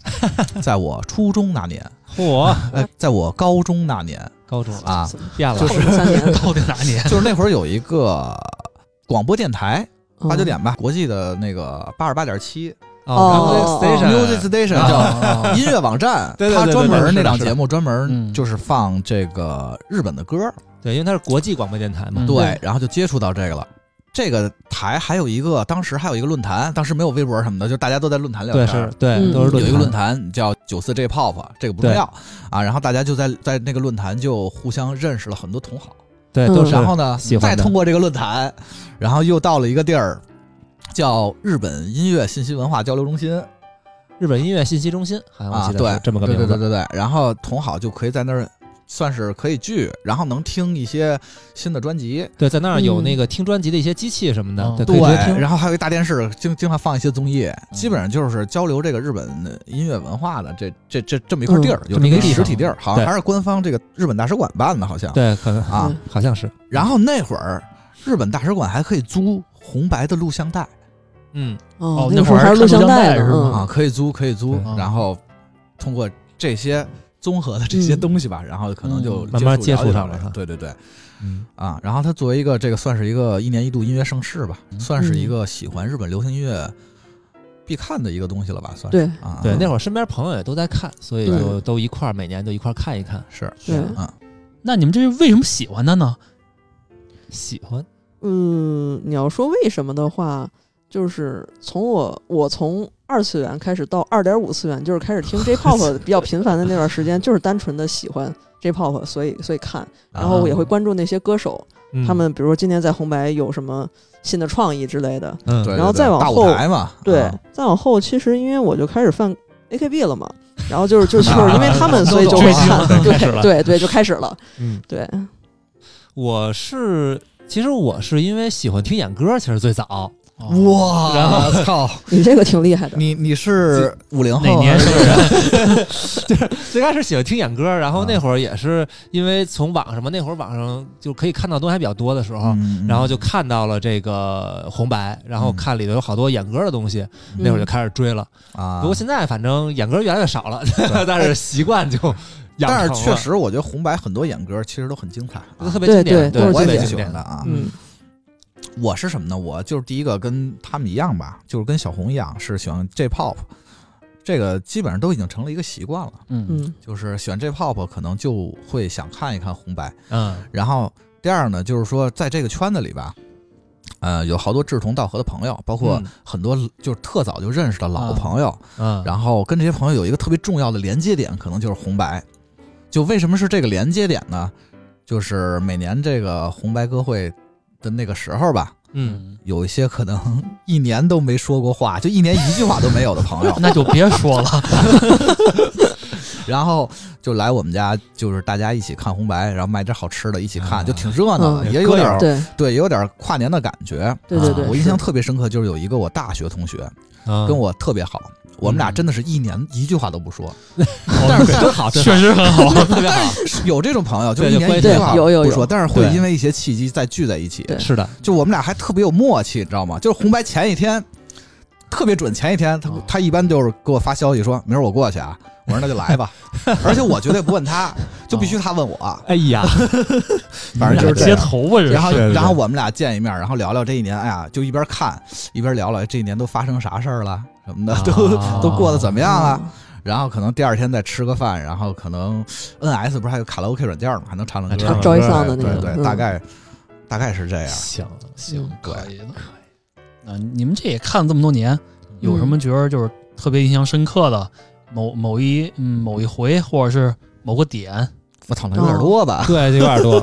[SPEAKER 1] 在我初中那年，
[SPEAKER 2] 嚯，
[SPEAKER 1] 哎，在我高中那年
[SPEAKER 2] 高中
[SPEAKER 1] 啊，
[SPEAKER 3] 怎么
[SPEAKER 2] 变了，
[SPEAKER 3] 后面三年
[SPEAKER 4] 到底哪 年？
[SPEAKER 1] 就是那会儿有一个广播电台，
[SPEAKER 3] 哦
[SPEAKER 1] 八九，点吧，国际的那个八十八点七
[SPEAKER 2] 哦
[SPEAKER 3] 哦
[SPEAKER 2] Music
[SPEAKER 1] Music
[SPEAKER 2] Station，啊
[SPEAKER 1] Station 叫
[SPEAKER 4] 啊
[SPEAKER 1] 音乐网站，
[SPEAKER 2] 对对
[SPEAKER 1] 它
[SPEAKER 2] 对对
[SPEAKER 1] 专
[SPEAKER 2] 对
[SPEAKER 1] 门
[SPEAKER 2] 是
[SPEAKER 1] 那
[SPEAKER 2] 的
[SPEAKER 1] 档
[SPEAKER 2] 是的
[SPEAKER 1] 节目专门
[SPEAKER 4] 嗯
[SPEAKER 1] 就是放这个日本的歌儿，
[SPEAKER 2] 对，因为它是国际广播电台嘛
[SPEAKER 4] 嗯，
[SPEAKER 1] 对
[SPEAKER 4] 对，
[SPEAKER 1] 然后就接触到这个了。这个台还有一个，当时还有一个论坛，当时没有微博什么的，就大家都在论坛聊
[SPEAKER 2] 对
[SPEAKER 1] 天
[SPEAKER 2] 是
[SPEAKER 1] 儿，。
[SPEAKER 2] 对，
[SPEAKER 3] 嗯
[SPEAKER 2] 都是
[SPEAKER 1] 有一个论
[SPEAKER 2] 论坛，
[SPEAKER 1] 坛叫“九四 J Pop”，这个不重
[SPEAKER 2] 对
[SPEAKER 1] 要啊。然后大家就在在那个论坛就互相认识了很多同好，
[SPEAKER 2] 对，
[SPEAKER 3] 嗯
[SPEAKER 2] 都是
[SPEAKER 1] 然后呢
[SPEAKER 2] 喜，欢
[SPEAKER 1] 再
[SPEAKER 2] 的
[SPEAKER 1] 通过这个论坛，然后又到了一个地儿，叫日本音乐信息文化交流中心。
[SPEAKER 2] 日本音乐信息中心，好像我
[SPEAKER 1] 啊，
[SPEAKER 2] 记得
[SPEAKER 1] 对
[SPEAKER 2] 是，这么个
[SPEAKER 1] 对
[SPEAKER 2] 名
[SPEAKER 1] 对对
[SPEAKER 2] 字，
[SPEAKER 1] 对对。然后同好就可以在那儿算是可以聚，然后能听一些新的专辑，
[SPEAKER 2] 对，在那儿有
[SPEAKER 3] 嗯
[SPEAKER 2] 那个听专辑的一些机器什么
[SPEAKER 4] 嗯
[SPEAKER 2] 的，对，可以直接
[SPEAKER 1] 哦对。
[SPEAKER 2] 听，
[SPEAKER 1] 然后还有一大电视，经经常放一些综艺，基本上就是交流这个日本音乐文化的这这这嗯这么一块地儿，有
[SPEAKER 2] 这么一个
[SPEAKER 1] 么
[SPEAKER 2] 地
[SPEAKER 1] 实
[SPEAKER 2] 方
[SPEAKER 1] 体地儿，好像
[SPEAKER 2] 对
[SPEAKER 1] 还是官方这个日本大使馆办的，好像
[SPEAKER 2] 对，可能
[SPEAKER 1] 啊。
[SPEAKER 3] 嗯
[SPEAKER 2] 好像是，
[SPEAKER 1] 然后那会儿日本大使馆还可以租红白的录像带
[SPEAKER 2] 嗯，
[SPEAKER 3] 哦
[SPEAKER 4] 哦，
[SPEAKER 3] 那个时候
[SPEAKER 4] 那
[SPEAKER 3] 还
[SPEAKER 4] 会儿
[SPEAKER 3] 是录
[SPEAKER 4] 看录像
[SPEAKER 3] 带
[SPEAKER 4] 带是吗
[SPEAKER 1] 啊，
[SPEAKER 3] 呢，
[SPEAKER 1] 可以租可以租
[SPEAKER 2] 对，
[SPEAKER 1] 然后通过这些综合的这些
[SPEAKER 3] 嗯
[SPEAKER 1] 东西吧，然后可能就
[SPEAKER 2] 慢慢接
[SPEAKER 1] 接
[SPEAKER 2] 触
[SPEAKER 1] 了
[SPEAKER 2] 上
[SPEAKER 1] 解这
[SPEAKER 2] 了是
[SPEAKER 1] 个
[SPEAKER 2] 吧
[SPEAKER 1] 对对对。
[SPEAKER 2] 嗯
[SPEAKER 1] 啊，然后他作为一个这个算是一个一年一度音乐盛事吧，
[SPEAKER 4] 嗯
[SPEAKER 1] 算是一个喜欢日本流行音乐必看的一个东西了吧，算是
[SPEAKER 3] 嗯对
[SPEAKER 1] 啊，
[SPEAKER 2] 对，那
[SPEAKER 1] 会
[SPEAKER 2] 会儿身边朋友也都在看，所以
[SPEAKER 3] 对
[SPEAKER 2] 就都一块儿每年都一块儿看一看，
[SPEAKER 1] 是
[SPEAKER 3] 对
[SPEAKER 1] 啊，
[SPEAKER 4] 那你们这是为什么喜欢他呢？
[SPEAKER 2] 喜欢，
[SPEAKER 3] 嗯，你要说为什么的话，就是从我我从二次元开始到二点五次元，就是开始 听 J-pop 比较频繁的那段时间，就是单纯的喜欢 J-pop，所以所以看，然后我也
[SPEAKER 1] 啊
[SPEAKER 3] 会关注那些歌手，
[SPEAKER 2] 啊嗯
[SPEAKER 3] 他们比如说今年在红白有什么新的创意之类的，
[SPEAKER 2] 嗯，
[SPEAKER 1] 对，
[SPEAKER 3] 然后
[SPEAKER 1] 对
[SPEAKER 3] 再
[SPEAKER 1] 对
[SPEAKER 3] 往
[SPEAKER 1] 大舞
[SPEAKER 3] 后
[SPEAKER 1] 台嘛，
[SPEAKER 3] 对
[SPEAKER 1] 啊，
[SPEAKER 3] 再往后其实因为我就开始犯 AKB 了嘛，然后就是就是就是因为他们，
[SPEAKER 1] 都
[SPEAKER 3] 所以就
[SPEAKER 1] 懂
[SPEAKER 3] 会
[SPEAKER 1] 了
[SPEAKER 3] 看，
[SPEAKER 2] 开始啊了
[SPEAKER 3] 对对对，就开始了，
[SPEAKER 2] 嗯，
[SPEAKER 3] 对，
[SPEAKER 2] 我是。其实我是因为喜欢听演歌，其实最早
[SPEAKER 4] 哦
[SPEAKER 1] 哇，
[SPEAKER 2] 然后
[SPEAKER 1] 啊操，
[SPEAKER 3] 你这个挺厉害的，
[SPEAKER 1] 你你是五零后啊
[SPEAKER 4] 哪
[SPEAKER 1] 还
[SPEAKER 4] 年
[SPEAKER 1] 是
[SPEAKER 4] 生
[SPEAKER 2] 啊
[SPEAKER 4] 人？
[SPEAKER 2] 最开始喜欢听演歌，然
[SPEAKER 1] 啊
[SPEAKER 2] 后那会儿也是因为从网上嘛，那会儿网上就可以看到东西还比较多的时候，
[SPEAKER 1] 嗯嗯嗯
[SPEAKER 2] 然后就看到了这个红白，然后看里头有好多演歌的东西，那会儿就开始追了。
[SPEAKER 1] 啊哎
[SPEAKER 2] 不，过现在反正演歌越来越少了， 但是习惯 就养
[SPEAKER 1] 但是
[SPEAKER 2] 成
[SPEAKER 1] 确
[SPEAKER 2] 了
[SPEAKER 1] 实我觉得红白很多演歌其实都很精彩啊，
[SPEAKER 2] 特别经典，
[SPEAKER 3] 对对都是
[SPEAKER 1] 我也
[SPEAKER 2] 特别
[SPEAKER 1] 挺
[SPEAKER 2] 经
[SPEAKER 1] 喜欢
[SPEAKER 2] 典
[SPEAKER 1] 的。啊，
[SPEAKER 3] 嗯
[SPEAKER 1] 我是什么呢？我就是第一个跟他们一样吧，就是跟小红一样，是喜欢 J-pop，这个基本上都已经成了一个习惯了。
[SPEAKER 4] 嗯，，
[SPEAKER 3] 嗯
[SPEAKER 1] 就是喜欢 J-pop，可能就会想看一看红白。
[SPEAKER 2] 嗯
[SPEAKER 1] 然后第二呢，就是说在这个圈子里吧，呃，有好多志同道合的朋友，包括很多就是特早就认识的老朋友，
[SPEAKER 2] 嗯，
[SPEAKER 1] 然后跟这些朋友有一个特别重要的连接点，可能就是红白。就为什么是这个连接点呢？就是每年这个红白歌会的那个时候吧，
[SPEAKER 2] 嗯，
[SPEAKER 1] 有一些可能 一年都没说过话，就一年一句话都没有的朋 友
[SPEAKER 4] 那就 别说了。
[SPEAKER 1] 然后就来我们家，就是大家一起看红白，然后买点好吃的一起看，就挺热闹的，
[SPEAKER 3] 嗯
[SPEAKER 1] 也有点儿
[SPEAKER 3] 对
[SPEAKER 1] 对，也有点儿跨年的感觉。
[SPEAKER 3] 对对
[SPEAKER 2] 啊
[SPEAKER 3] 对，
[SPEAKER 1] 我印
[SPEAKER 3] 是嗯
[SPEAKER 1] 象特别深刻，就是有一个我大学同学
[SPEAKER 2] 跟
[SPEAKER 1] 跟我特别好，我们俩真的是一年一句话都不
[SPEAKER 3] 嗯
[SPEAKER 1] 说，
[SPEAKER 2] 但是真好，真好
[SPEAKER 4] 确实很好，
[SPEAKER 2] 特别好，
[SPEAKER 1] 有这种朋友，就
[SPEAKER 2] 对
[SPEAKER 1] 一年一
[SPEAKER 2] 对
[SPEAKER 1] 句话
[SPEAKER 3] 有有
[SPEAKER 1] 不
[SPEAKER 3] 有
[SPEAKER 1] 说，但是会
[SPEAKER 2] 对
[SPEAKER 1] 因为一些契机再聚在一起。
[SPEAKER 3] 对
[SPEAKER 2] 是的，
[SPEAKER 1] 就我们俩还特别有默契，你知道吗？就是红白前一天，特别准，前一天他
[SPEAKER 4] 哦
[SPEAKER 1] 他一般就是给我发消息说，明儿我过去啊，我说那就来吧，而且我绝对不问他，就必须他问我，
[SPEAKER 2] 哎 呀，
[SPEAKER 1] 反正就是这
[SPEAKER 4] 接
[SPEAKER 1] 样。
[SPEAKER 4] 头发
[SPEAKER 1] 然
[SPEAKER 4] 是。
[SPEAKER 1] 后，
[SPEAKER 2] 是是
[SPEAKER 1] 然后我们俩见一面，然后聊聊这一年，哎呀，就一边看一边聊聊哎这一年都发生啥事儿了，什么的，都
[SPEAKER 2] 啊
[SPEAKER 1] 都过得怎么样啊？
[SPEAKER 3] 嗯
[SPEAKER 1] 然后可能第二天再吃个饭，然后可能呃 N S 不是还有卡拉 OK 软件吗？还能唱唱歌
[SPEAKER 2] 啊
[SPEAKER 1] 吗，
[SPEAKER 2] 唱
[SPEAKER 3] ，Joy Sound 的那
[SPEAKER 1] 对
[SPEAKER 3] 个
[SPEAKER 1] 对
[SPEAKER 3] 嗯
[SPEAKER 1] 对，大概大概是这样。
[SPEAKER 2] 行，
[SPEAKER 4] 行，
[SPEAKER 1] 对
[SPEAKER 4] 嗯可以的。那你们这也看这么多年，有什么觉得就是特别印象深刻的某某一嗯某一回，或者是某个点？
[SPEAKER 1] 我操，那有点多吧？
[SPEAKER 2] 对，这有点多，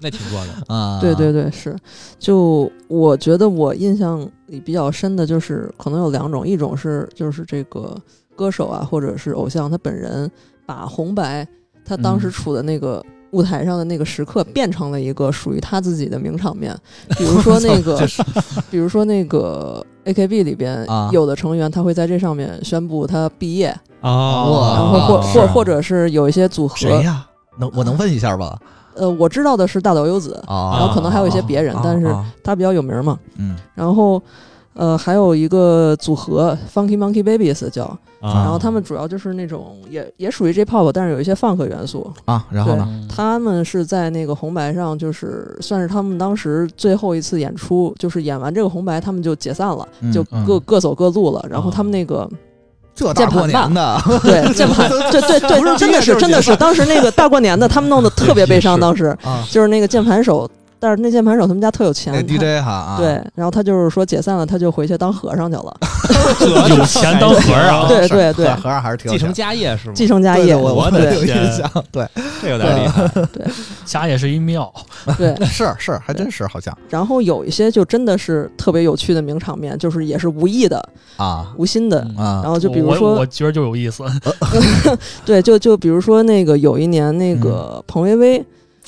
[SPEAKER 2] 那挺多的，
[SPEAKER 1] 啊，
[SPEAKER 3] 对对对，是。就我觉得我印象里比较深的就是，可能有两种，一种是就是这个歌手啊，或者是偶像他本人把红白他当时
[SPEAKER 4] 嗯
[SPEAKER 3] 处的那个。舞台上的那个时刻变成了一个属于他自己的名场面， 比如说那个
[SPEAKER 1] 这，是
[SPEAKER 3] 比如说那个 AKB 里边
[SPEAKER 1] 啊
[SPEAKER 3] 有的成员他会在这上面宣布他毕业，
[SPEAKER 2] 哦，
[SPEAKER 1] 哇
[SPEAKER 3] 然后或
[SPEAKER 1] 啊
[SPEAKER 3] 或或者是有一些组合
[SPEAKER 1] 谁，呀？能我能问一下吧？
[SPEAKER 3] 呃，我知道的是大岛优子，
[SPEAKER 1] 啊，
[SPEAKER 3] 然后可能还有一些别人
[SPEAKER 1] 啊，
[SPEAKER 3] 但是
[SPEAKER 1] 啊
[SPEAKER 3] 他比较有名嘛，
[SPEAKER 1] 嗯，
[SPEAKER 3] 然后呃还有一个组合 Funky Monkey Babies
[SPEAKER 1] 啊
[SPEAKER 3] 叫，然后他们主要就是那种也也属于 J-pop，但是有一些 funk 元素。
[SPEAKER 1] 啊，然后呢？
[SPEAKER 4] 嗯
[SPEAKER 3] 他们是在那个红白上，就是算是他们当时最后一次演出，就是演完这个红白他们就解散了，
[SPEAKER 1] 嗯
[SPEAKER 3] 就
[SPEAKER 1] 嗯哦
[SPEAKER 3] 各各走各路了。然后他们 那个、
[SPEAKER 1] 这大
[SPEAKER 3] 键盘
[SPEAKER 1] 过年的，
[SPEAKER 3] 对键盘，对对
[SPEAKER 1] 不是
[SPEAKER 3] 对，真的
[SPEAKER 1] 毕业就是
[SPEAKER 3] 真的
[SPEAKER 1] 解
[SPEAKER 3] 是
[SPEAKER 1] 散
[SPEAKER 3] 当时那个大过年的，他们弄 得特别悲伤。
[SPEAKER 2] 是
[SPEAKER 3] 当时
[SPEAKER 1] 啊
[SPEAKER 3] 就是那个键盘手，但是那键盘手他们家特有钱
[SPEAKER 1] 那，
[SPEAKER 3] 他
[SPEAKER 1] DJ 哈啊，
[SPEAKER 3] 对，然后他就是说解散了，他就回去当和尚去 了。
[SPEAKER 4] 有钱当啊和尚，
[SPEAKER 3] 对
[SPEAKER 1] 啊是
[SPEAKER 3] 对对
[SPEAKER 1] 和尚还是挺 有
[SPEAKER 2] 继承
[SPEAKER 1] 钱
[SPEAKER 2] 家业是吗？
[SPEAKER 3] 继承家
[SPEAKER 1] 对
[SPEAKER 3] 业，
[SPEAKER 1] 对我
[SPEAKER 2] 我
[SPEAKER 1] 我
[SPEAKER 2] 的
[SPEAKER 1] 得有
[SPEAKER 2] 天
[SPEAKER 1] 印象，对，
[SPEAKER 2] 这有点厉害，
[SPEAKER 4] 家也是一庙。
[SPEAKER 3] 对。
[SPEAKER 1] 是是，还真是好像
[SPEAKER 3] 然后有一些就真的是特别有趣的名场面，就是也是无意的、
[SPEAKER 1] 啊
[SPEAKER 3] 无心的。
[SPEAKER 1] 啊
[SPEAKER 3] 然后就比如
[SPEAKER 4] 我
[SPEAKER 3] 说
[SPEAKER 4] 我我觉得就有意思。
[SPEAKER 3] 对，就就比如说那个有一年
[SPEAKER 1] 嗯
[SPEAKER 3] 那个彭薇薇，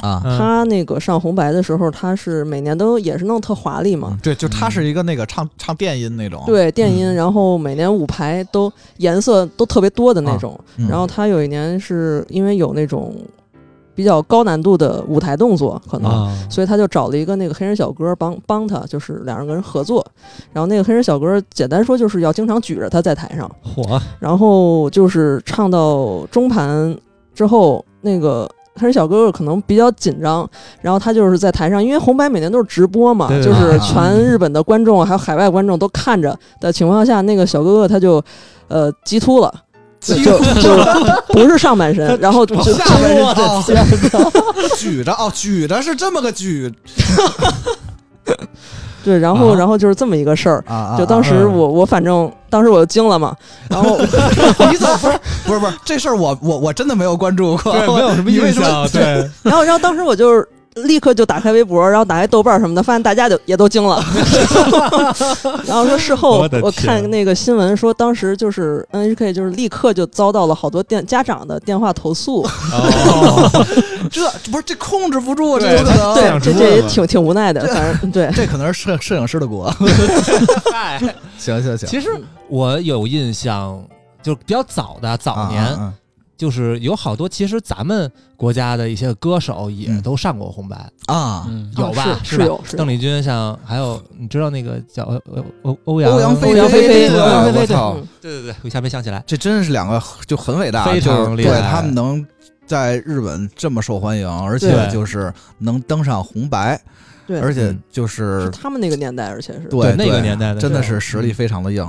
[SPEAKER 1] 啊，
[SPEAKER 2] 嗯
[SPEAKER 3] 她那个上红白的时候，她是每年都也是弄特华丽嘛
[SPEAKER 1] 嗯，对，就他是一个那个唱唱电音那种，
[SPEAKER 3] 对电音，
[SPEAKER 1] 嗯
[SPEAKER 3] 然后每年舞排都颜色都特别多的那种。
[SPEAKER 1] 嗯，
[SPEAKER 3] 然后她有一年是因为有那种比较高难度的舞台动作，可能
[SPEAKER 2] 啊，
[SPEAKER 3] 所以他就找了一个那个黑人小哥帮帮他，就是两人个人合作。然后那个黑人小哥简单说就是要经常举着他在台上，
[SPEAKER 2] 火
[SPEAKER 3] 然后就是唱到中盘之后，那个黑人小哥哥可能比较紧张，然后他就是在台上，因为红白每年都是直播嘛，
[SPEAKER 2] 对对
[SPEAKER 3] 就是
[SPEAKER 1] 对
[SPEAKER 3] 全日本的观众还有海外观众都看着的情况下，那个小哥哥他就呃激突了。就就就是不是上半身，然后就
[SPEAKER 1] 下半身
[SPEAKER 3] 我的天
[SPEAKER 1] 啊 举着哦，举着是这么个举
[SPEAKER 3] 对，然后
[SPEAKER 2] 啊
[SPEAKER 3] 然后就是这么一个事儿，
[SPEAKER 1] 啊啊，
[SPEAKER 3] 就当时
[SPEAKER 2] 嗯
[SPEAKER 3] 我我反正当时我就惊了嘛， 然后
[SPEAKER 1] 你怎么啊不是不是不是这事儿我我我真的没有关注 过，
[SPEAKER 2] 对，没有什么
[SPEAKER 1] 你为
[SPEAKER 2] 印
[SPEAKER 1] 什么
[SPEAKER 2] 象，对，
[SPEAKER 3] 然后然后当时我就是立刻就打开微博，然后打开豆瓣什么的，发现大家就也都 惊了， 然后说事后
[SPEAKER 2] 我的天
[SPEAKER 3] 我看那个新闻说，当时就是 NHK 就是立刻就遭到了好多电家长的电话投诉，
[SPEAKER 2] 哦，
[SPEAKER 1] 这不是这控制不住啊，
[SPEAKER 2] 对
[SPEAKER 1] 这不可能
[SPEAKER 2] 家
[SPEAKER 3] 对
[SPEAKER 2] 长，
[SPEAKER 3] 这
[SPEAKER 2] 直
[SPEAKER 3] 这
[SPEAKER 2] 问
[SPEAKER 3] 也
[SPEAKER 2] 嘛
[SPEAKER 3] 挺挺无奈的，
[SPEAKER 1] 这
[SPEAKER 3] 反正对，
[SPEAKER 1] 这可能是摄摄影师的锅。
[SPEAKER 2] 嗨，
[SPEAKER 1] 行行行，
[SPEAKER 2] 其实我有印象，就是比较早的早年，
[SPEAKER 1] 啊
[SPEAKER 2] 就是有好多，其实咱们国家的一些歌手也
[SPEAKER 1] 嗯
[SPEAKER 2] 都上过红白，
[SPEAKER 1] 啊啊，
[SPEAKER 4] 嗯，
[SPEAKER 2] 有吧？
[SPEAKER 3] 啊是
[SPEAKER 2] 吧
[SPEAKER 3] 是有是有
[SPEAKER 2] 邓丽君像，还有你知道那个叫欧欧欧欧阳
[SPEAKER 1] 欧阳菲
[SPEAKER 3] 欧阳菲菲
[SPEAKER 1] 对
[SPEAKER 2] 欧阳菲菲
[SPEAKER 1] 我
[SPEAKER 2] 对
[SPEAKER 1] 操，
[SPEAKER 3] 嗯
[SPEAKER 2] 对对哎对，我一下没想起来。
[SPEAKER 1] 这真是两个就很伟大，
[SPEAKER 2] 非常
[SPEAKER 1] 就是
[SPEAKER 2] 厉
[SPEAKER 1] 对
[SPEAKER 2] 害
[SPEAKER 1] 他们能在日本这么受欢迎，而且
[SPEAKER 2] 对
[SPEAKER 1] 就是能登上红白，
[SPEAKER 3] 对
[SPEAKER 1] 而且
[SPEAKER 2] 嗯
[SPEAKER 1] 就是
[SPEAKER 3] 是他们那个年代，而且是
[SPEAKER 1] 对
[SPEAKER 2] 那个年代的
[SPEAKER 1] 真的
[SPEAKER 2] 时候
[SPEAKER 1] 是实力非常的硬。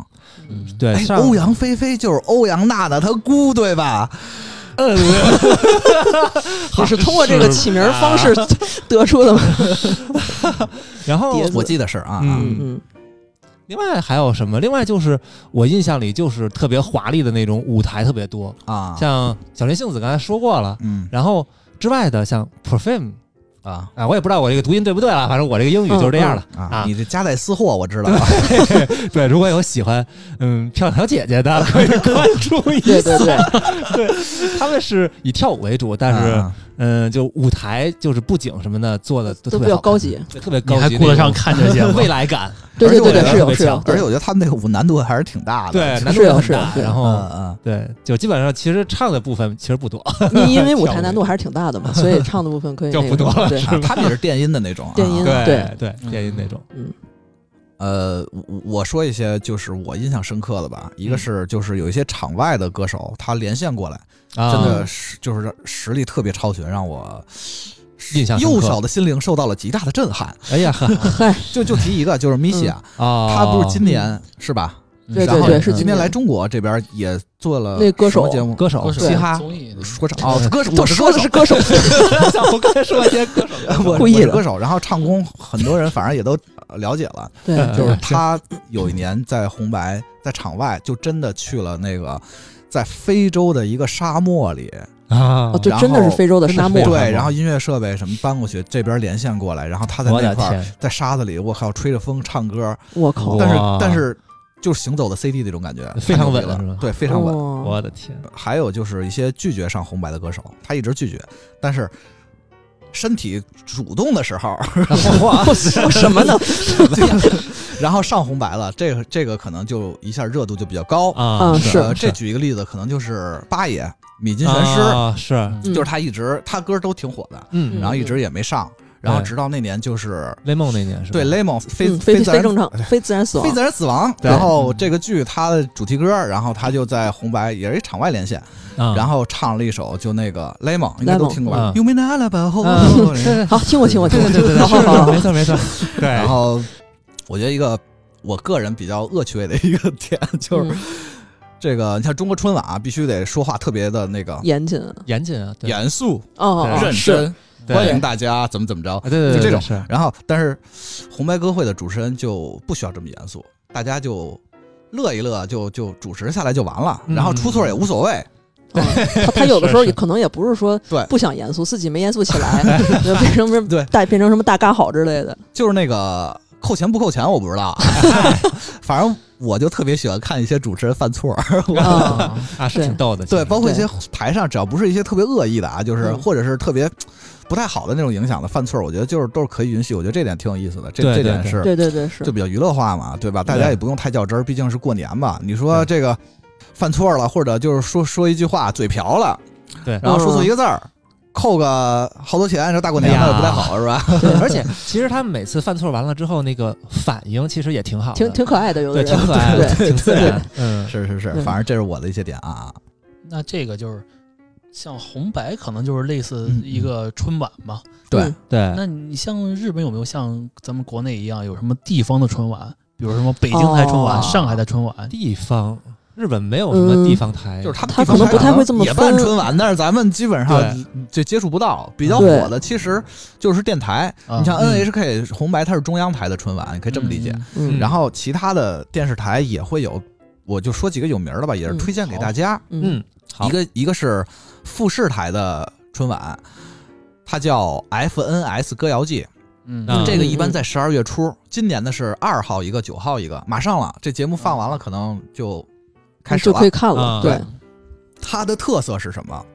[SPEAKER 4] 嗯
[SPEAKER 2] 对
[SPEAKER 1] 哎，
[SPEAKER 2] 上
[SPEAKER 1] 欧阳菲菲就是欧阳娜娜她姑对吧？
[SPEAKER 2] 嗯，
[SPEAKER 3] 也是通过这个起名儿
[SPEAKER 2] 啊
[SPEAKER 3] 方式 得出的嘛。
[SPEAKER 2] 然后
[SPEAKER 3] 碟子
[SPEAKER 1] 我记得是啊，
[SPEAKER 2] 嗯
[SPEAKER 3] 嗯，
[SPEAKER 2] 另外还有什么？另外就是我印象里就是特别华丽的那种舞台特别多，
[SPEAKER 1] 啊，
[SPEAKER 2] 像小林幸子刚才说过了，
[SPEAKER 1] 嗯
[SPEAKER 2] 然后之外的像 Perfume
[SPEAKER 1] 啊
[SPEAKER 2] 啊，我也不知道我这个读音对不对了，反正我这个英语就是这样了。
[SPEAKER 1] 啊
[SPEAKER 2] 啊，
[SPEAKER 1] 你这夹带私货我知道啊，
[SPEAKER 2] 对，如果有喜欢嗯漂亮小姐姐的，可以关注一
[SPEAKER 3] 对
[SPEAKER 2] 下。
[SPEAKER 3] 对对，
[SPEAKER 2] 对，他们是以跳舞为主，但是、
[SPEAKER 1] 啊
[SPEAKER 2] 嗯，就舞台就是布景什么的做的 都特
[SPEAKER 3] 都比
[SPEAKER 2] 别
[SPEAKER 3] 较
[SPEAKER 2] 好看
[SPEAKER 3] 高级，
[SPEAKER 2] 对，特别
[SPEAKER 4] 你
[SPEAKER 2] 高级，
[SPEAKER 4] 还顾得上
[SPEAKER 2] 那
[SPEAKER 4] 看这些
[SPEAKER 2] 种
[SPEAKER 4] 吗？
[SPEAKER 2] 未来感，
[SPEAKER 3] 对对
[SPEAKER 1] 而且我
[SPEAKER 3] 对
[SPEAKER 1] 觉
[SPEAKER 3] 对，
[SPEAKER 1] 得
[SPEAKER 3] 是
[SPEAKER 2] 特
[SPEAKER 3] 有
[SPEAKER 2] 别
[SPEAKER 3] 是有
[SPEAKER 2] 强，
[SPEAKER 1] 而且
[SPEAKER 3] 对
[SPEAKER 1] 我觉得他们那个舞难度还是挺大的，
[SPEAKER 2] 对，
[SPEAKER 1] 嗯
[SPEAKER 2] 难度
[SPEAKER 3] 有
[SPEAKER 2] 很
[SPEAKER 3] 是有啊
[SPEAKER 2] 大。
[SPEAKER 3] 是有哦
[SPEAKER 2] 然后
[SPEAKER 1] 嗯
[SPEAKER 2] 对，就基本上其实唱的部分其实不多，
[SPEAKER 3] 你因为舞台难度还是挺大 的嘛，所以唱的部分可以
[SPEAKER 2] 就
[SPEAKER 3] 那
[SPEAKER 2] 不
[SPEAKER 3] 个
[SPEAKER 2] 多了
[SPEAKER 3] 对
[SPEAKER 2] 是，
[SPEAKER 1] 啊，他们也是电音的那种啊，
[SPEAKER 3] 电音嗯
[SPEAKER 2] 对
[SPEAKER 3] 对
[SPEAKER 2] 对，电音那种，
[SPEAKER 1] 呃，我我说一些就是我印象深刻的吧，一个
[SPEAKER 3] 嗯
[SPEAKER 1] 是就是有一些场外的歌手，他连线过来，
[SPEAKER 2] 啊
[SPEAKER 1] 真的是就是实力特别超群，让我
[SPEAKER 2] 印象深刻
[SPEAKER 1] 幼小的心灵受到了极大的震撼。
[SPEAKER 2] 哎呀，
[SPEAKER 3] 嗨，
[SPEAKER 1] 就就提一个，就是米西亚，
[SPEAKER 2] 啊，
[SPEAKER 1] 他不是今年是吧？
[SPEAKER 3] 嗯哦对
[SPEAKER 1] 然
[SPEAKER 3] 对
[SPEAKER 1] 后
[SPEAKER 3] 对，是
[SPEAKER 1] 嗯今
[SPEAKER 3] 年
[SPEAKER 1] 年来中国这边也做了
[SPEAKER 3] 那歌手
[SPEAKER 1] 什么节目
[SPEAKER 2] 歌手
[SPEAKER 4] 歌手
[SPEAKER 1] 嘻哈
[SPEAKER 4] 综艺那种
[SPEAKER 1] 说唱哦，歌手
[SPEAKER 3] 都
[SPEAKER 1] 我是
[SPEAKER 3] 说
[SPEAKER 1] 歌手
[SPEAKER 3] 的是。歌 手，
[SPEAKER 2] 我刚才说了些歌手，
[SPEAKER 1] 我
[SPEAKER 3] 故
[SPEAKER 1] 哦
[SPEAKER 3] 意
[SPEAKER 1] 我是
[SPEAKER 3] 的
[SPEAKER 1] 歌手，然后唱功，很多人反正也都呃了解了。
[SPEAKER 3] 对，
[SPEAKER 2] 嗯
[SPEAKER 1] 就是他有一年在红白在场外就真的去了那个在非洲的一个沙漠里，
[SPEAKER 2] 啊
[SPEAKER 3] 哦，，就真的是非洲的沙漠
[SPEAKER 2] 真的是非洲，沙漠
[SPEAKER 1] 对，然后音乐设备什么搬过去，这边连线过来，然后他在
[SPEAKER 2] 我
[SPEAKER 1] 那
[SPEAKER 2] 的
[SPEAKER 1] 块儿
[SPEAKER 2] 天，
[SPEAKER 1] 在沙子里，我靠，吹着风唱歌，
[SPEAKER 3] 我靠，
[SPEAKER 2] 哇
[SPEAKER 1] 但是但是就是行走的 CD 那种感觉，
[SPEAKER 2] 非常稳
[SPEAKER 1] 太牛逼
[SPEAKER 2] 是
[SPEAKER 1] 了
[SPEAKER 2] 吧，哦
[SPEAKER 1] 对，非常稳。
[SPEAKER 3] 哇
[SPEAKER 2] 我的天，
[SPEAKER 1] 还有就是一些拒绝上红白的歌手，他一直拒绝，但是身体主动的时候，
[SPEAKER 2] 哇，
[SPEAKER 3] 说什么呢？
[SPEAKER 1] 然后上红白了，这个这个可能就一下热度就比较高
[SPEAKER 2] 啊
[SPEAKER 3] 嗯是
[SPEAKER 1] 呃这举一个例子，可能就是八爷米津玄师，
[SPEAKER 2] 啊是，
[SPEAKER 3] 嗯
[SPEAKER 1] 就是他一直他歌都挺火的，
[SPEAKER 2] 嗯，
[SPEAKER 3] 嗯
[SPEAKER 1] 然后一直也没上，然后
[SPEAKER 2] 对
[SPEAKER 1] 直到那年就是
[SPEAKER 2] 雷梦那年是吧
[SPEAKER 1] 对 Lemon 非
[SPEAKER 3] 嗯，非
[SPEAKER 1] 自然
[SPEAKER 3] 正常，非自然死
[SPEAKER 1] 非
[SPEAKER 3] 亡
[SPEAKER 1] 自，然死亡，
[SPEAKER 2] 对
[SPEAKER 1] 然后这个剧它的主题歌，然后他就在红白也是一场外连线，
[SPEAKER 2] 啊，
[SPEAKER 1] 然后唱了一首就那个 Lemon 应该都听过吧
[SPEAKER 2] 嗯
[SPEAKER 1] ，You mean I love you，
[SPEAKER 2] 嗯 对
[SPEAKER 3] 好，听我听我听
[SPEAKER 2] 对对
[SPEAKER 3] 我，
[SPEAKER 2] 对对，
[SPEAKER 3] 好好好好
[SPEAKER 2] 没，错没错， 对，
[SPEAKER 1] 然后我觉得一个我个人比较恶趣味的一个点就是
[SPEAKER 3] 嗯
[SPEAKER 1] 这个，你像中国春晚啊，必须得说话特别的那个
[SPEAKER 3] 严谨
[SPEAKER 2] 严谨啊，对
[SPEAKER 1] 严肃、
[SPEAKER 3] 哦，
[SPEAKER 2] 对
[SPEAKER 3] 哦
[SPEAKER 1] 认
[SPEAKER 3] 是
[SPEAKER 1] 真，欢迎大家怎么怎么着
[SPEAKER 2] 啊，。对对对，
[SPEAKER 1] 就这
[SPEAKER 2] 对
[SPEAKER 1] 种
[SPEAKER 2] 是
[SPEAKER 1] 然后，但是红白歌会的主持人就不需要这么严肃，大家就乐一乐，就就主持下来就完了，
[SPEAKER 2] 嗯
[SPEAKER 1] 然后出错也无所谓。
[SPEAKER 3] 嗯他他有的时候
[SPEAKER 2] 是
[SPEAKER 3] 也可能也不是说
[SPEAKER 1] 对
[SPEAKER 3] 不想严肃，自己没严肃起来， 就变成什么
[SPEAKER 1] 对
[SPEAKER 3] 大变成什么大嘎好之类 的。
[SPEAKER 1] 就是那个扣钱不扣钱，我不知 道，反正我就特别喜欢看一些主持人犯 错。
[SPEAKER 3] 啊，
[SPEAKER 4] 嗯
[SPEAKER 2] 啊，是挺逗的，
[SPEAKER 1] 对，
[SPEAKER 2] 其实
[SPEAKER 1] 包括一些台上，只要不是一些特别恶意的啊，就是
[SPEAKER 3] 嗯
[SPEAKER 1] 或者是特别不太好的那种影响的犯错，我觉得就是都是可以允许。我觉得这点挺有意思的，这
[SPEAKER 2] 对
[SPEAKER 1] 这
[SPEAKER 2] 对
[SPEAKER 1] 点
[SPEAKER 2] 对
[SPEAKER 1] 是
[SPEAKER 3] 对对对是嗯
[SPEAKER 1] 就，比较娱乐化嘛，对吧？大家
[SPEAKER 2] 对
[SPEAKER 1] 也不用太较真儿，毕竟是过年嘛。你说这个犯错了，或者就是说说一句话嘴瓢了，
[SPEAKER 2] 对
[SPEAKER 1] 然后说错一个字儿，
[SPEAKER 3] 嗯
[SPEAKER 1] 扣个好多钱，这大过年
[SPEAKER 2] 哎
[SPEAKER 1] 的
[SPEAKER 2] 呀
[SPEAKER 1] 不太好是 吧？
[SPEAKER 2] 而且其实他们每次犯错完了之后，那个反应其实也挺好的，
[SPEAKER 3] 挺挺可爱的，有的
[SPEAKER 2] 对，
[SPEAKER 3] 人
[SPEAKER 2] 挺可爱的，
[SPEAKER 3] 对
[SPEAKER 2] 挺自然，嗯，
[SPEAKER 1] 是是是，
[SPEAKER 3] 对
[SPEAKER 1] 反正这是我的一些点啊。
[SPEAKER 4] 那这个就是像红白，可能就是类似
[SPEAKER 1] 嗯
[SPEAKER 4] 一个春晚嘛。
[SPEAKER 3] 嗯
[SPEAKER 1] 对，
[SPEAKER 2] 对，
[SPEAKER 4] 那你像日本有没有像咱们国内一样有什么地方的春晚？比如什么北京台春晚、
[SPEAKER 3] 哦
[SPEAKER 4] 上海台春晚，
[SPEAKER 2] 地方日本没有什
[SPEAKER 3] 嗯
[SPEAKER 2] 么地方台，
[SPEAKER 1] 就是他们
[SPEAKER 3] 他可能不太会这么
[SPEAKER 1] 也办
[SPEAKER 3] 分
[SPEAKER 1] 春晚，但是咱们基本上就接触不到。比较火
[SPEAKER 3] 对
[SPEAKER 1] 的其实就是电台，
[SPEAKER 4] 啊
[SPEAKER 1] 你像
[SPEAKER 2] 嗯
[SPEAKER 1] NHK 红白，它是中央台的春晚，你可以这么理解。
[SPEAKER 4] 嗯
[SPEAKER 2] 嗯
[SPEAKER 3] 嗯
[SPEAKER 1] 然后其他的电视台也会有，我就说几个有名儿的吧，也是
[SPEAKER 3] 嗯
[SPEAKER 1] 推荐给大家。
[SPEAKER 3] 嗯
[SPEAKER 2] 嗯，好
[SPEAKER 1] 一个一个是富士台的春晚，它叫 FNS 歌谣季，
[SPEAKER 4] 嗯
[SPEAKER 2] 啊
[SPEAKER 4] 嗯，
[SPEAKER 1] 这个一般在十二月初。今年的是二号一个，九号一个，马上了。这节目放完了，可能就开始
[SPEAKER 3] 就
[SPEAKER 1] 了嗯
[SPEAKER 3] 可以。看
[SPEAKER 2] 啊
[SPEAKER 3] 了，对，
[SPEAKER 1] 它的特色是什么？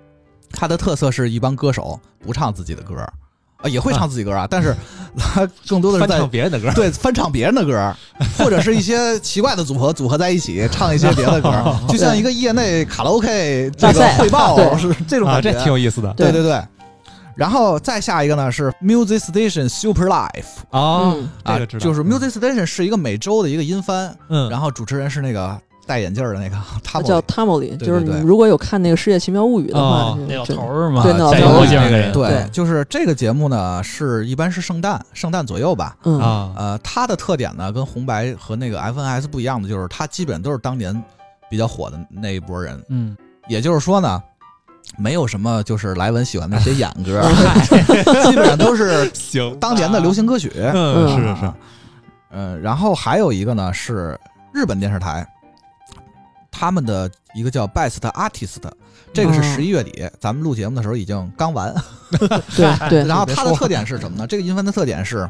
[SPEAKER 1] 它的特色是一帮歌手不唱自己的歌儿，啊，也会唱自己歌儿啊，但 是它更多的是
[SPEAKER 2] 翻
[SPEAKER 1] 在
[SPEAKER 2] 唱别人的歌，
[SPEAKER 1] 对，翻唱别人的歌儿，或者是一些奇怪的组合组合在一起唱一些别的歌儿， 就像一个业内卡拉 OK 这
[SPEAKER 3] 大
[SPEAKER 1] 个
[SPEAKER 3] 赛
[SPEAKER 1] 汇报
[SPEAKER 3] 对
[SPEAKER 1] 是这种
[SPEAKER 2] 啊，
[SPEAKER 1] 感
[SPEAKER 2] 这
[SPEAKER 1] 觉。
[SPEAKER 2] 挺有意思的
[SPEAKER 1] 对对对。然后再下一个呢是 Music Station Super Live
[SPEAKER 2] 啊
[SPEAKER 3] 嗯，
[SPEAKER 1] 啊
[SPEAKER 2] 这个，知道
[SPEAKER 1] 就是 Music Station 是一个每周的一个音番，
[SPEAKER 2] 嗯，
[SPEAKER 1] 然后主持人是那个戴眼镜儿的那个，他
[SPEAKER 3] 叫 Tamoli，
[SPEAKER 1] 对
[SPEAKER 3] 就是
[SPEAKER 1] 对啊对
[SPEAKER 3] 你如果有看那个《世界奇妙物语》的话
[SPEAKER 2] 哦，
[SPEAKER 3] 就
[SPEAKER 4] 那老
[SPEAKER 3] 就
[SPEAKER 4] 头儿嘛，
[SPEAKER 3] 对那老
[SPEAKER 4] 戴
[SPEAKER 3] 头儿嗯
[SPEAKER 4] 墨镜儿
[SPEAKER 2] 那个人
[SPEAKER 4] 那人，
[SPEAKER 1] 对
[SPEAKER 3] 对，
[SPEAKER 1] 就是这个节目呢是一般是圣诞圣诞左右吧，
[SPEAKER 3] 嗯，
[SPEAKER 2] 啊
[SPEAKER 1] 呃，它的特点呢，跟红白和那个 FNS 不一样的，就是它基本都是当年比较火的那一波人。
[SPEAKER 4] 嗯，
[SPEAKER 1] 也就是说呢，没有什么就是莱文喜欢的那些演 歌，
[SPEAKER 3] 嗯
[SPEAKER 1] 基本上都是
[SPEAKER 2] 行
[SPEAKER 1] 当年的
[SPEAKER 3] 啊
[SPEAKER 1] 流行歌啊曲。
[SPEAKER 2] 嗯
[SPEAKER 3] 嗯
[SPEAKER 2] 是是，
[SPEAKER 1] 呃，然后还有一个呢是日本电视台，他们的一个叫 Best Artist，这个是
[SPEAKER 3] 哦
[SPEAKER 1] 十一月底，咱们录节目的时候已经刚完。
[SPEAKER 3] 对对，
[SPEAKER 1] 然后它的特点是什么呢？这个音番的特点是，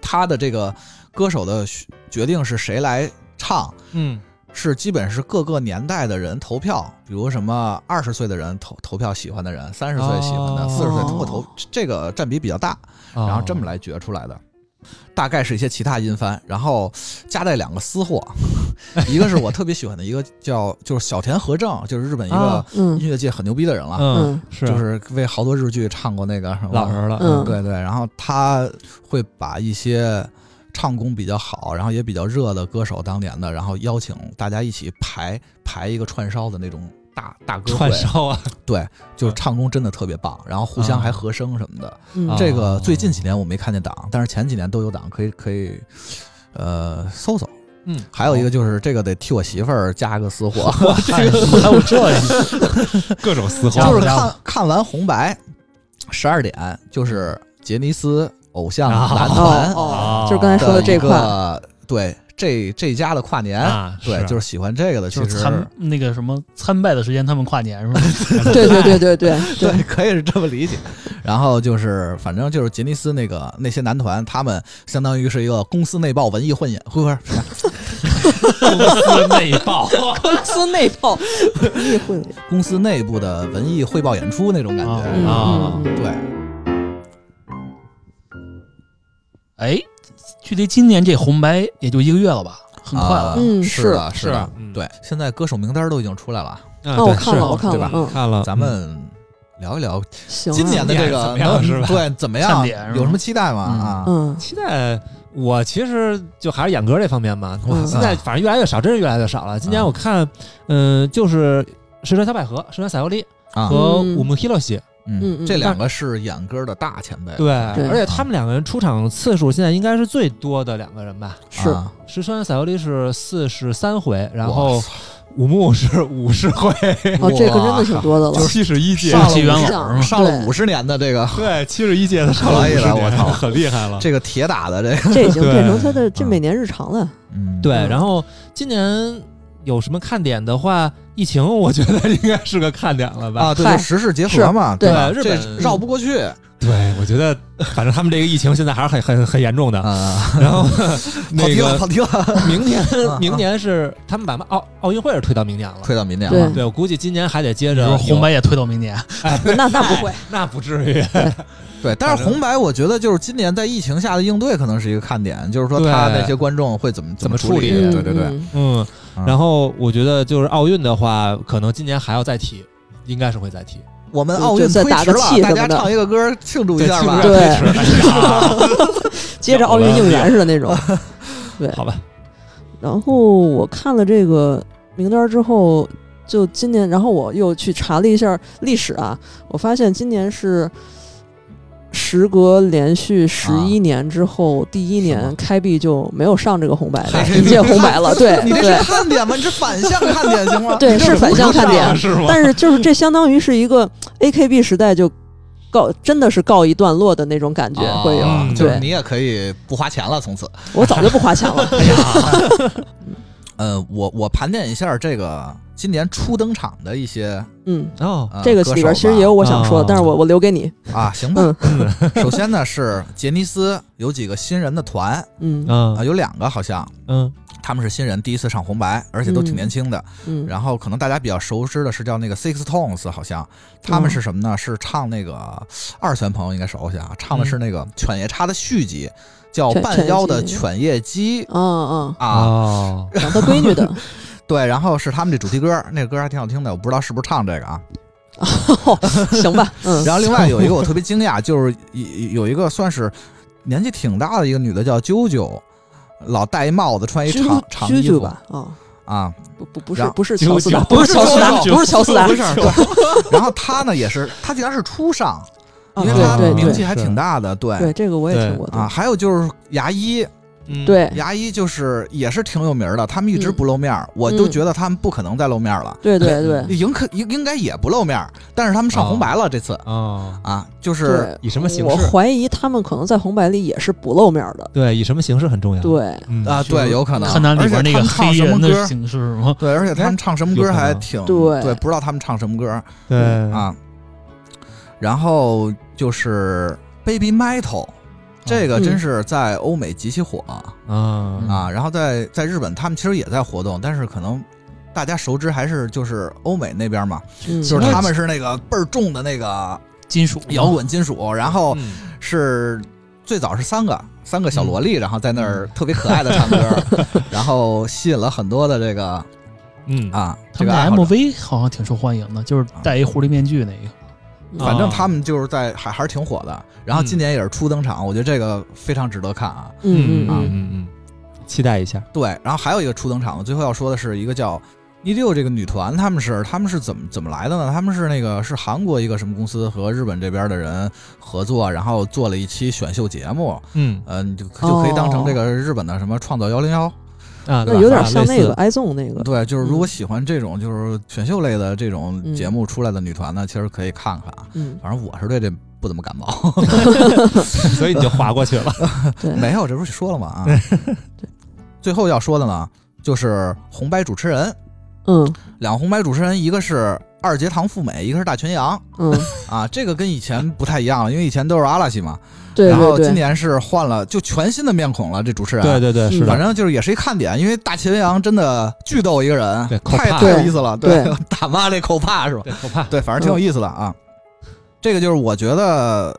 [SPEAKER 1] 它的这个歌手的选决定是谁来唱，
[SPEAKER 2] 嗯
[SPEAKER 1] 是基本是各个年代的人投票，比如什么二十岁的人投投票喜欢的人，三十岁喜欢的，
[SPEAKER 2] 哦
[SPEAKER 1] 四十岁通过投这个占比比较大，然后这么
[SPEAKER 2] 来
[SPEAKER 1] 来决出来的。大概是一些其他音番，然后夹带两个私货，一个是我特别喜欢的一个叫就是小田和正，就是日本一个
[SPEAKER 2] 啊
[SPEAKER 3] 嗯
[SPEAKER 1] 音乐界很牛逼的人了，
[SPEAKER 2] 嗯
[SPEAKER 3] 嗯
[SPEAKER 2] 是
[SPEAKER 1] 啊就是为好多日剧唱过那个什么
[SPEAKER 2] 老实了，
[SPEAKER 3] 嗯
[SPEAKER 1] 对对，然后他会把一些唱功比较好，然后也比较热的歌手，当年的，然后邀请大家一起排排一个串烧的那种大大歌会
[SPEAKER 2] 串，烧啊，
[SPEAKER 1] 对，就是唱功真的特别棒，然后互相还
[SPEAKER 2] 啊
[SPEAKER 1] 和声什么的。
[SPEAKER 3] 嗯
[SPEAKER 2] 啊
[SPEAKER 1] 这个最近几年我没看见档，但是前几年都有档，可以可以，呃，搜搜。
[SPEAKER 2] 嗯，哦
[SPEAKER 1] 还有一个就是这个得替我媳妇儿加个私货，
[SPEAKER 4] 还 有这
[SPEAKER 2] 各种啊私
[SPEAKER 4] 加
[SPEAKER 1] 就
[SPEAKER 4] 伙
[SPEAKER 1] 是
[SPEAKER 4] 加伙
[SPEAKER 1] 看看完红白，十二点就是杰尼斯偶像男
[SPEAKER 2] 啊
[SPEAKER 3] 哦
[SPEAKER 1] 团。
[SPEAKER 3] 哦，就是刚才说的这块，
[SPEAKER 1] 啊 个，对这这家的跨年，
[SPEAKER 2] 啊，
[SPEAKER 1] 对，就是喜欢这个的，其
[SPEAKER 4] 就是
[SPEAKER 1] 实
[SPEAKER 4] 参那个什么参拜的时间，他们跨年是吧？
[SPEAKER 3] 对对对对对
[SPEAKER 1] 对， 可以是这么理解。然后就是，反正就是杰尼斯那个那些男团，他们相当于是一个公司内爆文艺混演，不是不是
[SPEAKER 2] 公司内爆，
[SPEAKER 3] 公司内 爆，你也 会
[SPEAKER 1] 公司内部的文艺汇报演出那种感觉。
[SPEAKER 4] 啊
[SPEAKER 3] 嗯
[SPEAKER 2] 啊
[SPEAKER 3] 嗯嗯
[SPEAKER 1] 对，
[SPEAKER 4] 哎，距离今年这红白也就一个月了吧，很快
[SPEAKER 1] 啊
[SPEAKER 4] 了。
[SPEAKER 3] 嗯
[SPEAKER 1] 是的，是的
[SPEAKER 2] 是嗯，
[SPEAKER 1] 对。现在歌手名单都已经出来了，
[SPEAKER 3] 哦，我
[SPEAKER 2] 对
[SPEAKER 3] 看
[SPEAKER 2] 是
[SPEAKER 3] 了，我看
[SPEAKER 1] 对
[SPEAKER 3] 了
[SPEAKER 1] 吧，
[SPEAKER 3] 嗯，
[SPEAKER 2] 看了，
[SPEAKER 1] 咱们聊一聊
[SPEAKER 3] 行啊，
[SPEAKER 1] 今年的这
[SPEAKER 2] 今
[SPEAKER 1] 个
[SPEAKER 2] 年
[SPEAKER 1] 能
[SPEAKER 2] 怎么样是吧
[SPEAKER 1] 对，怎么
[SPEAKER 4] 看
[SPEAKER 1] 样？
[SPEAKER 4] 点是吧
[SPEAKER 1] 有什么期待吗？
[SPEAKER 4] 嗯
[SPEAKER 1] 啊，
[SPEAKER 3] 嗯
[SPEAKER 2] 期待。我其实就还是演歌这方面嘛，我
[SPEAKER 3] 嗯
[SPEAKER 2] 现
[SPEAKER 1] 啊
[SPEAKER 2] 在反正越来越少，真是越来越少了。今年我看，嗯，就是石川小百合、石川撒由利
[SPEAKER 1] 啊，
[SPEAKER 2] 和
[SPEAKER 3] 嗯
[SPEAKER 2] 五木 hiroshi，
[SPEAKER 3] 嗯嗯
[SPEAKER 1] 这两个是演歌的大前辈，
[SPEAKER 2] 对，
[SPEAKER 3] 对
[SPEAKER 2] 而且他们两个人出场次数现在应该是最多的两个人吧。
[SPEAKER 3] 是
[SPEAKER 1] 啊
[SPEAKER 2] 石川撒由利是四十三回，然
[SPEAKER 1] 哇
[SPEAKER 2] 后
[SPEAKER 1] 塞
[SPEAKER 2] 五木是五十 回，
[SPEAKER 3] 哦，这可真的挺多的了，
[SPEAKER 2] 七十一届
[SPEAKER 4] 上期元
[SPEAKER 3] 我
[SPEAKER 4] 老
[SPEAKER 3] 想
[SPEAKER 4] 是吗？
[SPEAKER 1] 上了
[SPEAKER 3] 对
[SPEAKER 1] 五十年的这
[SPEAKER 3] 啊
[SPEAKER 1] 个
[SPEAKER 2] 对，七十一届的上
[SPEAKER 1] 可以了我操
[SPEAKER 2] 很厉害了。
[SPEAKER 1] 这个铁打的这个，
[SPEAKER 3] 这已经变成他
[SPEAKER 2] 对
[SPEAKER 3] 的这每年日 常了。
[SPEAKER 1] 嗯
[SPEAKER 2] 对，
[SPEAKER 3] 嗯
[SPEAKER 2] 然后今年有什么看点的话，疫情我觉得应该是个看点了吧。
[SPEAKER 1] 啊，对，
[SPEAKER 3] 嗨
[SPEAKER 1] 就时事结合嘛，
[SPEAKER 3] 对
[SPEAKER 1] 吧？
[SPEAKER 2] 日
[SPEAKER 1] 这
[SPEAKER 2] 本
[SPEAKER 1] 绕不过去
[SPEAKER 2] 对，我觉得反正他们这个疫情现在还是很很很 严重的。
[SPEAKER 1] 啊。
[SPEAKER 2] 然后
[SPEAKER 1] 跑
[SPEAKER 2] 那
[SPEAKER 1] 题了，
[SPEAKER 2] 个
[SPEAKER 1] 跑题了，
[SPEAKER 2] 明年
[SPEAKER 1] 啊
[SPEAKER 2] 明年是他们把奥奥运会是推到明年了。
[SPEAKER 1] 推到明年
[SPEAKER 3] 对
[SPEAKER 1] 了。
[SPEAKER 2] 对，我估计今年还得接
[SPEAKER 4] 你
[SPEAKER 2] 着
[SPEAKER 4] 说
[SPEAKER 2] 有
[SPEAKER 4] 红白也推到明年，
[SPEAKER 3] 那那不会，
[SPEAKER 2] 那不至于。
[SPEAKER 1] 对，但是红白，我觉得就是今年在疫情下的应对可能是一个看点，就是说
[SPEAKER 2] 对
[SPEAKER 1] 他那些观众会怎么
[SPEAKER 2] 怎么
[SPEAKER 1] 么
[SPEAKER 2] 处
[SPEAKER 1] 理
[SPEAKER 2] 理
[SPEAKER 3] 嗯。
[SPEAKER 1] 对对对，
[SPEAKER 3] 嗯
[SPEAKER 2] 嗯
[SPEAKER 1] 嗯，
[SPEAKER 2] 然后我觉得就是奥运的话，可能今年还要再提，应该是会再提。
[SPEAKER 1] 我们
[SPEAKER 3] 就
[SPEAKER 1] 奥运
[SPEAKER 3] 就再
[SPEAKER 1] 推
[SPEAKER 3] 打
[SPEAKER 1] 迟
[SPEAKER 3] 个气
[SPEAKER 1] 了，大
[SPEAKER 3] 什
[SPEAKER 1] 家
[SPEAKER 3] 么的
[SPEAKER 1] 唱一个歌庆祝一下吧。
[SPEAKER 3] 对
[SPEAKER 2] 庆祝一下推迟了
[SPEAKER 3] 接着奥运应援似的 那种。
[SPEAKER 2] 好吧，
[SPEAKER 3] 然后我看了这个名单之后，就今年，然后我又去查了一下历史啊，我发现今年是时隔连续十一年之后，第一
[SPEAKER 1] 是
[SPEAKER 3] 年
[SPEAKER 1] 吗
[SPEAKER 3] 开闭就没有上这个红白了，
[SPEAKER 1] 嘿
[SPEAKER 3] 一届红白了，对
[SPEAKER 1] 你这
[SPEAKER 3] 对
[SPEAKER 1] 是看点吗？你这反向看点行吗？
[SPEAKER 3] 对
[SPEAKER 1] 你这
[SPEAKER 3] 是反向
[SPEAKER 1] 啊
[SPEAKER 3] 看点
[SPEAKER 2] 啊是吗？
[SPEAKER 3] 但是就是这相当于是一个 AKB 时代就告真的是告一段落的那种感觉
[SPEAKER 1] 啊
[SPEAKER 3] 会有，
[SPEAKER 2] 嗯
[SPEAKER 1] 就是
[SPEAKER 3] 对
[SPEAKER 1] 你也可以不花钱了，从此。
[SPEAKER 3] 我早就不花 钱了，
[SPEAKER 1] 呃，我我盘点一下这个今年初登场的一些，
[SPEAKER 3] 嗯。
[SPEAKER 2] 哦，
[SPEAKER 1] 呃
[SPEAKER 3] 这个
[SPEAKER 1] 歌手
[SPEAKER 3] 里边其实
[SPEAKER 1] 吧
[SPEAKER 3] 也有嗯我想说的，
[SPEAKER 2] 啊
[SPEAKER 3] 但是我我留给你。
[SPEAKER 1] 啊，行吧。 首先呢是杰尼斯有几个新人的团
[SPEAKER 3] 嗯
[SPEAKER 1] 啊、
[SPEAKER 2] 嗯
[SPEAKER 1] 有两个好像
[SPEAKER 2] 嗯
[SPEAKER 1] 他们是新人，第一次上红白，而且都挺
[SPEAKER 3] 嗯
[SPEAKER 1] 年轻的。
[SPEAKER 3] 嗯，
[SPEAKER 1] 然后可能大家比较熟知的是叫那个 Six Tones，好像他
[SPEAKER 3] 嗯
[SPEAKER 1] 们是什么呢？是唱那个二次元朋友应该熟悉啊，唱的是那个犬夜叉的续集，叫
[SPEAKER 3] 嗯犬
[SPEAKER 1] 半妖的
[SPEAKER 3] 犬夜
[SPEAKER 1] 犬
[SPEAKER 3] 姬
[SPEAKER 1] 夜姬
[SPEAKER 3] 嗯嗯，
[SPEAKER 1] 啊。
[SPEAKER 2] 哦，
[SPEAKER 3] 讲他闺 女的，
[SPEAKER 1] 对，然后是他们这主题歌，那个歌还挺好听的，我不知道是不是唱这个啊。
[SPEAKER 3] 哦行吧，嗯，
[SPEAKER 1] 然后另外有一个我特别惊讶，就是有有一个算是年纪挺大的一个女的叫啾啾，老戴一帽子，穿一
[SPEAKER 3] 啾
[SPEAKER 1] 长长
[SPEAKER 3] 啾
[SPEAKER 1] 衣
[SPEAKER 3] 啾
[SPEAKER 1] 服
[SPEAKER 3] 吧，啊，
[SPEAKER 1] 啊，
[SPEAKER 3] 不不不是
[SPEAKER 1] 然后
[SPEAKER 3] 不是
[SPEAKER 2] 啾
[SPEAKER 3] 乔斯达，
[SPEAKER 2] 啾
[SPEAKER 3] 不是乔斯达，
[SPEAKER 4] 啾
[SPEAKER 3] 不是乔斯达，
[SPEAKER 1] 不是，对然后她呢也是，她竟然是初上，
[SPEAKER 3] 啊
[SPEAKER 1] 因为
[SPEAKER 2] 他
[SPEAKER 1] 她
[SPEAKER 3] 对对
[SPEAKER 1] 名
[SPEAKER 3] 对
[SPEAKER 1] 气还挺大的，对
[SPEAKER 3] 对，这个我也听过
[SPEAKER 1] 啊，
[SPEAKER 3] 的，
[SPEAKER 1] 还有就是牙医
[SPEAKER 2] 嗯，
[SPEAKER 3] 对嗯
[SPEAKER 1] 牙医就是也是挺有名儿的，他们一直不露面儿，我就觉得他们不可能再露面儿了。
[SPEAKER 3] 对对对
[SPEAKER 1] 应可应应该也不露面儿，但是他们上红白了、这次
[SPEAKER 2] 啊，
[SPEAKER 1] 啊，就是
[SPEAKER 3] 对，
[SPEAKER 2] 以什么形
[SPEAKER 3] 我
[SPEAKER 2] 式？
[SPEAKER 3] 怀疑他们可能在红白里也是不露面的。
[SPEAKER 2] 对，以什么形式很重要。
[SPEAKER 3] 对，
[SPEAKER 2] 嗯
[SPEAKER 1] 啊，对，有可能。
[SPEAKER 4] 看他里边那个
[SPEAKER 1] 而且他
[SPEAKER 4] 黑
[SPEAKER 1] 们唱什
[SPEAKER 4] 人
[SPEAKER 1] 么
[SPEAKER 4] 的
[SPEAKER 1] 歌？
[SPEAKER 4] 形式吗？
[SPEAKER 1] 对，而且他们唱什么
[SPEAKER 2] 哎有可
[SPEAKER 1] 歌
[SPEAKER 2] 能嗯
[SPEAKER 1] 还挺
[SPEAKER 3] 对
[SPEAKER 1] 对，不知道他们唱什么歌
[SPEAKER 2] 对
[SPEAKER 1] 啊。然后就是 Baby Metal，这
[SPEAKER 4] 啊
[SPEAKER 1] 个真是在欧美极其火。
[SPEAKER 2] 啊，
[SPEAKER 1] 啊，然后在在日本，他们其实也在活动，但是可能大家熟知还是就是欧美那边嘛，
[SPEAKER 3] 嗯，
[SPEAKER 1] 就是他们是那个倍儿重的那个
[SPEAKER 4] 金属
[SPEAKER 1] 摇滚金属，然
[SPEAKER 3] 哦
[SPEAKER 1] 后
[SPEAKER 2] 嗯
[SPEAKER 1] 是最早是三个三个小萝莉，然后在那儿
[SPEAKER 2] 嗯
[SPEAKER 1] 特别可爱的唱 歌，然后吸引了很多的这个
[SPEAKER 2] 嗯
[SPEAKER 1] 啊
[SPEAKER 4] 他
[SPEAKER 1] 这个
[SPEAKER 4] 们的
[SPEAKER 1] 爱好者。
[SPEAKER 4] MV 好像挺受欢迎的，就是戴一狐狸面具那个。
[SPEAKER 3] 嗯
[SPEAKER 1] 反正他们就是在还还是挺火的，然后今年也是初登场，我觉得这个非常值得看啊。
[SPEAKER 3] 嗯
[SPEAKER 2] 嗯
[SPEAKER 3] 嗯
[SPEAKER 2] 嗯嗯，期待一下。
[SPEAKER 1] 对，然后还有一个初登场，我最后要说的是一个叫 n i d 这个女团，他们是他们是怎么怎么来的呢？他们是那个是韩国一个什么公司和日本这边的人合作，然后做了一期选秀节目，
[SPEAKER 2] 嗯
[SPEAKER 1] 嗯、你就就可以当成这个日本的什么创造幺零幺。
[SPEAKER 2] 啊，
[SPEAKER 3] 那有点像
[SPEAKER 2] 类
[SPEAKER 3] 那
[SPEAKER 2] 似
[SPEAKER 3] 个 iZone 那个，
[SPEAKER 1] 嗯对，就是如果喜欢这种就是选秀类的这种节目出来的女团呢，其实可以看看啊。
[SPEAKER 3] 嗯，
[SPEAKER 1] 反正我是对这不怎么感冒，
[SPEAKER 2] 所以你就划过去 了。
[SPEAKER 3] 对，
[SPEAKER 1] 没有，这不是说了吗？啊， 最后要说的呢，就是红白主持人。
[SPEAKER 3] 嗯
[SPEAKER 1] 两个红白主持人，一个是二阶堂富美，一个是大泉洋
[SPEAKER 3] 嗯，
[SPEAKER 1] 啊，这个跟以前不太一样了，因为以前都是阿拉西嘛，
[SPEAKER 3] 对
[SPEAKER 1] 然后
[SPEAKER 3] 对
[SPEAKER 1] 今
[SPEAKER 3] 对，
[SPEAKER 1] 年是换了就全新的面孔了，这主持人。
[SPEAKER 2] 对对对，是
[SPEAKER 3] 嗯
[SPEAKER 1] 反
[SPEAKER 2] 的，
[SPEAKER 1] 正就是也是一看点，因为大泉洋真的巨逗一个人
[SPEAKER 2] 对，
[SPEAKER 1] 太
[SPEAKER 2] 口怕
[SPEAKER 1] 太有意思了。
[SPEAKER 3] 对，
[SPEAKER 1] 打骂这口怕是吧？
[SPEAKER 2] 对，可怕。
[SPEAKER 1] 对，反正挺有意思的啊。这个就是我觉得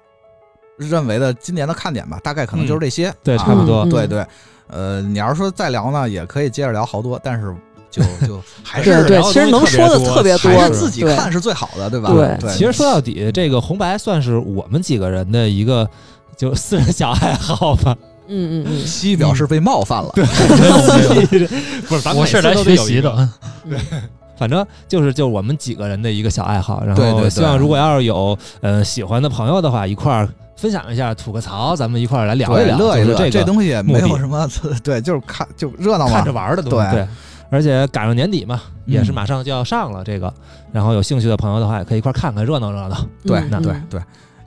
[SPEAKER 1] 认为的今年的看点吧，大概可能就是这些。
[SPEAKER 2] 嗯对，
[SPEAKER 1] 啊
[SPEAKER 2] 差不多
[SPEAKER 3] 嗯。
[SPEAKER 1] 对对，呃，你要是说再聊呢，也可以接着聊好多，但是就就还是
[SPEAKER 3] 对对，
[SPEAKER 2] 然后
[SPEAKER 3] 其实
[SPEAKER 2] 东
[SPEAKER 3] 能
[SPEAKER 2] 西
[SPEAKER 3] 说的
[SPEAKER 2] 特
[SPEAKER 3] 特
[SPEAKER 2] 别多
[SPEAKER 3] 别多，
[SPEAKER 1] 还
[SPEAKER 2] 是
[SPEAKER 1] 是自己
[SPEAKER 3] 对
[SPEAKER 1] 看是最好的，对吧？
[SPEAKER 3] 对
[SPEAKER 1] 对，
[SPEAKER 2] 其实说到底，这个红白算是我们几个人的一个就私人小爱好吧。
[SPEAKER 3] 嗯嗯嗯，
[SPEAKER 1] 西表示被冒犯了，
[SPEAKER 2] 不是，咱们
[SPEAKER 4] 我是
[SPEAKER 2] 每
[SPEAKER 4] 来
[SPEAKER 2] 次都得
[SPEAKER 4] 学
[SPEAKER 2] 有一
[SPEAKER 4] 习
[SPEAKER 2] 个
[SPEAKER 4] 的。
[SPEAKER 2] 反正就是就我们几个人的一个小爱好，然
[SPEAKER 1] 对对
[SPEAKER 2] 后
[SPEAKER 1] 对
[SPEAKER 2] 希望如果要是有呃喜欢的朋友的话，一块儿分享一下，吐个槽，咱们一块儿来聊一聊，
[SPEAKER 1] 对乐一
[SPEAKER 2] 就是
[SPEAKER 1] 乐，
[SPEAKER 2] 这
[SPEAKER 1] 这
[SPEAKER 2] 个
[SPEAKER 1] 东西也没
[SPEAKER 2] 目
[SPEAKER 1] 有
[SPEAKER 2] 的
[SPEAKER 1] 什么， 对，就是看就热闹
[SPEAKER 2] 看
[SPEAKER 1] 嘛
[SPEAKER 2] 着。玩儿的东西。
[SPEAKER 1] 对
[SPEAKER 2] 对，而且赶上年底嘛，
[SPEAKER 1] 嗯
[SPEAKER 2] 也是马上就要上了这个，然后有兴趣的朋友的话，也可以一块儿看看热闹热闹。
[SPEAKER 1] 对
[SPEAKER 3] 嗯
[SPEAKER 2] 那
[SPEAKER 1] 对
[SPEAKER 3] 嗯
[SPEAKER 1] 对，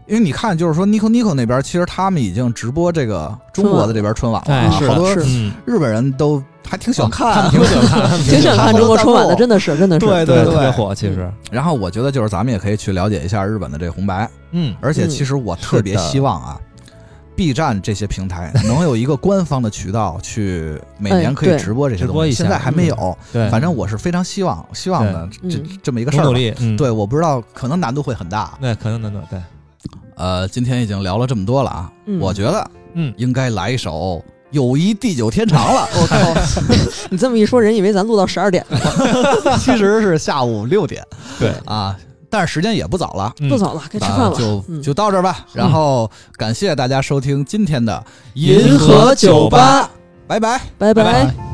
[SPEAKER 1] 因为你看，就是说 Nico Nico 那边，其实他们已经直播这个中国的这边春晚了
[SPEAKER 2] 哎
[SPEAKER 1] 啊，，
[SPEAKER 2] 是
[SPEAKER 1] 好多
[SPEAKER 2] 的嗯，
[SPEAKER 1] 日本人都还挺喜欢看
[SPEAKER 2] 他
[SPEAKER 1] 啊
[SPEAKER 2] 们。挺喜欢看，他们
[SPEAKER 3] 挺喜欢看中国春晚的，真的是真的是，
[SPEAKER 1] 对
[SPEAKER 2] 对，特别
[SPEAKER 1] 对。
[SPEAKER 2] 火，其实，
[SPEAKER 1] 然后我觉得就是咱们也可以去了解一下日本的这红白，
[SPEAKER 2] 嗯，
[SPEAKER 1] 而且其实我特别
[SPEAKER 2] 是的
[SPEAKER 1] 希望啊。B 站这些平台能有一个官方的渠道去每年可
[SPEAKER 3] 哎
[SPEAKER 1] 以
[SPEAKER 3] 对
[SPEAKER 1] 直播这些
[SPEAKER 2] 直播
[SPEAKER 1] 东
[SPEAKER 2] 一
[SPEAKER 1] 西，
[SPEAKER 2] 下
[SPEAKER 1] 现在还没有。
[SPEAKER 2] 嗯对，
[SPEAKER 1] 反正我是非常希望希望的
[SPEAKER 3] 对
[SPEAKER 1] 这
[SPEAKER 3] 嗯
[SPEAKER 1] 这么一个事
[SPEAKER 2] 努
[SPEAKER 1] 儿
[SPEAKER 2] 努
[SPEAKER 1] 吧。
[SPEAKER 2] 力，嗯，
[SPEAKER 1] 对，，我不知道，可能难度会很大。
[SPEAKER 2] 那可能能能对，
[SPEAKER 1] 呃，今天已经聊了这么多了啊，
[SPEAKER 3] 嗯。
[SPEAKER 1] 我觉得
[SPEAKER 2] 嗯，
[SPEAKER 1] 应该来一首《友谊地久天长》了
[SPEAKER 2] 哦
[SPEAKER 3] 我靠！你这么一说，人以为咱录到十二点，
[SPEAKER 1] 其实是下午六点
[SPEAKER 2] 对，
[SPEAKER 1] 啊，但是时间也不早了。
[SPEAKER 2] 嗯
[SPEAKER 3] 不早了，该吃
[SPEAKER 1] 啊
[SPEAKER 3] 饭了。
[SPEAKER 1] 就
[SPEAKER 3] 嗯
[SPEAKER 1] 就到这儿吧。然后感谢大家收听今天的《
[SPEAKER 2] 银河酒吧》，
[SPEAKER 1] 拜拜。
[SPEAKER 3] 拜
[SPEAKER 2] 拜拜